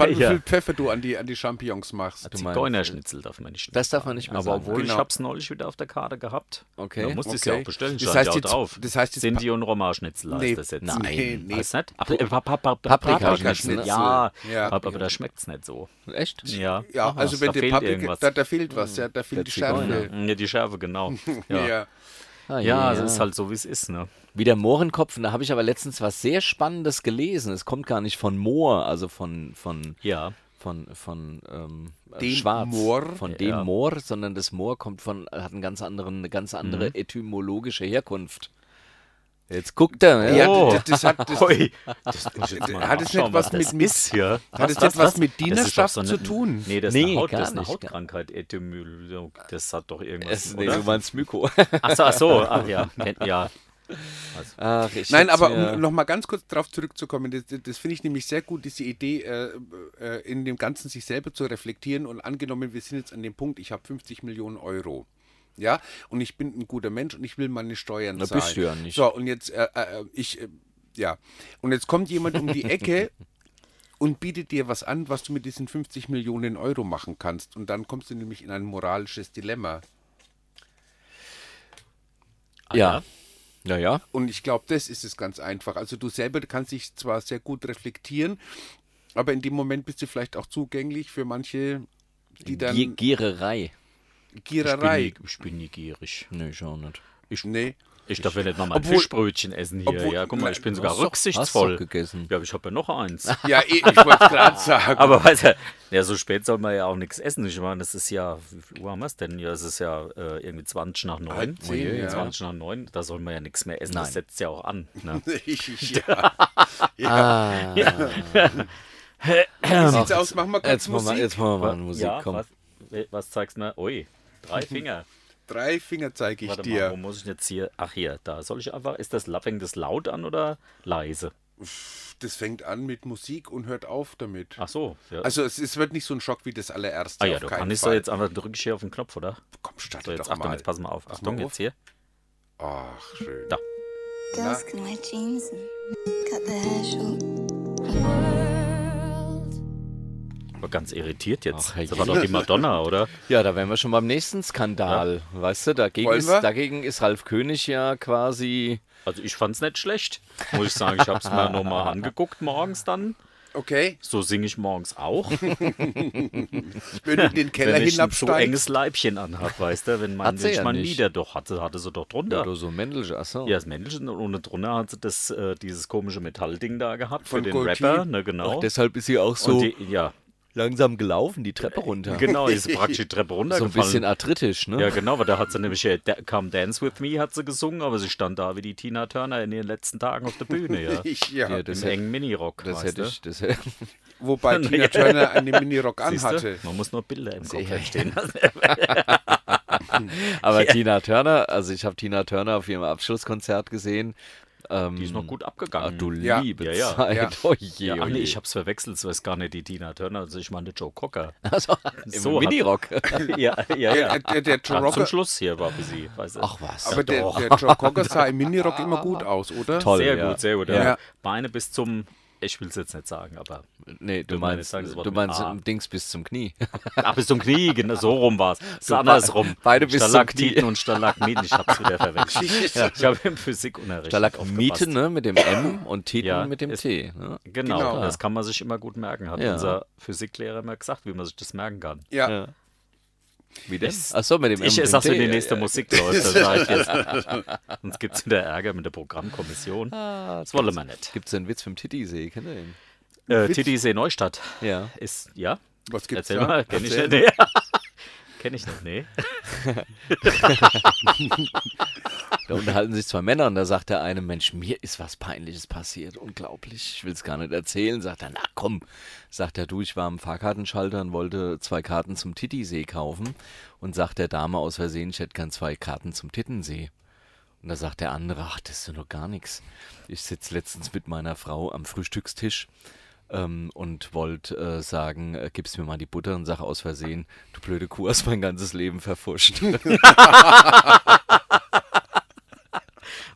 an, wie
Ja.
viel Pfeffer du an die, an die Champignons machst.
Du meinst-
Zigeunerschnitzel darf man nicht mehr
Das darf man nicht mehr
Aber
sagen.
obwohl, ich
Genau.
habe es neulich wieder auf der Karte gehabt.
Okay.
Da musste ich es ja
Okay.
auch bestellen.
Das
stand
heißt
ja auch
jetzt-
drauf.
das heißt jetzt
Sinti und Roma-Schnitzel heißt
Nee,
das jetzt.
nein, nee, nee.
Weiß nicht? Ap- äh, Pap- Pap- Pap-
Paprikaschnitzel.
Paprikaschnitzel. Ja,
Ja.
aber aber da schmeckt es nicht so.
Echt?
Ja,
Ja, also wenn
da
die
fehlt
Paprika,
irgendwas. Mhm.
da, da fehlt was, ja, da fehlt die Schärfe.
ja, die Schärfe, genau.
Ja.
Ja, ja,
Ja.
Ah,
es ist halt so, wie es ist. Ne?
Wieder Mohrenkopf. Und da habe ich aber letztens was sehr Spannendes gelesen. Es kommt gar nicht von Moor, also von, von,
Ja.
von, von ähm, äh,
Dem
Schwarz.
Moor?
Von dem
Ja.
Moor, sondern das Moor kommt von, hat einen ganz anderen, eine ganz andere etymologische Herkunft. Jetzt guckt er. ne?
Ja,
Ja.
Oh.
das, das hat, das,
Ui, das muss ich jetzt mal
Hat es
nachschauen,
nicht was mit-
das
mit-
ist hier?
hat es etwas mit
Das ist doch
Dienerschaft zu
eine-
tun?
Nee, das ist
Nee,
eine, Haut,
gar
das ist eine
nicht, gar-
Hautkrankheit, Etymologie. Das hat doch irgendwas.
Es, nee,
oder?
du meinst Myko.
Ach so, ach so, ach ja, kennt- ja.
Ach, ich
Nein,
schätze
aber
mir-
um nochmal ganz kurz darauf zurückzukommen, das, das finde ich nämlich sehr gut, diese Idee, äh, äh, in dem Ganzen sich selber zu reflektieren und angenommen, wir sind jetzt an dem Punkt, ich habe 50 Millionen Euro. Ja, und ich bin ein guter Mensch und ich will meine Steuern
Na,
zahlen.
bist du ja nicht.
So, und jetzt, äh, äh, ich, äh, ja, und jetzt kommt jemand um die Ecke und bietet dir was an, was du mit diesen 50 Millionen Euro machen kannst. Und dann kommst du nämlich in ein moralisches Dilemma.
Ja. Ja, ja.
Und ich glaube, das ist es ganz einfach. Also du selber kannst dich zwar sehr gut reflektieren, aber in dem Moment bist du vielleicht auch zugänglich für manche, die dann
Gier- Giererei.
Ich bin,
Giererei.
nie, ich bin nie gierig.
Nee, ich auch nicht.
Nee.
Ich darf ja nicht mal mein
Obwohl-
Fischbrötchen essen hier.
Obwohl-
ja, guck mal, ich bin sogar
doch-
rücksichtsvoll.
hast doch gegessen.
Ja, aber ich habe ja noch eins.
Ja, eh, ich wollte gerade sagen.
Aber weißt du, ja, so spät soll man ja auch nichts essen. Ich meine, das ist ja, wie viel Uhr haben wir es denn? Ja, es ist ja äh, irgendwie 20 nach 9.
Halb zehn, ja.
20 nach 9, da soll man ja nichts mehr essen. Das
Nein.
setzt ja auch an. Ne?
ja.
Ah.
Wie sieht's aus? Machen wir kurz
Jetzt machen wir,
Musik.
jetzt machen wir mal Musik.
ja,
komm.
Was, äh, was zeigst du mir? Ui, drei Finger.
Drei Finger zeige ich
Warte mal, um- wo
dir.
muss ich denn jetzt hier? Ach hier, da soll ich einfach. Ist das Lapping das laut an oder leise?
das fängt an mit Musik und hört auf damit.
Ach so. Ja.
Also es, es wird nicht so ein Schock wie das allererste.
ah ja,
auf
du
keinen
kannst doch
Fall.
jetzt einfach drücke ich hier auf den Knopf, oder?
Komm, starte
So, jetzt
doch
Achtung,
mal.
jetzt pass mal auf.
Pass mal
Achtung,
auf.
jetzt hier.
Ach, schön.
Da.
Dusk in my jeans and cut the hair short.
War ganz irritiert jetzt.
Ach, Herr
das war doch die Madonna, oder?
Ja, da wären wir schon beim nächsten Skandal. Weißt du, dagegen
Wollen
ist,
wir?
dagegen ist Ralf König ja quasi.
Also ich fand's nicht schlecht. Muss ich sagen, ich hab's mir nochmal angeguckt morgens dann.
Okay,
So singe ich morgens auch.
wenn du in den Keller
wenn ich ein zu
hinabsteigst.
enges Leibchen anhab, weißt du, wenn
Hat
man
sie
wenn ich
ja
mein
nicht.
Lieder doch hatte, hatte sie doch drunter.
du so Mendelssohn, achso.
Ja, das Männchen und ohne drunter hat sie das, äh, dieses komische Metallding da gehabt
Von
für den
Gold
Rapper,
Teeth.
ne, genau.
Deshalb ist sie auch
und
so.
die, ja,
langsam gelaufen, die Treppe runter.
Genau, die ist praktisch die Treppe
So
runtergefallen.
ein bisschen arthritisch, ne?
Ja, genau, weil da hat sie nämlich äh, da- Come Dance With Me hat sie gesungen, aber sie stand da wie die Tina Turner in ihren letzten Tagen auf der Bühne, ja.
ja.
Ja,
Im
das hätte,
engen Minirock, ne?
das
weißt
hätte
du?
ich. Das hätte,
Wobei Tina Turner einen Minirock
Siehst du?
anhatte.
Man muss nur Bilder im Kopf Also, verstehen.
Sehr. aber Tina Turner, also ich habe Tina Turner auf ihrem Abschlusskonzert gesehen. Ähm,
Die ist noch gut
Ah,
abgegangen.
du
Ja.
liebe
Ja, ja.
Zeit.
Ja.
Oh je,
ja,
oh
ach nee,
je.
ich hab's verwechselt, es weiß gar nicht die Tina Turner, also ich meine Joe Cocker.
also,
so
im Minirock.
ja, ja,
Der, äh, der, der Joe
Ach, zum
Rocker,
Schluss hier war für sie. Weißt du?
Ach was.
aber der, der Joe Cocker sah im Minirock immer gut aus, oder?
Toll.
sehr
ja.
gut, sehr gut.
Ja.
Ja. Beine bis zum, ich will's jetzt nicht sagen, aber
Nee, du,
Du
meinst,
meinst, sagen Sie was
du
mit
meinst
A.
Dings bis zum Knie.
Ach, bis zum Knie, genau, so rum war es. Ist andersrum.
beide bis zum
Stalaktiten
Knie.
und Stalagmiten, ich hab's wieder verwechselt. ja, ich habe im Physikunterricht.
Stalagmite
aufgepasst.
ne, mit dem M und Titen
Ja,
mit dem
ist-
T. Ne?
Genau,
Genau.
das kann man sich immer gut merken, hat
Ja.
unser Physiklehrer immer gesagt, wie man sich das merken kann.
Ja.
Ja. Wie das? Achso, mit dem M
Ich
und dem
sag's,
T.
wenn die
ja,
nächste
ja.
Musik läuft, dann sag ich jetzt. Sonst gibt's wieder Ärger mit der Programmkommission.
Ah,
das wollen wir nicht.
Gibt es einen Witz vom Tittisee? Kennt ihr den?
Äh, Titi See Neustadt
Ja.
ist, ja?
Was gibt's
Erzähl
da?
mal, kenn ich
Erzähl.
nicht. Nee. kenn ich nicht, nee.
Da unterhalten sich zwei Männer und da sagt der eine, Mensch, mir ist was Peinliches passiert, unglaublich, ich will es gar nicht erzählen. Sagt er, na komm, sagt er, du, ich war am Fahrkartenschalter und wollte zwei Karten zum Tittisee kaufen und sagt der Dame aus Versehen, ich hätte gern zwei Karten zum Tittensee. Und da sagt der andere, ach, das ist ja noch gar nichts. Ich sitze letztens mit meiner Frau am Frühstückstisch ähm, und wollte äh, sagen, äh, gib's mir mal die Butter und sage aus Versehen, du blöde Kuh hast mein ganzes Leben verfuscht.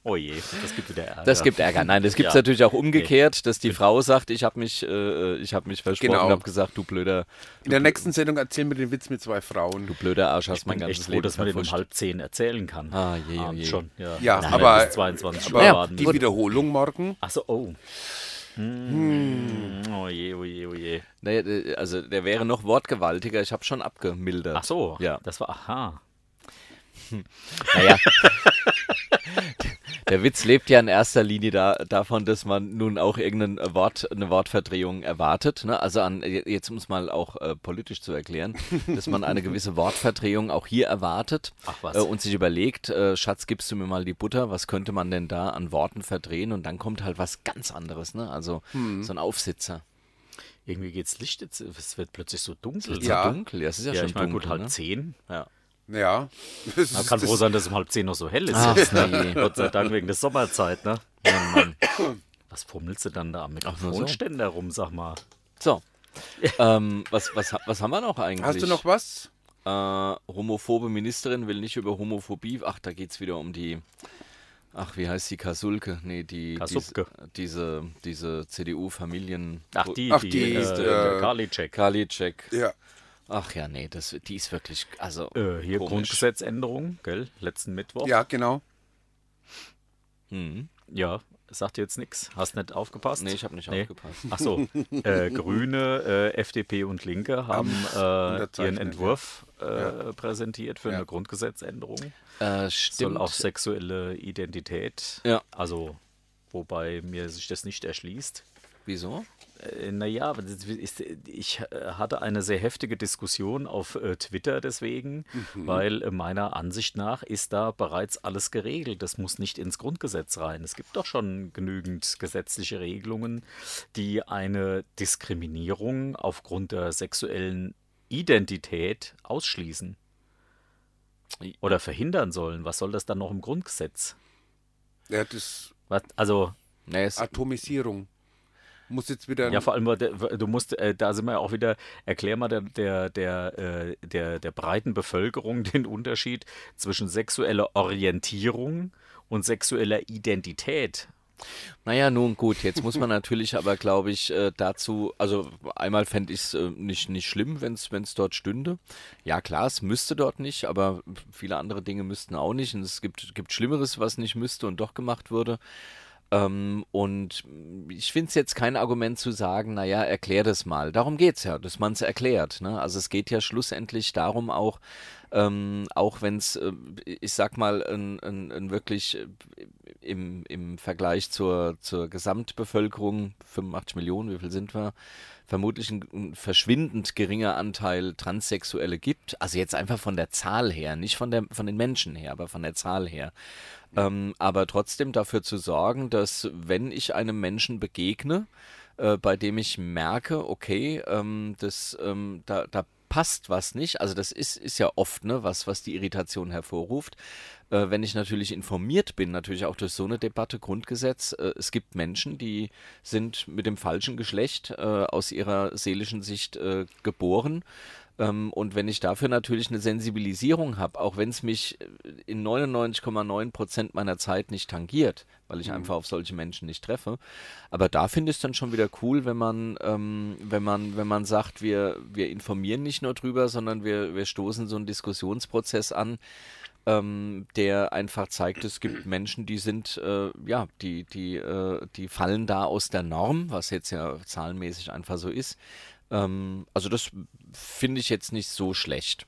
Oh je, das gibt wieder Ärger.
Das gibt Ärger. Nein, das gibt es
Ja.
natürlich auch umgekehrt, dass die Frau sagt, ich habe mich, äh, ich hab mich versprochen
Genau.
und habe gesagt, du blöder,
In der nächsten Sendung erzählen wir den Witz mit zwei Frauen.
du blöder Arsch hast
Ich
mein
bin echt
ganzes
froh,
Leben
dass man den um
verfuscht.
halb zehn erzählen kann.
Ah, je, je,
Abends
je.
schon. Ja,
Ja,
Nein,
aber-
bis 22 Uhr
Aber
warten
die
muss.
Wiederholung morgen.
Ach so, oh. Hm. Oh je, oh je, oh je.
naja, äh, also der wäre noch wortgewaltiger, ich habe schon abgemildert.
Ach so,
Ja.
das war, aha.
Naja. Der Witz lebt ja in erster Linie da, davon, dass man nun auch irgendein Wort, eine Wortverdrehung erwartet. Ne? Also an, jetzt um es mal auch äh, politisch zu erklären, dass man eine gewisse Wortverdrehung auch hier erwartet
Ach was.
Äh, und sich überlegt, äh, Schatz, gibst du mir mal die Butter, was könnte man denn da an Worten verdrehen? Und dann kommt halt was ganz anderes, ne? Also
Hm.
so ein Aufsitzer.
Irgendwie geht's Licht jetzt, es wird plötzlich so dunkel.
Ist
Ja.
dunkel, das ist ja,
ja
schon
ich meine,
dunkel.
gut, halb
ne?
zehn.
ja.
Ja. Das
Man
ist-
kann
das-
froh sein, dass es um halb zehn noch so hell ist.
Ach,
jetzt, ne?
nee.
Gott sei Dank wegen der Sommerzeit, ne? Mann, Mann. Was fummelst du dann da am
nur so.
Mikrofonständer rum, sag mal?
So. ähm, was, was, was haben wir noch eigentlich?
Hast du noch was?
äh, homophobe Ministerin will nicht über Homophobie. Ach, da geht es wieder um die. Ach, wie heißt die Kasulke? Nee, die.
Kasubke.
Diese, diese CDU-Familien.
Ach, die,
Ach,
die,
die,
äh,
äh,
äh, Karliczek.
Karliczek.
Ja.
Ach ja, nee, das, die ist wirklich. Also.
Äh, hier
komisch.
Grundgesetzänderung, gell? Letzten Mittwoch.
Ja, genau.
Mhm.
Ja, sagt dir jetzt nichts. Hast nicht aufgepasst?
Nee, ich habe nicht aufgepasst.
Ach so, äh, Grüne, äh, FDP und Linke haben äh,
Unterzeichnen,
ihren
ja.
Entwurf äh, präsentiert für eine Grundgesetzänderung.
Äh,
Soll
stimmt.
auf sexuelle Identität,
Ja.
also wobei mir sich das nicht erschließt.
Wieso?
Äh, Naja, aber das ist- ich äh, hatte eine sehr heftige Diskussion auf äh, Twitter deswegen, weil äh, meiner Ansicht nach ist da bereits alles geregelt. Das muss nicht ins Grundgesetz rein. Es gibt doch schon genügend gesetzliche Regelungen, die eine Diskriminierung aufgrund der sexuellen Identität ausschließen oder verhindern sollen. Was soll das dann noch im Grundgesetz?
Ja, das
Was, also
Nee, es,
Atomisierung. Muss jetzt wieder.
Ja, vor allem, weil der- du musst, äh, da sind wir ja auch wieder, erklär mal der, der, der, äh, der, der breiten Bevölkerung den Unterschied zwischen sexueller Orientierung und sexueller Identität.
Naja, nun gut, jetzt muss man natürlich aber, glaube ich, äh, dazu, also einmal fände ich es äh, nicht, nicht schlimm, wenn es dort stünde. Ja, klar, es müsste dort nicht, aber viele andere Dinge müssten auch nicht. Und es gibt, gibt Schlimmeres, was nicht müsste und doch gemacht würde. Ähm, und ich finde es jetzt kein Argument zu sagen, naja, erklär das mal. Darum geht es ja, dass man es erklärt. Ne? Also es geht ja schlussendlich darum auch, ähm, auch wenn es, äh, ich sag mal, ein, ein, ein wirklich äh, im, im Vergleich zur, zur Gesamtbevölkerung, 85 Millionen, wie viel sind wir, vermutlich ein, ein verschwindend geringer Anteil Transsexuelle gibt. Also jetzt einfach von der Zahl her, nicht von, der, von den Menschen her, aber von der Zahl her. Ähm, aber trotzdem dafür zu sorgen, dass wenn ich einem Menschen begegne, äh, bei dem ich merke, okay, ähm, das, ähm, da, da passt was nicht. Also das ist, ist ja oft ne, was, was die Irritation hervorruft. Äh, wenn ich natürlich informiert bin, natürlich auch durch so eine Debatte Grundgesetz, äh, es gibt Menschen, die sind mit dem falschen Geschlecht äh, aus ihrer seelischen Sicht äh, geboren. Ähm, und wenn ich dafür natürlich eine Sensibilisierung habe, auch wenn es mich äh, in 99,9 Prozent meiner Zeit nicht tangiert, weil ich mhm. einfach auf solche Menschen nicht treffe. Aber da finde ich es dann schon wieder cool, wenn man, ähm, wenn man, wenn man sagt, wir, wir informieren nicht nur drüber, sondern wir, wir stoßen so einen Diskussionsprozess an, ähm, der einfach zeigt, es gibt Menschen, die sind, äh, ja, die, die, äh, die fallen da aus der Norm, was jetzt ja zahlenmäßig einfach so ist also das finde ich jetzt nicht so schlecht.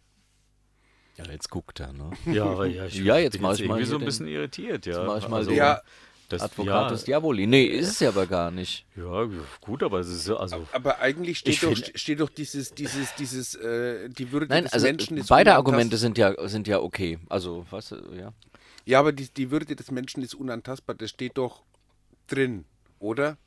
Ja, jetzt guckt er, ne?
Ja, aber ja, ich
ja jetzt mache ich mal
irgendwie so ein bisschen irritiert, ja.
Jetzt mach ich mal
also,
den
Ja,
das,
Advocatus
ja,
Diaboli. Nee, ist es ja aber gar nicht.
ja, gut, aber es ist ja- also
aber eigentlich
Ich
steht doch,
find-
steht doch dieses, dieses, dieses, äh, die Würde
Nein,
des
also
Menschen ist
beide
unantast-
Argumente sind ja, sind ja okay. Also, was, ja.
Ja, aber die, die Würde des Menschen ist unantastbar, das steht doch drin, oder?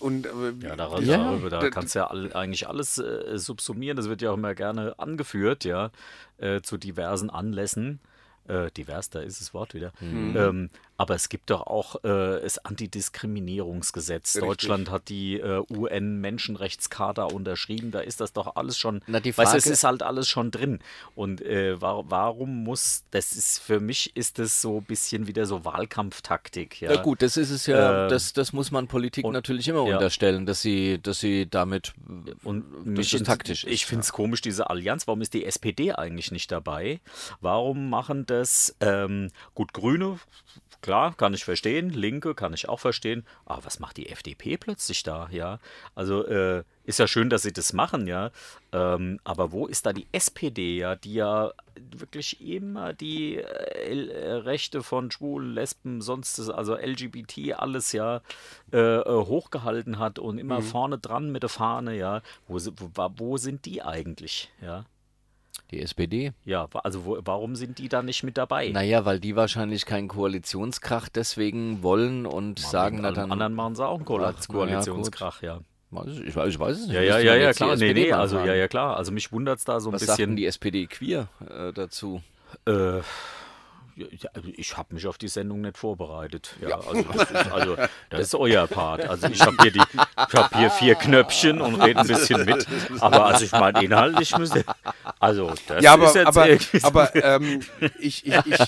Und, äh,
Ja, daran,
Ja.
darüber, da
Da-
kannst du ja all, eigentlich alles äh, subsumieren. Das wird ja auch immer gerne angeführt, ja, äh, zu diversen Anlässen. Äh, divers, da ist das Wort wieder.
Mhm.
Ähm, aber es gibt doch auch äh, das Antidiskriminierungsgesetz.
Richtig.
Deutschland hat die äh, UN-Menschenrechtscharta unterschrieben. Da ist das doch alles schon.
Na, die
weißt du,
Frage-
es ist halt alles schon drin. Und äh, wa warum muss, das ist für mich ist das so ein bisschen wieder so Wahlkampftaktik. Ja,
Na gut, das ist es ja,
Ähm,
das, das muss man Politik
und-
natürlich immer
ja.
unterstellen, dass sie, dass sie damit
Und
dass
mich
das
ins-
taktisch ist.
Ich finde es komisch, diese Allianz. Warum ist die SPD eigentlich nicht dabei? Warum machen das, ähm, gut, Grüne, klar, kann ich verstehen, Linke kann ich auch verstehen, aber was macht die FDP plötzlich da, ja? Also, äh, ist ja schön, dass sie das machen, ja. Ähm, aber wo ist da die SPD, ja, die ja wirklich immer die äh, L- äh, Rechte von Schwulen, Lesben, sonst, also LGBT, alles ja äh, äh, hochgehalten hat und
Mhm.
immer vorne dran mit der Fahne, ja. Wo, si- wo, wa- wo sind die eigentlich, ja?
die SPD.
Ja, wa- also wo, warum sind die da nicht mit dabei?
Naja, weil die wahrscheinlich keinen Koalitionskrach deswegen wollen und sagen,
Mit
na
allem
dann.
anderen machen sie auch einen Koala-
Ach, na ja,
Koalitionskrach, ja.
Weiß ich, ich weiß, ich weiß es nicht.
Ja, ja,
Müsste
ja,
man
ja,
jetzt die
klar. Nee,
SPD
nee,
mal
also
fragen.
ja, ja, klar. Also mich wundert es da so ein
Was sagt
bisschen.
denn die SPD queer äh, dazu?
Äh, ja, ja, also ich habe mich auf die Sendung nicht vorbereitet. Ja, Also, das ist, also das ist euer Part. Also ich habe hier die, ich hab hier vier
Ah.
Knöpfchen und rede ein bisschen mit. Aber also ich meine inhaltlich müsste, also das
ja, aber,
ist jetzt
aber,
irgendwie so-
aber ähm, ich, ich, ich,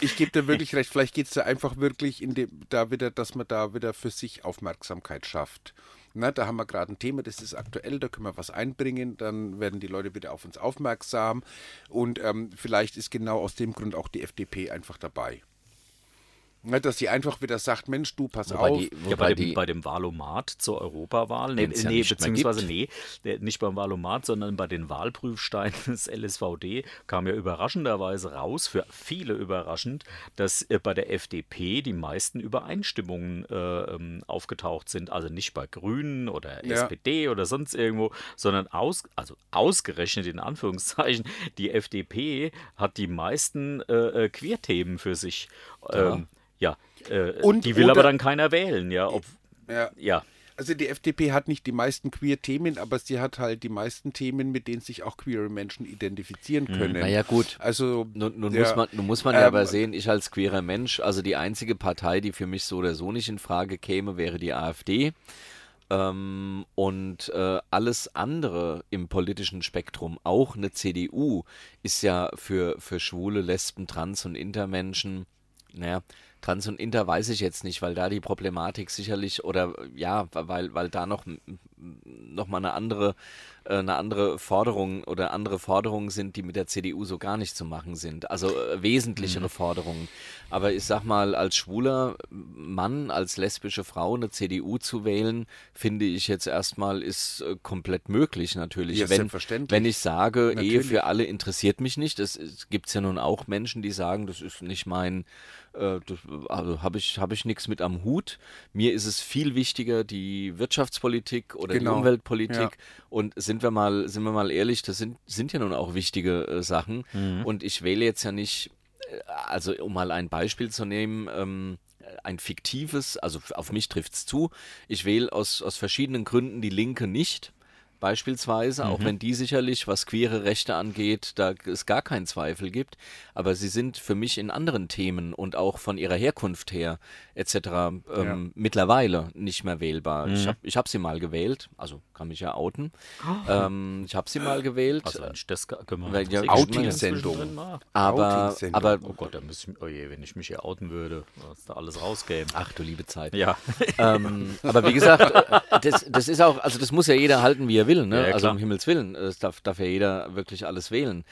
ich gebe dir wirklich recht. Vielleicht geht es da einfach wirklich in dem, da wieder, dass man da wieder für sich Aufmerksamkeit schafft. Na, da haben wir gerade ein Thema, das ist aktuell, da können wir was einbringen, dann werden die Leute wieder auf uns aufmerksam und ähm, vielleicht ist genau aus dem Grund auch die FDP einfach dabei. Na, dass sie einfach wieder sagt, Mensch, du, pass
Wobei
auf.
die-
Ja,
wobei
bei, dem,
die-
bei dem Wahlomat zur Europawahl, nee,
Den's ja
Äh, nee
nicht mehr
beziehungsweise
gibt.
nee, der- nicht beim Wahlomat, sondern bei den Wahlprüfsteinen des LSVD kam ja überraschenderweise raus, für viele überraschend, dass äh, bei der FDP die meisten Übereinstimmungen äh, ähm, aufgetaucht sind. Also nicht bei Grünen oder
Ja.
SPD oder sonst irgendwo, sondern aus, also ausgerechnet in Anführungszeichen, die FDP hat die meisten äh, äh, Queerthemen für sich. Ähm, ja, äh,
Und
die will aber
oder-
dann keiner wählen, ja. Ob,
Ja.
ja.
Also die FDP hat nicht die meisten queer Themen, aber sie hat halt die meisten Themen, mit denen sich auch queere Menschen identifizieren können.
Naja, Mhm. gut.
Also
Nun, nun,
ja,
muss man, nun muss man ja
ähm,
aber sehen, ich als queerer Mensch, also die einzige Partei, die für mich so oder so nicht in Frage käme, wäre die AfD. Ähm, und äh, alles andere im politischen Spektrum, auch eine CDU, ist ja für, für Schwule, Lesben, Trans und Intermenschen, naja, Trans und Inter weiß ich jetzt nicht, weil da die Problematik sicherlich oder ja, weil, weil da noch, noch mal eine andere, äh, eine andere Forderung oder andere Forderungen sind, die mit der CDU so gar nicht zu machen sind. Also äh, wesentlichere
Mhm.
Forderungen. Aber ich sag mal, als schwuler Mann, als lesbische Frau eine CDU zu wählen, finde ich jetzt erstmal ist äh, komplett möglich natürlich.
Ja,
wenn,
selbstverständlich.
wenn ich sage, Ehe
Natürlich.
für alle interessiert mich nicht, es gibt ja nun auch Menschen, die sagen, das ist nicht mein Äh, das- also habe ich, hab ich nichts mit am Hut. Mir ist es viel wichtiger, die Wirtschaftspolitik oder
Genau.
die Umweltpolitik.
Ja.
Und sind wir mal, sind wir mal ehrlich, das sind, sind ja nun auch wichtige äh, Sachen.
Mhm.
Und ich wähle jetzt ja nicht, äh, also um mal ein Beispiel zu nehmen, ähm, ein fiktives, also f- auf mich trifft es zu. Ich wähle aus, aus verschiedenen Gründen die Linke nicht. Beispielsweise,
Mhm.
auch wenn die sicherlich, was queere Rechte angeht, da es gar keinen Zweifel gibt, aber sie sind für mich in anderen Themen und auch von ihrer Herkunft her etc. Ähm, mittlerweile nicht mehr wählbar.
Mhm.
Ich habe ich hab sie mal gewählt, also kann mich ja outen. Ähm, ich habe sie mal gewählt,
Also Mensch, das kann- können wir
Weil
das
ja,
sehen wir
Outing-Sendung.
zwischendrin mal.
aber,
Outing-Sendung.
aber
Oh Gott, da müsste ich, oh je, wenn ich mich hier outen würde, was da alles rausgäbe.
ach du liebe Zeit.
Ja,
Ähm, aber wie gesagt, äh, das, das ist auch, also das muss ja jeder halten, wie er will, ne?
Ja, ja,
also
klar.
um Himmels Willen. Das darf, darf ja jeder wirklich alles wählen.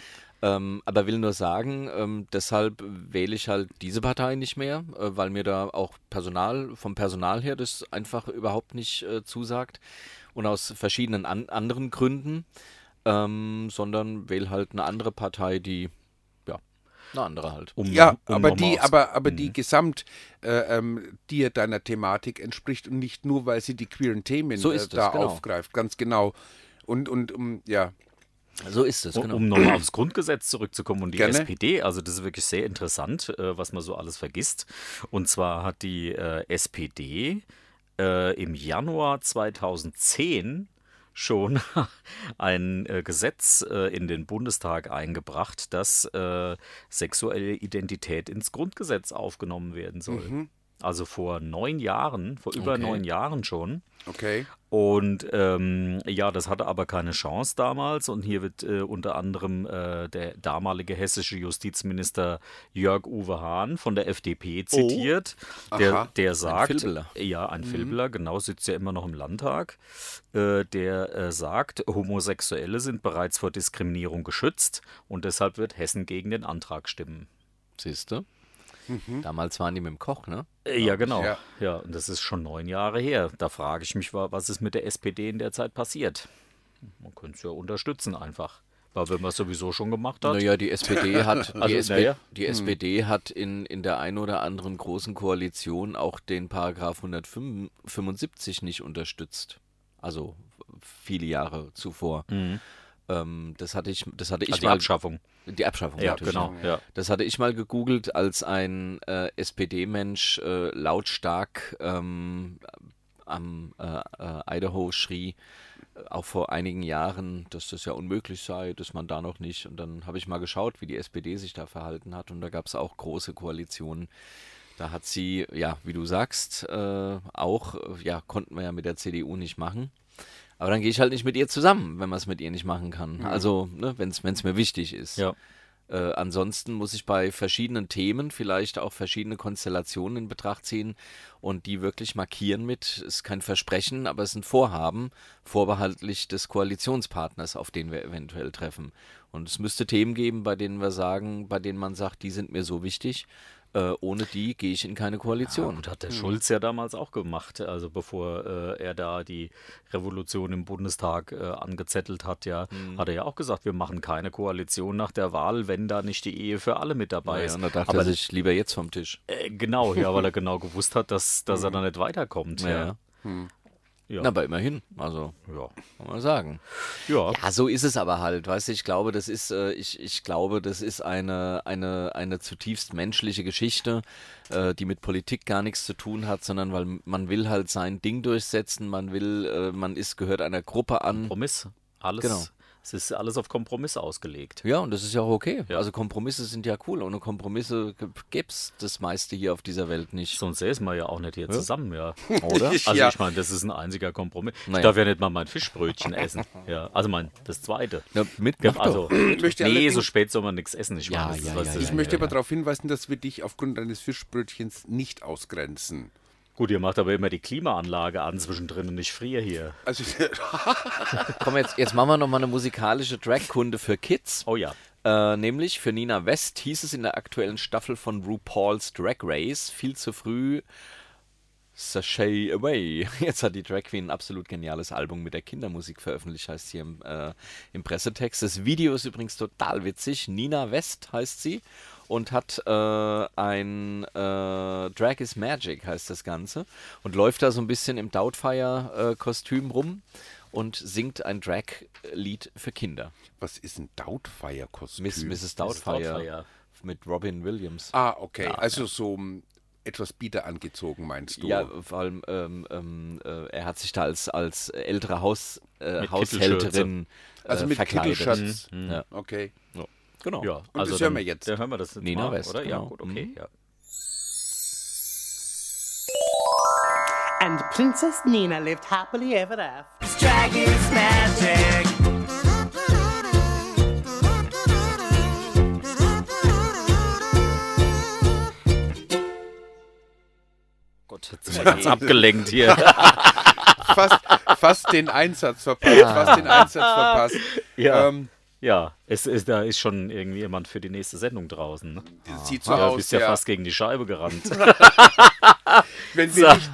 Ähm, aber will nur sagen, ähm, deshalb wähle ich halt diese Partei nicht mehr, äh, weil mir da auch Personal, vom Personal her das einfach überhaupt nicht äh, zusagt. Und aus verschiedenen an, anderen Gründen, ähm, sondern wähle halt eine andere Partei, die, ja, eine andere halt.
um,
Ja,
um
aber
noch mal
die,
aufs-
aber, aber
Mhm.
die gesamt äh, ähm, dir deiner Thematik entspricht und nicht nur, weil sie die queeren Themen
So ist
äh,
es,
da
genau.
aufgreift, ganz genau. Und, und um, ja,
So ist es,
Um-
genau.
Um nochmal aufs Grundgesetz zurückzukommen und die
Gerne.
SPD, also das ist wirklich sehr interessant, äh, was man so alles vergisst. Und zwar hat die äh, SPD äh, im Januar 2010 schon ein äh, Gesetz äh, in den Bundestag eingebracht, dass äh, sexuelle Identität ins Grundgesetz aufgenommen werden soll. Also vor neun Jahren, vor über
Mhm. Okay.
neun Jahren schon.
okay.
Und ähm, ja, das hatte aber keine Chance damals. Und hier wird äh, unter anderem äh, der damalige hessische Justizminister Jörg-Uwe Hahn von der FDP zitiert, der, der sagt,
Filbeler.
ja, ein Filbeler, genau, sitzt ja immer noch im Landtag, äh, der äh, sagt, Homosexuelle sind bereits vor Diskriminierung geschützt und deshalb wird Hessen gegen den Antrag stimmen.
Siehst du? Mhm. Damals waren die mit dem Koch, ne?
Äh, Ja, genau.
ja.
Ja. und das ist schon neun Jahre her. Da frage ich mich, wa- was ist mit der SPD in der Zeit passiert? Man könnte es ja unterstützen einfach. Weil wenn man es sowieso schon gemacht hat,
Naja, die SPD hat, die,
Also,
SP,
naja.
die SPD hat in, in der einen oder anderen großen Koalition auch den Paragraph 175 nicht unterstützt. Also viele Jahre zuvor. Ähm, das hatte ich, das hatte ich
Hm. also die
mal.
Abschaffung.
Die Abschaffung,
Ja,
natürlich.
genau. Ja.
Das hatte ich mal gegoogelt, als ein äh, SPD-Mensch äh, lautstark ähm, am äh, äh, Idaho schrie, äh, auch vor einigen Jahren, dass das ja unmöglich sei, dass man da noch nicht. Und dann habe ich mal geschaut, wie die SPD sich da verhalten hat. Und da gab es auch große Koalitionen. Da hat sie, ja, wie du sagst, äh, auch, äh, ja, konnten wir ja mit der CDU nicht machen. Aber dann gehe ich halt nicht mit ihr zusammen, wenn man es mit ihr nicht machen kann. Also, ne, wenn es mir wichtig ist.
Ja.
Äh, ansonsten muss ich bei verschiedenen Themen vielleicht auch verschiedene Konstellationen in Betracht ziehen und die wirklich markieren mit. Ist kein Versprechen, aber es ist ein Vorhaben, vorbehaltlich des Koalitionspartners, auf den wir eventuell treffen. Und es müsste Themen geben, bei denen wir sagen, bei denen man sagt, die sind mir so wichtig, äh, ohne die gehe ich in keine Koalition.
Gut, hat der Schulz ja damals auch gemacht. Also bevor äh, er da die Revolution im Bundestag äh, angezettelt hat, ja,
Hm.
hat er ja auch gesagt, wir machen keine Koalition nach der Wahl, wenn da nicht die Ehe für alle mit dabei
Naja,
ist.
und da dachte
Aber
er sich lieber jetzt vom Tisch.
äh, genau, ja, weil er genau gewusst hat, dass, dass er da nicht weiterkommt.
Ja.
Ja. Ja.
Na, aber immerhin. Also,
Ja.
kann man sagen.
ja.
Ja, so ist es aber halt, weißt du, ich glaube, das ist, äh, ich, ich glaube, das ist eine, eine, eine zutiefst menschliche Geschichte, äh, die mit Politik gar nichts zu tun hat, sondern weil man will halt sein Ding durchsetzen, man will, äh, man ist, gehört einer Gruppe an.
Kompromiss. Alles.
Genau.
Es ist alles auf Kompromiss ausgelegt.
Ja, und das ist ja auch okay. Also Kompromisse sind ja cool. Ohne Kompromisse gibt's das meiste hier auf dieser Welt nicht.
Sonst säßen wir ja auch nicht hier zusammen, ja.
Oder?
Also
Ja.
ich meine, das ist ein einziger Kompromiss.
Naja.
Ich darf ja nicht mal mein Fischbrötchen essen. Ja. Also mein, das zweite.
Ja, mit,
Ja,
mach
also,
doch.
möchte
nee,
allerdings-
so spät soll man nichts essen. Ich
Ja,
weiß, was
ja, ja,
das
ja,
Ich
ist.
möchte aber darauf hinweisen, dass wir dich aufgrund deines Fischbrötchens nicht ausgrenzen.
Gut, ihr macht aber immer die Klimaanlage an zwischendrin und ich friere hier.
Also,
Komm, jetzt, jetzt machen wir nochmal eine musikalische Dragkunde für Kids.
Oh ja.
Äh, nämlich für Nina West hieß es in der aktuellen Staffel von RuPaul's Drag Race viel zu früh Sashay Away. Jetzt hat die Drag Queen ein absolut geniales Album mit der Kindermusik veröffentlicht, heißt hier im, äh, im Pressetext. Das Video ist übrigens total witzig. Nina West heißt sie und hat äh, ein äh, Drag is Magic heißt das Ganze und läuft da so ein bisschen im Doubtfire-Kostüm rum und singt ein Drag-Lied für Kinder.
Was ist ein Doubtfire-Kostüm?
Miss, Mrs. Doubtfire,
Doubtfire.
mit Robin Williams.
Ah, okay. also so m, etwas bieder angezogen, meinst du?
Ja, vor allem, ähm, ähm, äh, er hat sich da als, als ältere Haus, äh,
Mit
Haushälterin äh,
also mit
verkleidet. Mhm.
Kittelschatz.
Ja.
Okay.
Genau.
Ja,
das
also
hören
dann-
wir jetzt.
Dann hören wir das jetzt
Nina
mal,
West,
oder? Ja,
genau.
gut, okay.
Mhm.
Ja.
And Princess Nina lived happily ever after.
Gott, jetzt sind wir ganz abgelenkt hier.
Fast, fast den Einsatz verpasst. Fast den Einsatz verpasst.
Ja.
Ähm,
Ja, es ist, da ist schon irgendwie jemand für die nächste Sendung draußen. Ne?
Sieht so
ja,
aus.
bist ja, fast gegen die Scheibe gerannt.
Wenn wir nicht,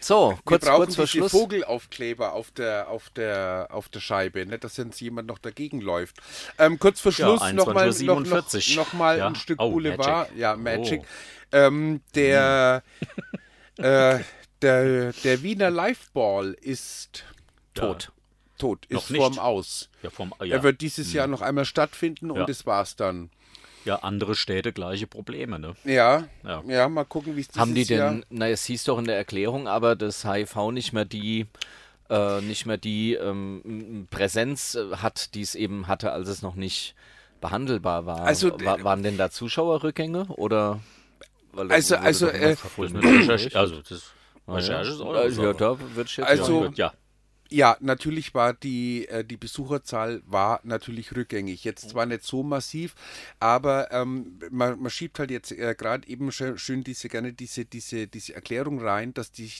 So,
wir
kurz,
brauchen
kurz vor
diese
Schluss.
Vogelaufkleber auf der, auf der, auf der Scheibe, ne? dass jetzt jemand noch dagegen läuft. Ähm, kurz vor
Ja,
Schluss nochmal
21.47
noch, noch, noch mal
Ja.
ein Stück
Oh,
Boulevard.
Magic.
Ja, Magic.
Oh.
Ähm, der, äh, der, der Wiener Liveball ist
Tot.
tot,
Noch
ist
nicht.
vorm Aus.
Ja, vom, ja, Hm.
Er wird dieses Jahr noch einmal stattfinden
Ja.
und das war's dann.
ja, andere Städte gleiche Probleme, ne?
Ja,
Ja.
ja, mal gucken, wie es dieses
Haben die
Jahr...
denn, naja, es hieß doch in der Erklärung, aber dass HIV nicht mehr die, äh, nicht mehr die ähm, m- Präsenz äh, hat, die es eben hatte, als es noch nicht behandelbar war.
Also,
Wa- waren denn da Zuschauerrückgänge oder? Weil da
Also-
wurde
also,
doch immer
äh,
Das
verfolgt.
ist eine Recherche, also das
Ah, ja.
Recherche ist auch
Äh,
eine
ja,
Sache.
da wird jetzt
Also-
ja,
Gut, ja.
Ja, natürlich war die, äh, die Besucherzahl war natürlich rückgängig. Jetzt zwar nicht so massiv, aber ähm, man, man schiebt halt jetzt äh, gerade eben schön, schön diese gerne diese, diese, diese Erklärung rein, dass die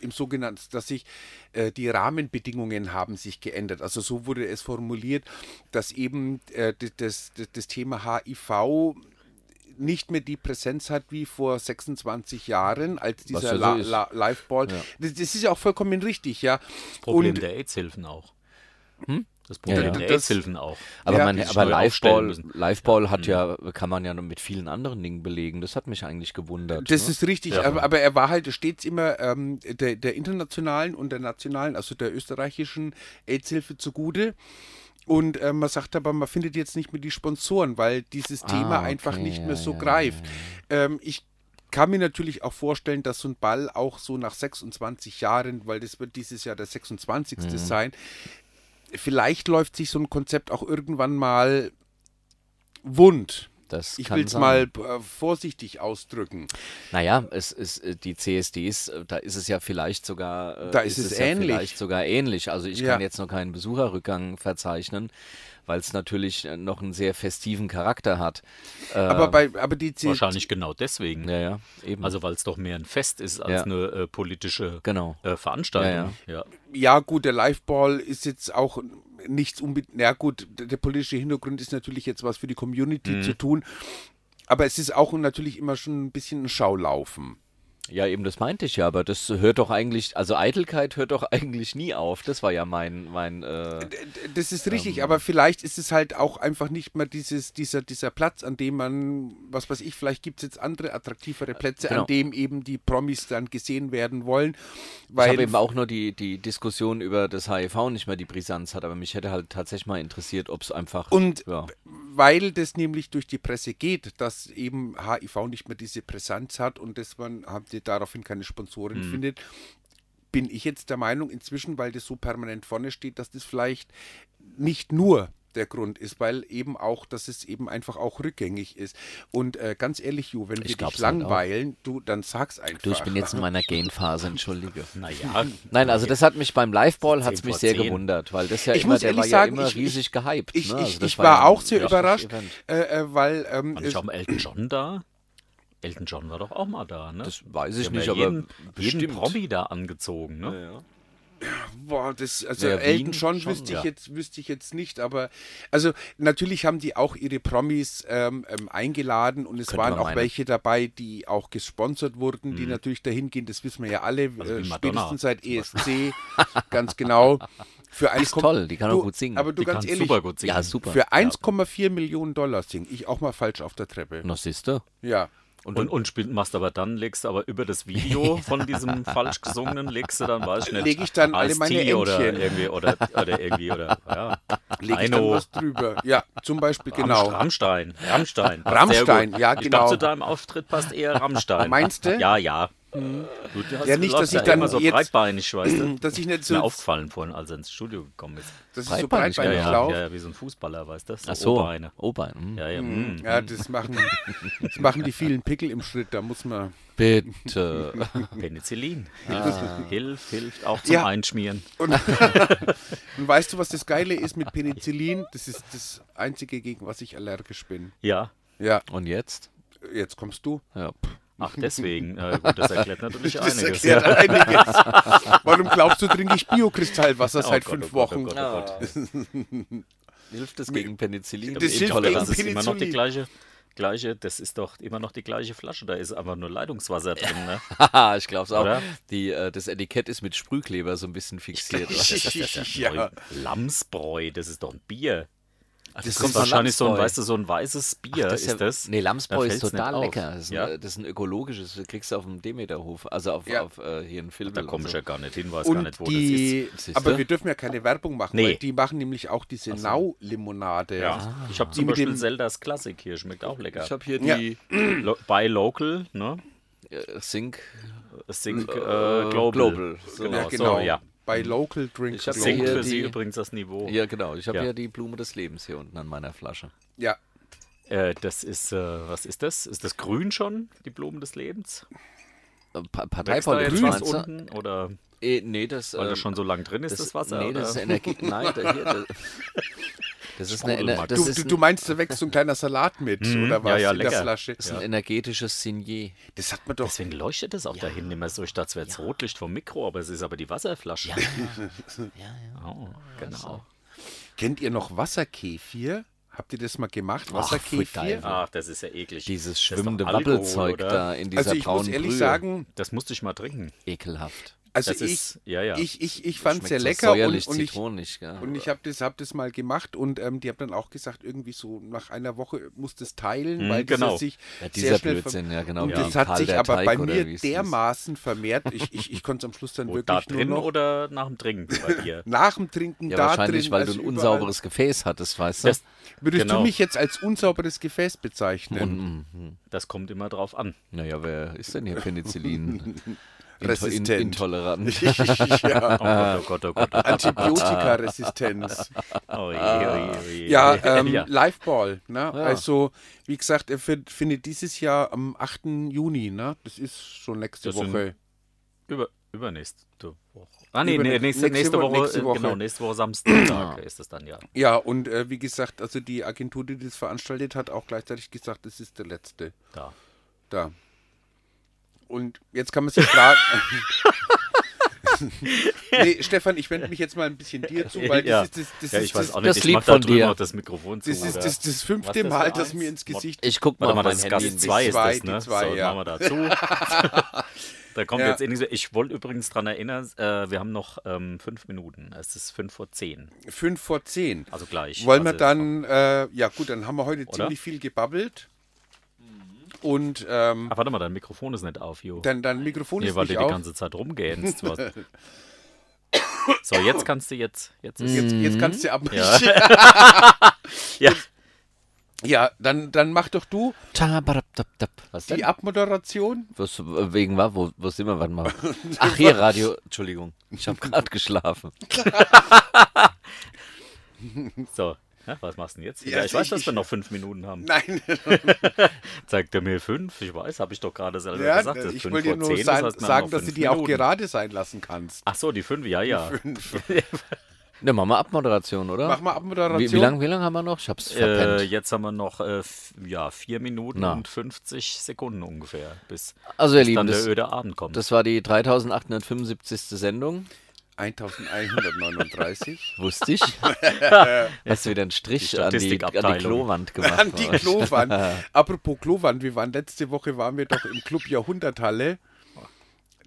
im sogenannten, dass sich äh, die Rahmenbedingungen haben sich geändert. Also so wurde es formuliert, dass eben äh, d- das, das, das Thema HIV nicht mehr die Präsenz hat wie vor 26 Jahren, als
Was
dieser
ja so
La
ist.
La Liveball. Das, das ist ja auch vollkommen richtig, ja.
Problem
Und-
der AIDS-Hilfen auch. Das Problem
Hm? Ja, ja.
der
Das-
AIDS-Hilfen auch.
Aber,
Ja,
man,
die
sich
aber
neu aufstellen
Liveball,
müssen.
Liveball hat ja, kann man ja noch mit vielen anderen Dingen belegen. Das hat mich eigentlich gewundert.
Das
ne?
ist richtig,
Ja.
aber, aber er war halt stets immer ähm, der, der internationalen und der nationalen, also der österreichischen AIDS-Hilfe zugute. Und äh, man sagt aber, man findet jetzt nicht mehr die Sponsoren, weil dieses Thema einfach
Ah, okay,
nicht
ja,
mehr so
ja, ja,
greift. Ähm, ich kann mir natürlich auch vorstellen, dass so ein Ball auch so nach 26 Jahren, weil das wird dieses Jahr der 26.
Mhm.
sein, vielleicht läuft sich so ein Konzept auch irgendwann mal wund.
das
Ich
kann
will es
sein.
mal äh, vorsichtig ausdrücken.
Naja, es ist äh, die CSDs, äh, da ist es ja vielleicht sogar äh,
Da ist es ähnlich.
Ja vielleicht sogar ähnlich. Also ich
Ja.
kann jetzt noch keinen Besucherrückgang verzeichnen, weil es natürlich äh, noch einen sehr festiven Charakter hat.
Aber,
Ähm,
bei, aber die C
Wahrscheinlich genau deswegen.
Ja, ja, eben.
Also weil es doch mehr ein Fest ist als
Ja.
eine äh, politische
Genau.
äh, Veranstaltung. Ja,
ja gut, der Liveball ist jetzt auch nichts unbedingt, na gut, der, der politische Hintergrund ist natürlich jetzt was für die Community
Mhm.
zu tun, aber es ist auch natürlich immer schon ein bisschen ein Schaulaufen.
ja, eben, das meinte ich ja, aber das hört doch eigentlich, also Eitelkeit hört doch eigentlich nie auf. Das war ja mein, mein äh,
D- Das ist
Ähm.
richtig, aber vielleicht ist es halt auch einfach nicht mehr dieses, dieser, dieser Platz, an dem man, was weiß ich, vielleicht gibt es jetzt andere attraktivere Plätze,
Genau.
an dem eben die Promis dann gesehen werden wollen.
Ich
Weil
habe eben auch nur die, die Diskussion über das HIV nicht mehr die Brisanz hat, aber mich hätte halt tatsächlich mal interessiert, ob es einfach.
Und
ja.
weil das nämlich durch die Presse geht, dass eben HIV nicht mehr diese Präsenz hat und dass man habt ihr daraufhin keine Sponsoren
Hm.
findet, bin ich jetzt der Meinung inzwischen, weil das so permanent vorne steht, dass das vielleicht nicht nur der Grund ist, weil eben auch, dass es eben einfach auch rückgängig ist. Und äh, ganz ehrlich, Ju, wenn wir
glaub's
dich
halt auch.
langweilen, du, dann sag's einfach.
Du, ich bin jetzt in meiner Gain-Phase, entschuldige.
naja.
Nein, also das hat mich beim Liveball hat's
10
mich
vor
sehr
10.
gewundert, weil das ja
Ich
immer,
muss
der
ehrlich
war
sagen,
ja immer
ich-
riesig gehypt.
ich,
ne?
ich,
Also das
ich war
ja ein
auch sehr
richtiges
überrascht,
Event.
äh, äh, weil ähm,
War
es-
nicht auch mal Elton John da? Elton John war doch auch mal da, ne?
Das weiß
Die
ich
haben
nicht,
ja
aber
jeden, jeden
bestimmt.
Promi da angezogen, ne?
Boah, das, also
Ja,
Elton
Wien
John
schon,
wüsste,
ja.
ich jetzt, wüsste ich jetzt nicht, aber also natürlich haben die auch ihre Promis ähm, ähm, eingeladen und es
Könnte
waren
man
auch
meinen. Mhm.
welche dabei, die auch gesponsert wurden, die natürlich dahin gehen, das wissen wir ja alle,
Also
äh,
wie Madonna
spätestens seit ESC, ganz genau. Für
Die ist toll, die kann
du,
auch gut singen.
Aber du
Die
ganz
kann
ehrlich,
super gut singen.
Ja, super.
für 1,4 Millionen Dollar singe ich auch mal falsch auf der Treppe.
Na, siehst du?
Ja.
Und, und, spiel- machst aber dann, legst aber über das Video von diesem falsch gesungenen, legst du dann, weiß ich nicht,
Leg ich dann alle meine
Ice-T oder
Entchen.
irgendwie, oder, oder irgendwie, oder, ja.
Leg ich dann
Heino.
was drüber. Ja, zum Beispiel,
Genau.
genau.
Rammstein. Rammstein.
Rammstein,
Sehr gut.
ja,
Ich
genau.
glaube, zu deinem Auftritt passt eher Rammstein.
Meinst du? Hm.
Ja, ja. Du, du hast-
Ja, nicht,
läufst
dass ich
ja
dann
immer so
jetzt-
breitbeinig, weißt du?
Dass ich nicht
Ist mir
so,
aufgefallen vorhin, als er ins Studio gekommen ist.
dass ich so
Breitband-
breitbeinig
ja,
laufe.
ja, ja, wie so ein Fußballer, weißt du? So
Ach so,
Oberbeine.
O-Bein. mhm.
Ja, ja, mm.
Ja, das machen, das machen die vielen Pickel im Schritt, da muss man.
Bitte.
Penicillin. Hilft, hilft, hilft auch zum
Ja.
Einschmieren.
Und, und weißt du, was das Geile ist mit Penicillin? Das ist das Einzige, gegen was ich allergisch bin.
Ja.
Ja,
Und jetzt?
jetzt kommst du.
Ja, pff.
Ach, deswegen. Na gut, das erklärt natürlich
Das
einiges.
erklärt einiges. Warum glaubst du, trinke ich Biokristallwasser
Oh
seit
Gott,
fünf
oh Gott, oh
Wochen?
Gott, oh Gott.
Hilft es gegen Penicillin?
Das hilft
Intoleranz
gegen
ist immer noch die
Penicillin.
gleiche, gleiche, das ist doch immer noch die gleiche Flasche, da ist aber nur Leitungswasser drin, ne?
Haha, ich glaub's auch.
Oder?
Die, äh, das Etikett ist mit Sprühkleber so ein bisschen fixiert.
Das ist- das ist ja
Ja.
Bräu- Lamsbräu, das ist doch ein Bier.
das,
Das, ist wahrscheinlich so ein, weißt du, so ein weißes Bier
das
ist das.
Nee,
Da
Lamsbräu ist
fällt's nicht
total
auf.
lecker.
Also,
Das ist,
ja?
ein, äh, das ist ein ökologisches, das kriegst du auf dem Demeterhof, also auf,
Ja.
auf äh, hier in Film.
Da komme ich ja gar nicht hin, weiß gar
Und
nicht, wo das ist.
die,
Siehste?
aber wir dürfen ja keine Werbung machen,
Nee.
weil die machen nämlich auch diese Nau-Limonade.
Ja. Ich habe zum
Ah. mit
Beispiel
dem-
Zeldas Klassik hier, schmeckt auch lecker.
Ich habe hier
Ja.
die
Lo bei Local, ne?
äh, Sink
Sink äh,
äh,
Global.
Global. So.
Genau,
Ja,
so,
genau.
ja.
Bei Local Drink.
Ich hab
Global.
Sink
hier
für
die-
sie übrigens das Niveau.
Ja, genau. Ich habe
Oh. Ja.
ja die Blume des Lebens hier unten an meiner Flasche.
Ja,
Äh, das ist, äh, was ist das? Ist das grün schon, die Blumen des Lebens?
Äh, Pa
Wächst da
Parteivoll
jetzt
Grün.
was unten? Oder
Äh, nee, das,
weil
ähm,
das schon so lang drin ist, das, Wasser?
Nee,
oder?
das ist Energie. Nein, da, hier, da, das ist, eine, Ener-
Sprudelmax.
das
Du,
ist Mhm.
du,
ein,
du meinst, da wächst so ein kleiner Salat mit oder was
ja, ja,
in
lecker.
der Flasche.
das ist ein energetisches Signier.
Das hat man doch.
Deswegen leuchtet es auch dahin immer so. Ich dachte, es wäre jetzt Rotlicht vom Mikro, aber es ist aber die Wasserflasche.
Ja, ja. Also.
Oh, genau.
Kennt ihr noch Wasserkefir? Habt ihr das mal gemacht?
pfui, geil.
Wasserkefir?
Ach, das ist ja eklig.
Dieses
Das ist doch
schwimmende
Alkohol,
Wabbelzeug
oder?
da in dieser
Also ich
braunen
muss ehrlich
Brühe.
sagen,
Das musste ich mal trinken.
Ekelhaft.
also
Das
ich,
ist- ja, ja.
ich, ich, ich fand es sehr
so
lecker und,
säuerlich,
und ich,
zitronig. gell?
und ich habe das, hab das mal gemacht und ähm, die haben dann auch gesagt, irgendwie so nach einer Woche musst du es teilen,
Hm,
weil das
genau.
hat sich
Mhm, Ja,
sehr schnell
dieser
ver-
Blödsinn, ja, genau.
Und
wie
das
Karl
hat sich
der
aber
Teig
bei
oder wie
mir
es hieß.
dermaßen vermehrt. Ich, ich, ich konnte es am Schluss dann
Wo,
wirklich
da
nur
drin
noch
oder nach dem Trinken bei dir?
nach dem Trinken
Ja,
da
wahrscheinlich,
drin.
weil
also
du ein
überall.
unsauberes Gefäß hattest, weißt du?
Das,
Würdest
Genau.
du mich jetzt als unsauberes Gefäß bezeichnen?
hm,
das kommt immer drauf an.
Naja, wer ist denn hier Penicillin?
Resistent.
In, intolerant.
ja.
Oh
Ah.
Gott, oh Gott, oh Gott. Oh Gott.
Antibiotikaresistenz.
Oh je,
Ah.
oh je, oh je.
Ja, ähm,
ja.
Liveball. Ne? Also, wie gesagt, er fin- findet dieses Jahr am 8. Juni. Ne? Das ist schon nächste
Das sind-
Woche.
Über, übernächste Woche. Ah, nee,
Übernä-
nee nächste,
nächste
nächste,
Wo-
Woche,
nächste
äh,
Woche.
Genau, nächste Woche Samstag ist es dann ja.
Ja, und äh, wie gesagt, also die Agentur, die das veranstaltet hat, auch gleichzeitig gesagt, das ist der letzte.
Da.
Da. Und jetzt kann man sich fragen. nee, Stefan, ich wende mich jetzt mal ein bisschen dir zu, weil
ja.
das ist das, das,
ja,
ist
ich weiß
das,
auch nicht,
das
ich
Lied
mach da
von
drüben
dir.
auch das Mikrofon zu.
das, ist
oder?
das, das
Was
fünfte
ist das
Mal,
für
dass
eins?
mir ins Gesicht.
Ich guck mal,
Warte mal,
auf mein
das ist
Handy.
Gast
ein
2 ist
zwei,
das,
die
ne?
zwei,
so,
ja.
machen wir dazu. da kommt
Ja.
jetzt irgendwie so, ich wollte übrigens dran erinnern, äh, wir haben noch ähm, fünf Minuten. Es ist fünf vor zehn,
Fünf vor zehn.
also gleich.
Wollen wir
Also,
dann, äh, ja gut, dann haben wir heute ziemlich viel gebabbelt. Und ähm,
Ach, Ah, warte mal, dein Mikrofon ist nicht auf, Jo.
dann, dann Mikrofon
Nee,
ist
weil du
nicht
die
auf.
ganze Zeit rumgähnst. was. so, jetzt kannst du jetzt, jetzt ist
Jetzt, jetzt kannst du abmischen. Ja,
Mhm. Ja. ja.
dann, dann mach doch du
Tabarabdabdab. Was
die
denn?
Abmoderation.
Was, wegen war, wo, wo sind wir? Warte mal. Ach, hier Radio. Entschuldigung, ich habe gerade geschlafen.
so. Ja, was machst du denn jetzt?
Ja,
Ja, ich weiß,
ich-
dass wir noch fünf Minuten haben.
Nein,
Zeigt er mir fünf? Ich weiß, habe ich doch gerade selber
ja,
gesagt. es ist
ich
fünf
wollte dir
vor
nur
zehn, das heißt,
sagen,
wir haben
sagen
noch
dass du
fünf
die auch
Minuten.
gerade sein lassen kannst.
Ach so, die fünf, ja, ja.
Ne, machen wir Abmoderation, oder?
Mach mal Abmoderation.
Wie, wie lange wie lang haben wir noch? Ich hab's verpennt.
Äh, jetzt haben wir noch äh, f- ja, vier Minuten
Na.
und 50 Sekunden ungefähr, bis
also, ihr Lieben,
dann
das,
der öde Abend kommt.
das war die 3875. Sendung.
1139.
Wusste ich. Hast du wieder einen
Die
Strich an die, an die
Statistikabteilung.
Klowand gemacht.
An die Klowand. Apropos Klowand, wir waren letzte Woche waren wir doch im Club Jahrhunderthalle.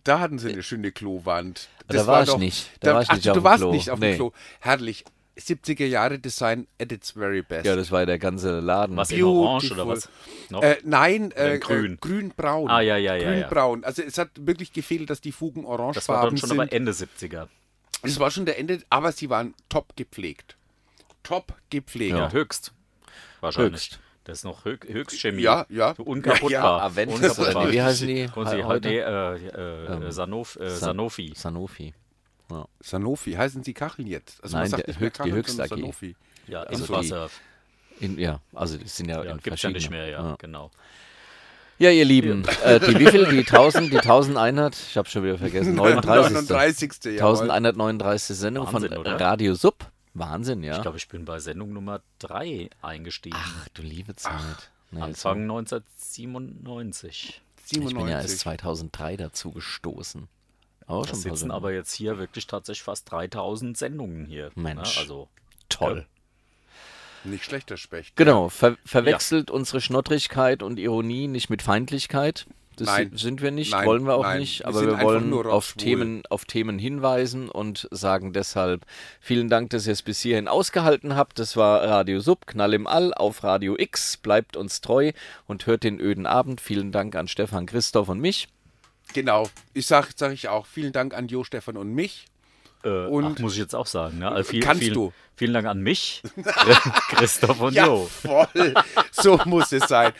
da hatten sie eine schöne Klowand.
Da war ich nicht. Da war ich
ach,
nicht
du
auf dem
warst
Klo.
nicht auf
Nee.
dem Klo. Herrlich. 70er Jahre Design at its very best.
Ja, das war ja der ganze Laden.
Was in
Beautiful.
Orange oder was? Noch?
Äh, nein,
Oder
äh,
grün.
grün. Äh, grünbraun.
Ah, ja, ja, ja, ja.
Grünbraun. Also es hat wirklich gefehlt, dass die Fugen orangefarben
das war dann schon
sind.
aber Ende 70er.
Es war schon der Ende, aber sie waren top gepflegt. Top gepflegt.
Ja, höchst. Wahrscheinlich.
Höchst.
Das ist noch höch, Höchstchemie.
Ja, ja.
Unkaputtbar.
Ja, ja,
Aventis
Unkaputtbar.
oder nee, wie heißen die
Konnte sie
heute?
heute? äh, äh, Sanof, äh,
Sa-
Sanofi.
Sanofi.
Sanofi, heißen sie Kacheln jetzt? Also
Nein, der Höchst- die
Kacheln,
Höchst
sondern
AG.
Sanofi.
Ja,
Also
ins
die-
Wasser.
In, ja, also das sind ja,
Ja,
in
gibt es ja nicht
verschiedenen.
mehr, ja, genau.
Ja, ihr Lieben, äh, die wie viel? Die 1000, die 1100, ich habe schon wieder vergessen, 39.
39. jawohl.
1139. Sendung
Wahnsinn,
von
oder?
Radio Sub. Wahnsinn, ja.
Ich glaube, ich bin bei Sendung Nummer 3 eingestiegen.
Ach, also. du liebe Zeit. Nee,
Anfang 1997.
Ich bin ja
97.
erst 2003 dazu gestoßen. Aber
Da
schon
sitzen
mal
aber jetzt hier wirklich tatsächlich fast 3000 Sendungen hier.
Mensch.
Ne? Also,
toll.
Nicht schlechter Specht.
Genau, ver verwechselt unsere Schnottrigkeit und Ironie nicht mit Feindlichkeit. Das
Nein.
si- sind wir nicht,
Nein,
wollen wir auch
nein.
nicht,
Wir
aber
sind
wir
einfach
wollen
nur
auf
rockschwul.
Themen, auf Themen hinweisen und sagen deshalb vielen Dank, dass ihr es bis hierhin ausgehalten habt. Das war Radio Sub, Knall im All auf Radio X. Bleibt uns treu und hört den öden Abend. Vielen Dank an Stefan, Christoph und mich.
Genau. Ich sage sag ich auch vielen Dank an Jo, Stefan und mich.
Äh,
Und-
ach, muss ich jetzt auch sagen. Ne? Also viel,
Kannst
viel,
du.
Vielen Dank an mich, Christoph und
Ja,
Jo.
voll. So muss es sein.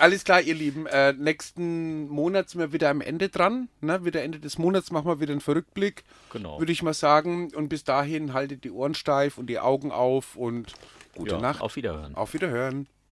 Alles klar, ihr Lieben. Äh, nächsten Monat sind wir wieder am Ende dran. Ne? Wieder Ende des Monats machen wir wieder einen Verrückblick.
Genau.
Würde ich mal sagen. Und bis dahin haltet die Ohren steif und die Augen auf und gute
Ja,
Nacht.
auf Wiederhören.
Auf Wiederhören.